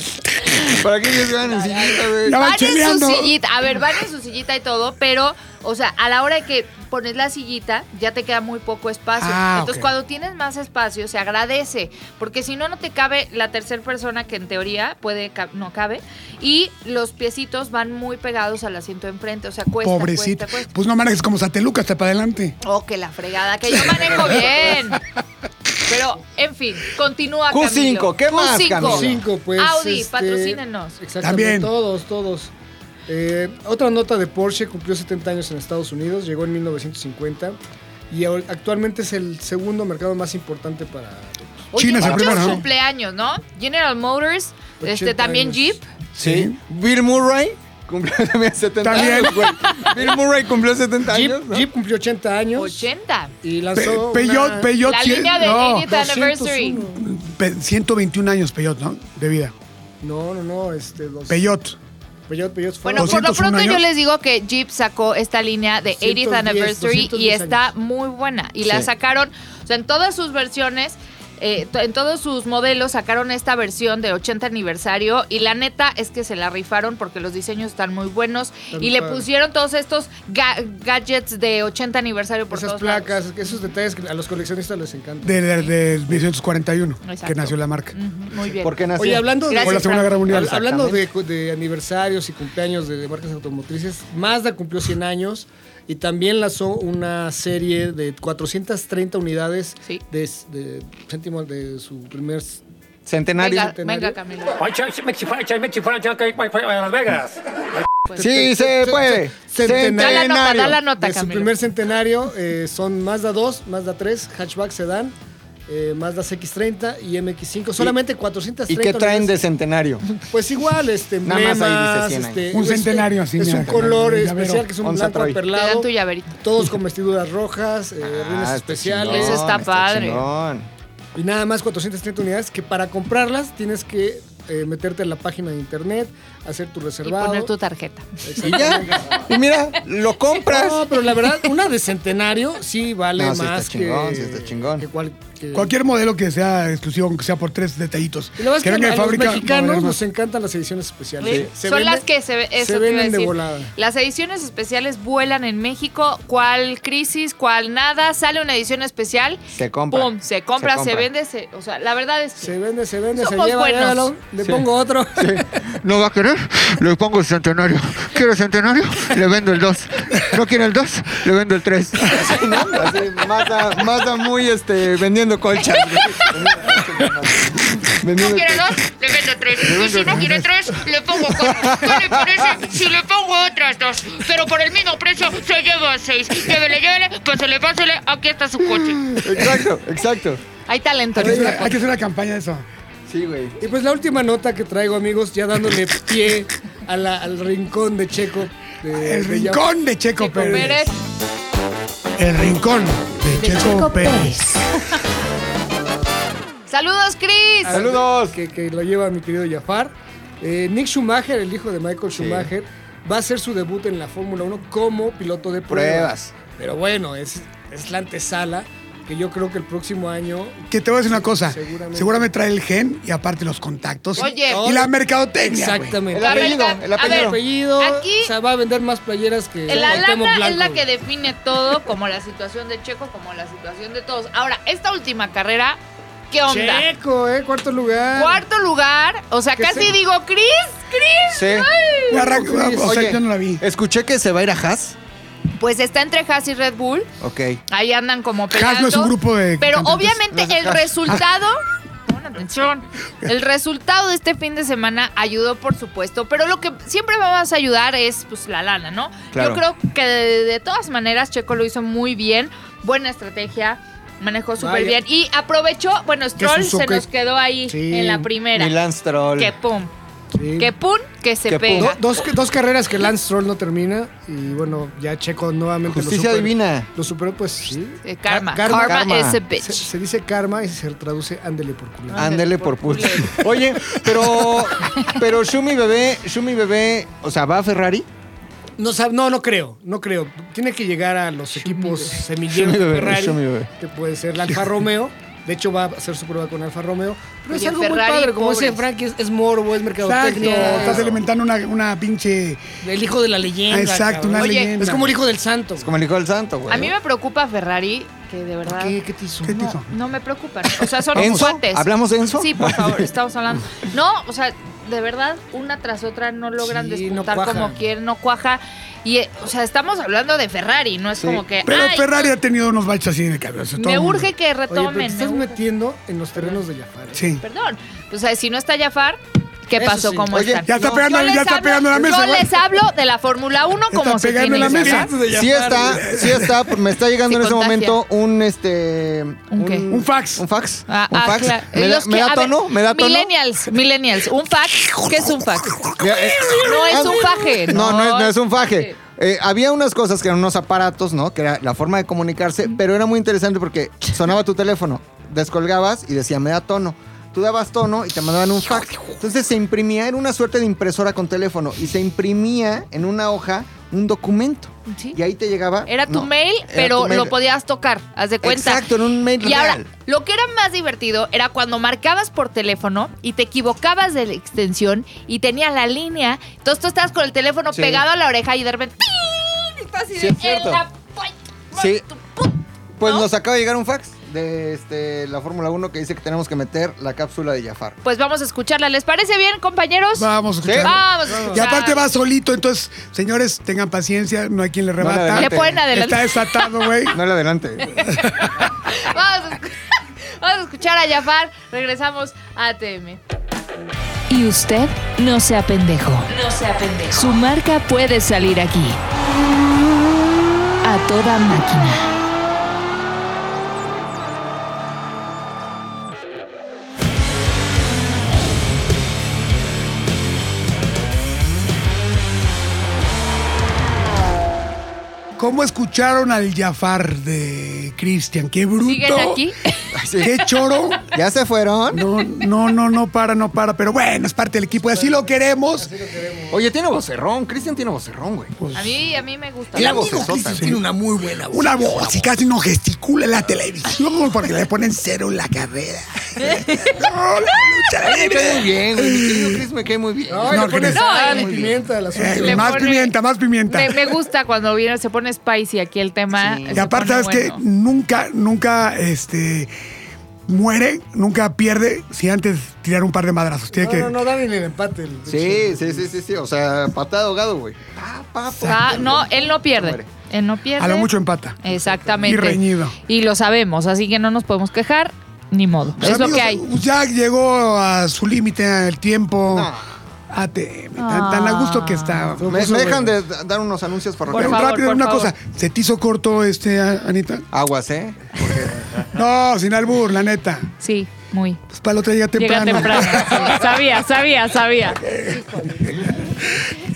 C: Sí. ¿Para qué ellos ganan en sillita, güey?
B: Ya van
I: van en su
B: cheleando.
I: sillita. A ver, van en su sillita y todo, pero, o sea, a la hora de que pones la sillita, ya te queda muy poco espacio.
B: Ah,
I: Entonces,
B: ok.
I: cuando tienes más espacio, se agradece, porque si no, no te cabe la tercera persona que en teoría puede, ca- no cabe, y los piecitos van muy pegados al asiento de enfrente, o sea, cuesta,
B: Pobrecita.
I: cuesta, cuesta.
B: Pues no manejes como Sateluca hasta para adelante.
I: Oh, que la fregada, que yo manejo bien. Pero, en fin, continúa
C: Q5,
I: Camilo.
C: ¿qué más, Camilo?
D: Cinco, pues.
I: Audi,
D: este,
I: patrocínenos.
D: Exactamente.
B: También.
D: Todos, todos. Eh, otra nota de Porsche cumplió 70 años en Estados Unidos, llegó en 1950 y ahor- actualmente es el segundo mercado más importante para.
I: Oye,
B: China es el
I: muchos
B: primero, ¿no?
I: cumpleaños, ¿no? General Motors, este
D: 80
I: también
D: años.
I: Jeep.
C: Sí. Bill Murray cumplió también 70
B: También.
C: años, güey. Bill Murray cumplió 70
D: Jeep,
C: años. ¿no?
D: Jeep cumplió 80 años
I: 80.
D: y
B: Pe-
D: lanzó.
B: Peyot,
D: una-
B: Peyot,
I: La
B: cien-
I: línea de
B: no,
I: 80th Anniversary.
D: 201.
B: pe- 121 años Peyot, ¿no? De vida.
D: No, no, no, este. Dos,
B: Peyot.
D: Peyot, Peyot fue-
I: Bueno, por lo
B: 201
I: pronto yo
B: años.
I: les digo que Jeep sacó esta línea de 80th
D: 210,
I: Anniversary y
D: 210
I: está
D: años.
I: muy buena. Y la
C: Sí.
I: sacaron, o sea, en todas sus versiones, eh, to- en todos sus modelos sacaron esta versión de 80 aniversario y la neta es que se la rifaron porque los diseños están muy buenos
D: Están
I: y le
D: padres.
I: pusieron todos estos ga- gadgets de 80 aniversario por
D: Esas
I: todos lados.
D: placas, esos detalles que a los coleccionistas les encantan.
B: De, de, de 1941,
I: Exacto.
B: que nació la marca.
I: Ujú, Muy bien.
C: ¿Por qué nació?
D: Oye, hablando de.
I: Gracias,
B: Por la Segunda Guerra Mundial.
D: Hab- Hablando de, de aniversarios y cumpleaños de, de marcas automotrices, Mazda cumplió 100 años y también lanzó una serie de 430 unidades
I: Sí.
D: de, de céntimo de su primer...
C: Centenario.
I: Venga, venga, Camila.
C: Sí, se puede.
I: Da la nota, da la nota,
D: de su
I: Camilo.
D: primer centenario eh, son Mazda 2, Mazda 3, Hatchback Sedan, eh, Mazda CX-30 y MX-5. Solamente 430.
C: ¿Y qué traen de
D: unidades.
C: centenario?
D: Pues igual, este,
C: Nada más
D: emblemas,
C: ahí dice 100 años.
D: este,
B: Un
D: es-
B: centenario así,
D: Es
B: mira,
D: un color
B: llavero.
D: especial que es un
C: Onza
D: blanco
C: Troy.
I: Te dan
D: perlado.
I: tu llaverito.
D: Todos con vestiduras rojas, eh, rines
C: Ah, está
D: especiales.
C: chingón,
I: Eso está padre.
C: chingón.
D: Y nada más 430 unidades que para comprarlas tienes que eh, meterte en la página de internet, hacer tu
I: Y
D: reservado.
I: poner tu tarjeta.
C: Y ya. Y mira, lo compras.
D: No, pero la verdad, una de centenario sí vale
C: No, sí está
D: más que,
C: chingón, sí está chingón.
D: que cual- que-
B: Cualquier modelo que sea exclusivo, aunque sea por tres detallitos.
D: Y la verdad es que
B: venga
D: a
B: de
D: los
B: fábrica, va a valer
D: mexicanos
B: más.
D: nos encantan las ediciones especiales. Se
I: Son
D: venden-
I: las que se, ve- eso
D: se
I: te iba a
D: venden de
I: decir.
D: volada.
I: Las ediciones especiales vuelan en México. ¿Cuál crisis? ¿Cuál nada? Sale una edición especial.
C: Se compra.
I: Pum, se compra, se,
C: compra.
I: vende. se- o sea, la verdad es que.
D: Se vende, se vende,
I: Somos
D: se lleva,
I: buenos.
D: llévalo, le pongo otro. [laughs]
C: ¿No va a querer? Le pongo el centenario. ¿Quiero centenario? Le vendo el 2. ¿No quiere el 2? Le vendo el 3. Así, ¿no? Así, Mazda, Mazda muy este, vendiendo colchas.
F: No
C: Vendiendo
F: quiero dos, le vendo tres. Y si no quiere tres, le pongo cuatro. ¿Qué le parece si le pongo otras dos? Pero por el mismo precio se lleva seis. Llévele, llévele,
I: pues
F: pásele, pásele. Aquí está su coche.
C: Exacto, exacto.
I: Hay talento.
B: Hay que
I: en
B: hacer
I: esta
B: una- hay que hacer una campaña de eso.
C: Sí, güey.
D: Y pues la última nota que traigo, amigos, ya dándole pie a la- al rincón de Checo. de-
B: El
D: de-
B: rincón de Checo
I: ¿eh? Checo Pérez.
B: Pérez. El rincón de, Checo, Pérez.
I: Saludos, Cris.
D: Saludos. Que, que lo lleva mi querido Jafar. Eh, Nick Schumacher, el hijo de Michael Schumacher, va a hacer su debut en la Fórmula 1 como piloto de pruebas.
C: Pruebas.
D: Pero bueno, es, es la antesala que yo creo que el próximo año
B: Que te voy a decir una cosa.
D: Seguramente.
B: Seguramente, trae el gen y aparte los contactos. y-
I: Oye.
B: Y la mercadotecnia. güey.
D: Exactamente.
C: El
I: La
C: apellido,
I: verdad,
C: el
I: a ver,
D: El
C: apellido.
D: apellido
I: Aquí-
D: o sea, va a vender más playeras que
I: La
D: Cuauhtémoc
I: lana es
D: Blanco,
I: la
D: güey.
I: que define todo, como la situación de Checo, como la situación de todos. Ahora, esta última carrera, ¿qué onda?
D: Checo, eh, cuarto lugar.
I: Cuarto lugar, o sea,
D: Que
I: casi
D: se-
I: digo, Chris, Chris.
C: Sí.
B: Me arranco- o sea,
C: Oye.
B: yo no la vi.
C: Escuché que se va a ir a Haas.
I: Pues está entre Haas y Red Bull.
C: Ok.
I: Ahí andan como peleando.
B: Haas no es un grupo de
I: Pero
B: cantantes.
I: obviamente
C: No es
I: el
C: Haas.
I: resultado. Pon atención. El resultado de este fin de semana ayudó, por supuesto. Pero lo que siempre vamos a ayudar es pues la lana, ¿no?
C: Claro.
I: Yo creo que de, de todas maneras Checo lo hizo muy bien. Buena estrategia. Manejó súper
D: Vaya.
I: bien. Y aprovechó. Bueno,
B: Que
I: Stroll se
B: Suzuka-
I: nos quedó ahí
D: Sí.
I: en la primera.
C: Milan Stroll.
I: Que pum.
D: Sí.
I: Que pum, que se
C: Que pum.
I: pega.
D: Do- dos, dos carreras que Lance Stroll no termina y bueno, ya Checo nuevamente lo
C: Justicia
D: superó.
C: divina.
D: Lo superó, pues sí.
I: Eh, karma.
D: Karma.
I: Karma,
C: Karma.
I: is a bitch.
D: Se, se dice karma y se traduce ándele por
I: Ah.
D: culo.
C: Ándele por pulso. Oye, pero, pero Shumi Bebé, Shumi Bebé, o sea, va a Ferrari.
D: No, sab- no, no creo, no creo. Tiene que llegar a los equipos semilleros
C: Shumi
D: de
C: bebé,
D: Ferrari,
C: Shumi bebé.
D: que puede ser la
C: [laughs]
D: Alfa Romeo. De hecho, va a hacer su prueba con Alfa Romeo. Pero
I: Oye,
D: es algo
I: Ferrari,
D: muy padre, como ese
I: pobres.
D: Frankie es, es morbo, es
B: Exacto.
D: mercadotecnia.
B: Estás
D: es
B: alimentando una, una pinche.
D: el hijo de la leyenda.
B: Exacto,
D: cabrón.
B: una
I: Oye,
B: leyenda.
D: Es como el hijo del santo.
C: Es como el hijo del santo, güey.
I: A mí me preocupa Ferrari, que de verdad.
D: ¿Qué, ¿Qué te hizo?
B: ¿Qué te
D: No.
B: hizo?
I: No me preocupan. O sea, son
C: ¿Enzo?
I: cuates.
C: ¿Hablamos de Enzo?
I: Sí, por favor, estamos hablando. No, o sea, de verdad, una tras otra no logran
D: Sí,
I: despuntar
D: no cuaja.
I: como quieren, no cuaja. Y, eh, o sea, estamos hablando de Ferrari, no es como que.
B: Pero
I: "Ay,
B: Ferrari ha tenido unos baches así en el cabello.
I: Me urge que
D: Oye, pero te
I: retomen.
D: estás
I: me urge.
D: metiendo en los terrenos de Jafar. ¿eh?
B: Sí.
I: Perdón. O sea, si no está Jafar, ¿qué
D: Eso
I: pasó?
D: sí.
I: ¿Cómo
C: Oye,
I: están?
B: Ya está
C: No,
B: pegando,
I: Yo les
B: ya está
I: hablo-
B: pegando la mesa,
I: Yo
B: güey.
I: les hablo de la Fórmula 1 como se
B: pegando
I: tiene
B: la
I: que
B: mesa.
I: hablar.
C: Sí está, sí está, me está llegando
I: Sí,
C: en ese
I: contagia.
C: momento un este un,
I: qué?
B: Un fax.
C: Un fax.
I: Ah,
C: un
I: ah,
C: fax.
I: claro.
C: ¿Me, da,
I: Los
C: me
I: que-
C: da
I: a ver,
C: tono? ¿Me da tono?
I: Millennials, millennials. ¿Un fax? ¿Qué es un fax?
C: Mira, eh,
I: No es
C: ah,
I: un faje,
C: No,
I: no.
C: no, es, no es un
I: Sí.
C: faje. Eh, había unas cosas que eran unos aparatos, ¿no? Que era la forma de comunicarse, pero era muy interesante porque sonaba tu teléfono, descolgabas y decía, me da tono. Tú dabas tono y te mandaban un fax. Entonces se imprimía, era una suerte de impresora con teléfono, y se imprimía en una hoja un documento.
I: Sí.
C: Y ahí te llegaba.
I: Era tu
C: no,
I: mail,
C: era
I: pero
C: tu mail.
I: lo podías tocar, haz de cuenta.
C: Exacto, en un mail
I: Y ahora,
C: real.
I: lo que era más divertido era cuando marcabas por teléfono y te equivocabas de la extensión y tenías la línea. Entonces tú estabas con el teléfono
C: Sí.
I: pegado a la oreja y de repente. ¡ting! Y tú así
C: Sí,
I: de,
C: es cierto.
I: "En la pu-
C: Sí.
I: tu pu-".
C: Pues
I: ¿no?
C: nos acaba de llegar un fax de este, la Fórmula 1 que dice que tenemos que meter la cápsula de Jafar.
I: Pues vamos a escucharla. ¿Les parece bien, compañeros?
B: Vamos a
C: Sí.
B: escucharlo.
I: Vamos a escuchar.
B: Y aparte va solito, entonces, señores, tengan paciencia, no hay quien le rebata.
C: adelante.
I: Le pueden
B: Está
I: adelantar.
B: desatado, güey.
C: No le adelante.
I: [laughs] Vamos a escu- [laughs] vamos a escuchar a Jafar. Regresamos a ATM.
J: Y usted no sea pendejo. No sea pendejo. Su marca puede salir aquí. A toda máquina.
B: ¿Cómo escucharon al Jafar de Cristian? ¡Qué bruto!
I: ¿Siguen aquí?
B: ¡Qué choro!
C: ¿Ya se fueron?
B: No, no, no, no para, no para. Pero bueno, es parte del equipo. y Así lo queremos.
C: Oye, tiene vocerrón. Cristian tiene vocerrón, güey.
I: A mí, a mí me gusta.
B: El
C: La
B: amigo
C: vocesota,
B: Cristian
C: sí.
B: tiene una muy buena voz. Una voz y casi no gesticula en la televisión porque le ponen cero en la carrera. No, la lucha
C: Me cae muy
B: libre.
C: bien, güey. Mi querido Chris me cae muy bien.
D: Ay,
B: No,
D: le pones
B: Cris.
D: sal y
I: No,
D: pimienta al asunto.
B: Eh,
I: Le
B: más
I: pone-
B: pimienta, más pimienta.
I: Me, me gusta cuando viene, se pone spicy aquí el tema.
C: Sí.
I: se
B: Y aparte,
I: pone
B: ¿sabes
I: bueno.
B: que Nunca, nunca, este, muere, nunca pierde si antes tirar un par de madrazos. Tiene
D: No,
B: que...
D: no, no, dale ni el empate. el-
C: Sí, sí, sí, sí, sí. O sea, patada ahogado, güey. Pa, pa,
I: Ah,
C: pa.
I: no, él no pierde.
C: Hombre.
I: Él no pierde.
B: A lo mucho empata.
I: Exactamente.
B: Y reñido.
I: Y lo sabemos, así que no nos podemos quejar, ni modo.
B: Pues,
I: es lo
B: amigos,
I: que hay.
B: Ya llegó a su límite el tiempo.
C: No.
B: ATM, tan, tan a gusto que
D: Ah.
B: está.
C: Me, me dejan de d- dar unos anuncios para
B: Pero
I: favor,
B: rápido,
I: por
B: una
I: favor.
B: cosa. ¿Se te hizo corto este, a- Anita?
C: Aguas, ¿eh?
B: No, sin albur, la neta.
I: Sí, muy.
B: Pues para el otro día
I: Llega
B: temprano. [laughs]
I: temprano. Sí, sabía, sabía, sabía.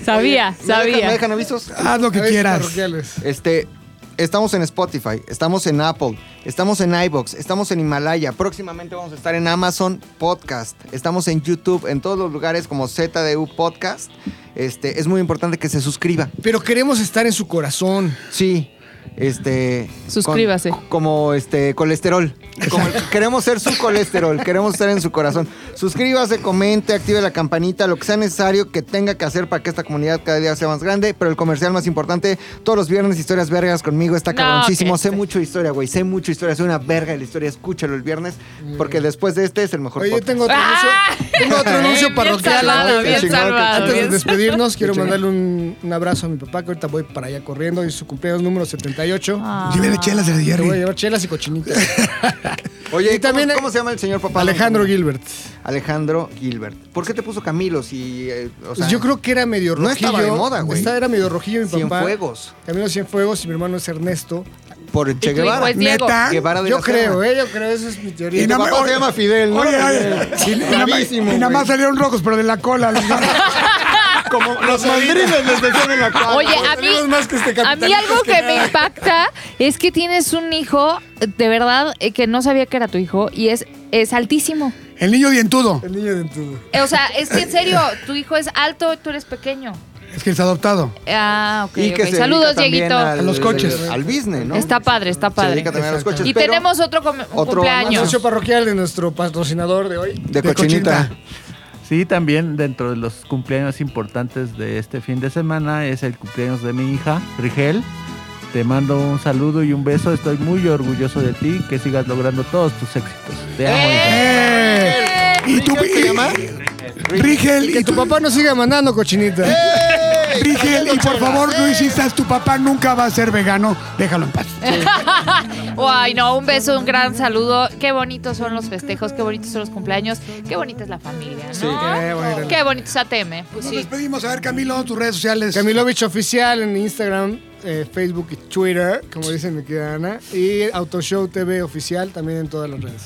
I: Sabía,
C: ¿Me dejan, me
I: Ah, sabía. Ah,
C: dejan avisos?
B: Haz lo que
D: Avisos
B: quieras.
D: parroquiales.
C: Este, Estamos en Spotify, estamos en Apple, estamos en iBox, estamos en Himalaya. Próximamente vamos a estar en Amazon Podcast. Estamos en YouTube, en todos los lugares como ZDU Podcast. Este, es muy importante que se suscriba.
D: Pero queremos estar en su corazón.
C: Sí. Este. con-
I: Suscríbase.
C: como este colesterol. Como el- queremos ser su colesterol, queremos estar en su corazón. Suscríbase, comente, active la campanita, lo que sea necesario que tenga que hacer para que esta comunidad cada día sea más grande. Pero el comercial más importante, todos los viernes, historias vergas conmigo, está
I: No,
C: cabroncísimo.
I: que
C: Sé
I: este-
C: mucho de historia, güey. Sé mucho de historia, soy una verga de la historia. Escúchalo el viernes, porque después de este es el mejor
D: Oye,
C: podcast.
D: tengo otro anuncio,
I: ¡Ah!
D: tengo otro anuncio
I: Bien
D: parroquial.
I: salvado,
D: Ay,
I: bien
D: chingón,
I: salvado,
D: Antes de
I: bien
D: despedirnos, quiero mandarle un, un abrazo a mi papá, que ahorita voy para allá corriendo. Es su cumpleaños número 78.
I: Ah.
B: Llévele chelas de
D: Te voy a
B: Jerry.
D: llevar chelas y cochinitas.
C: Oye,
D: y
C: ¿cómo-
D: también-
C: ¿cómo, se llama el señor papá?
D: Alejandro Gilbert.
C: Alejandro Gilbert. ¿Por qué te puso Camilo si, eh, o sea,
D: Pues Yo creo que era medio
C: no
D: rojillo.
C: estaba de moda, güey.
D: Estaba- Era medio rojillo mi papá.
C: Cienfuegos.
D: Camilo Cienfuegos y mi hermano es Ernesto.
C: por Che
I: Y tu hijo
C: Guevara?
I: es Pues, Diego.
B: Neta.
C: Guevara de
D: Yo
C: la
D: creo,
C: Serna.
D: eh, yo creo, esa es mi teoría.
B: Y
C: Tu
B: no me-
C: papá se llama Fidel, ¿no?
B: Oye, oye, y-
C: Fidel.
B: y nada más- y
C: Bravísimo,
B: nada más
C: güey.
B: salieron rojos, pero de la cola. les-
C: [laughs] Como los mandrines les decían en la cuadra.
I: Oye, a mí,
D: Salimos más que este
I: a mí algo que me impacta es que tienes un hijo, de verdad, eh, que no sabía que era tu hijo y es, es altísimo.
B: El niño dientudo.
D: El niño de tu...
I: Eh, O sea, es que en serio, tu hijo es alto, tú eres pequeño.
B: Es que es adoptado.
I: Ah, ok.
C: Y que
I: ok.
C: se dedica
I: Saludos,
C: también
I: Dieguito.
C: al-
B: A los coches.
C: Al business, ¿no?
I: Está padre, está
C: Se
I: padre.
C: dedica también a los coches.
I: Y
C: pero
I: tenemos otro, come- un
C: Otro
I: cumpleaños.
D: Anuncio parroquial de nuestro patrocinador de hoy.
C: De cochinita.
E: Sí, también dentro de los cumpleaños importantes de este fin de semana es el cumpleaños de mi hija, Rigel. Te mando un saludo y un beso. Estoy muy orgulloso de ti. Que sigas logrando todos tus éxitos. Te amo. hija.
B: ¡Eh! ¿Y tú,
C: ¿Rigel se
B: y-
C: llama?
B: Rigel,
D: Y
B: y
D: que tu
B: tú-
D: papá nos siga mandando cochinita.
B: Rigel, y por favor no insistas, tu papá nunca va a ser vegano. Déjalo en paz.
I: Ay, no, un beso, un gran saludo. Qué bonitos son los festejos, qué bonitos son los cumpleaños, qué bonita es la familia, ¿no?
D: qué bonito.
I: Qué bonito es ATM. Pues
B: Nos
I: sí.
B: despedimos. A ver, Camilo, tus redes sociales.
D: Camilovich Oficial en Instagram, eh, Facebook y Twitter, como dice mi querida Ana. Y Autoshow TV Oficial también en todas las redes.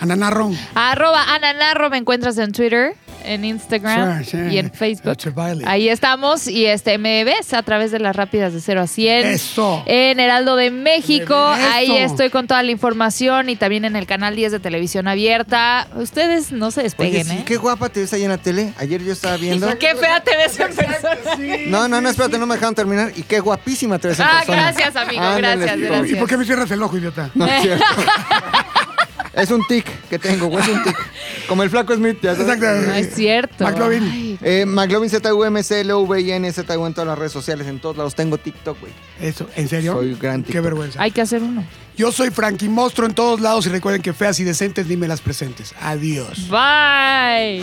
B: Ananarro.
I: Arroba Ananarro, me encuentras en Twitter, en Instagram
B: Sí, sí.
I: y en Facebook.
B: Nacho Bailey.
I: Ahí estamos y este me ves a través de las rápidas de 0 a 100.
B: Eso.
I: En Heraldo de México,
B: Me ves.
I: ahí
B: Eso.
I: estoy con toda la información y también en el canal 10 de Televisión Abierta. Ustedes no se
C: Oye,
I: despeguen,
C: sí,
I: ¿eh?
C: qué guapa te ves ahí en la tele. Ayer yo estaba viendo.
I: Qué fea te ves en persona.
C: No, no, no, espérate, no me dejaron terminar. Y qué guapísima te ves en
I: Ah,
C: persona.
I: gracias, amigo,
C: Ándale,
I: gracias,
C: tío.
I: gracias.
B: ¿Y por qué me cierras el ojo, idiota?
C: No, es cierto. Es un tic que tengo, güey, es un tic. Como el flaco Smith, ya sabes.
I: No
B: Exacto.
I: es cierto.
B: McLovin.
I: Ay,
C: Eh, McLovin ZU, MCLUVIN, ZU en todas las redes sociales, en todos lados. Tengo TikTok, güey.
B: Eso, ¿en serio?
C: Soy gran
B: Qué
C: TikTok.
B: vergüenza.
I: hay que hacer uno.
B: Yo soy Frankie Mostro en todos lados y recuerden que feas y decentes ni me las presentes. Adiós.
I: Bye.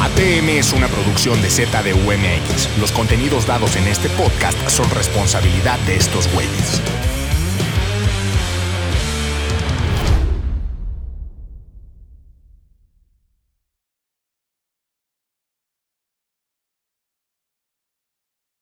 A: ATM es una producción de ZDUMX. Los contenidos dados en este podcast son responsabilidad de estos güeyes.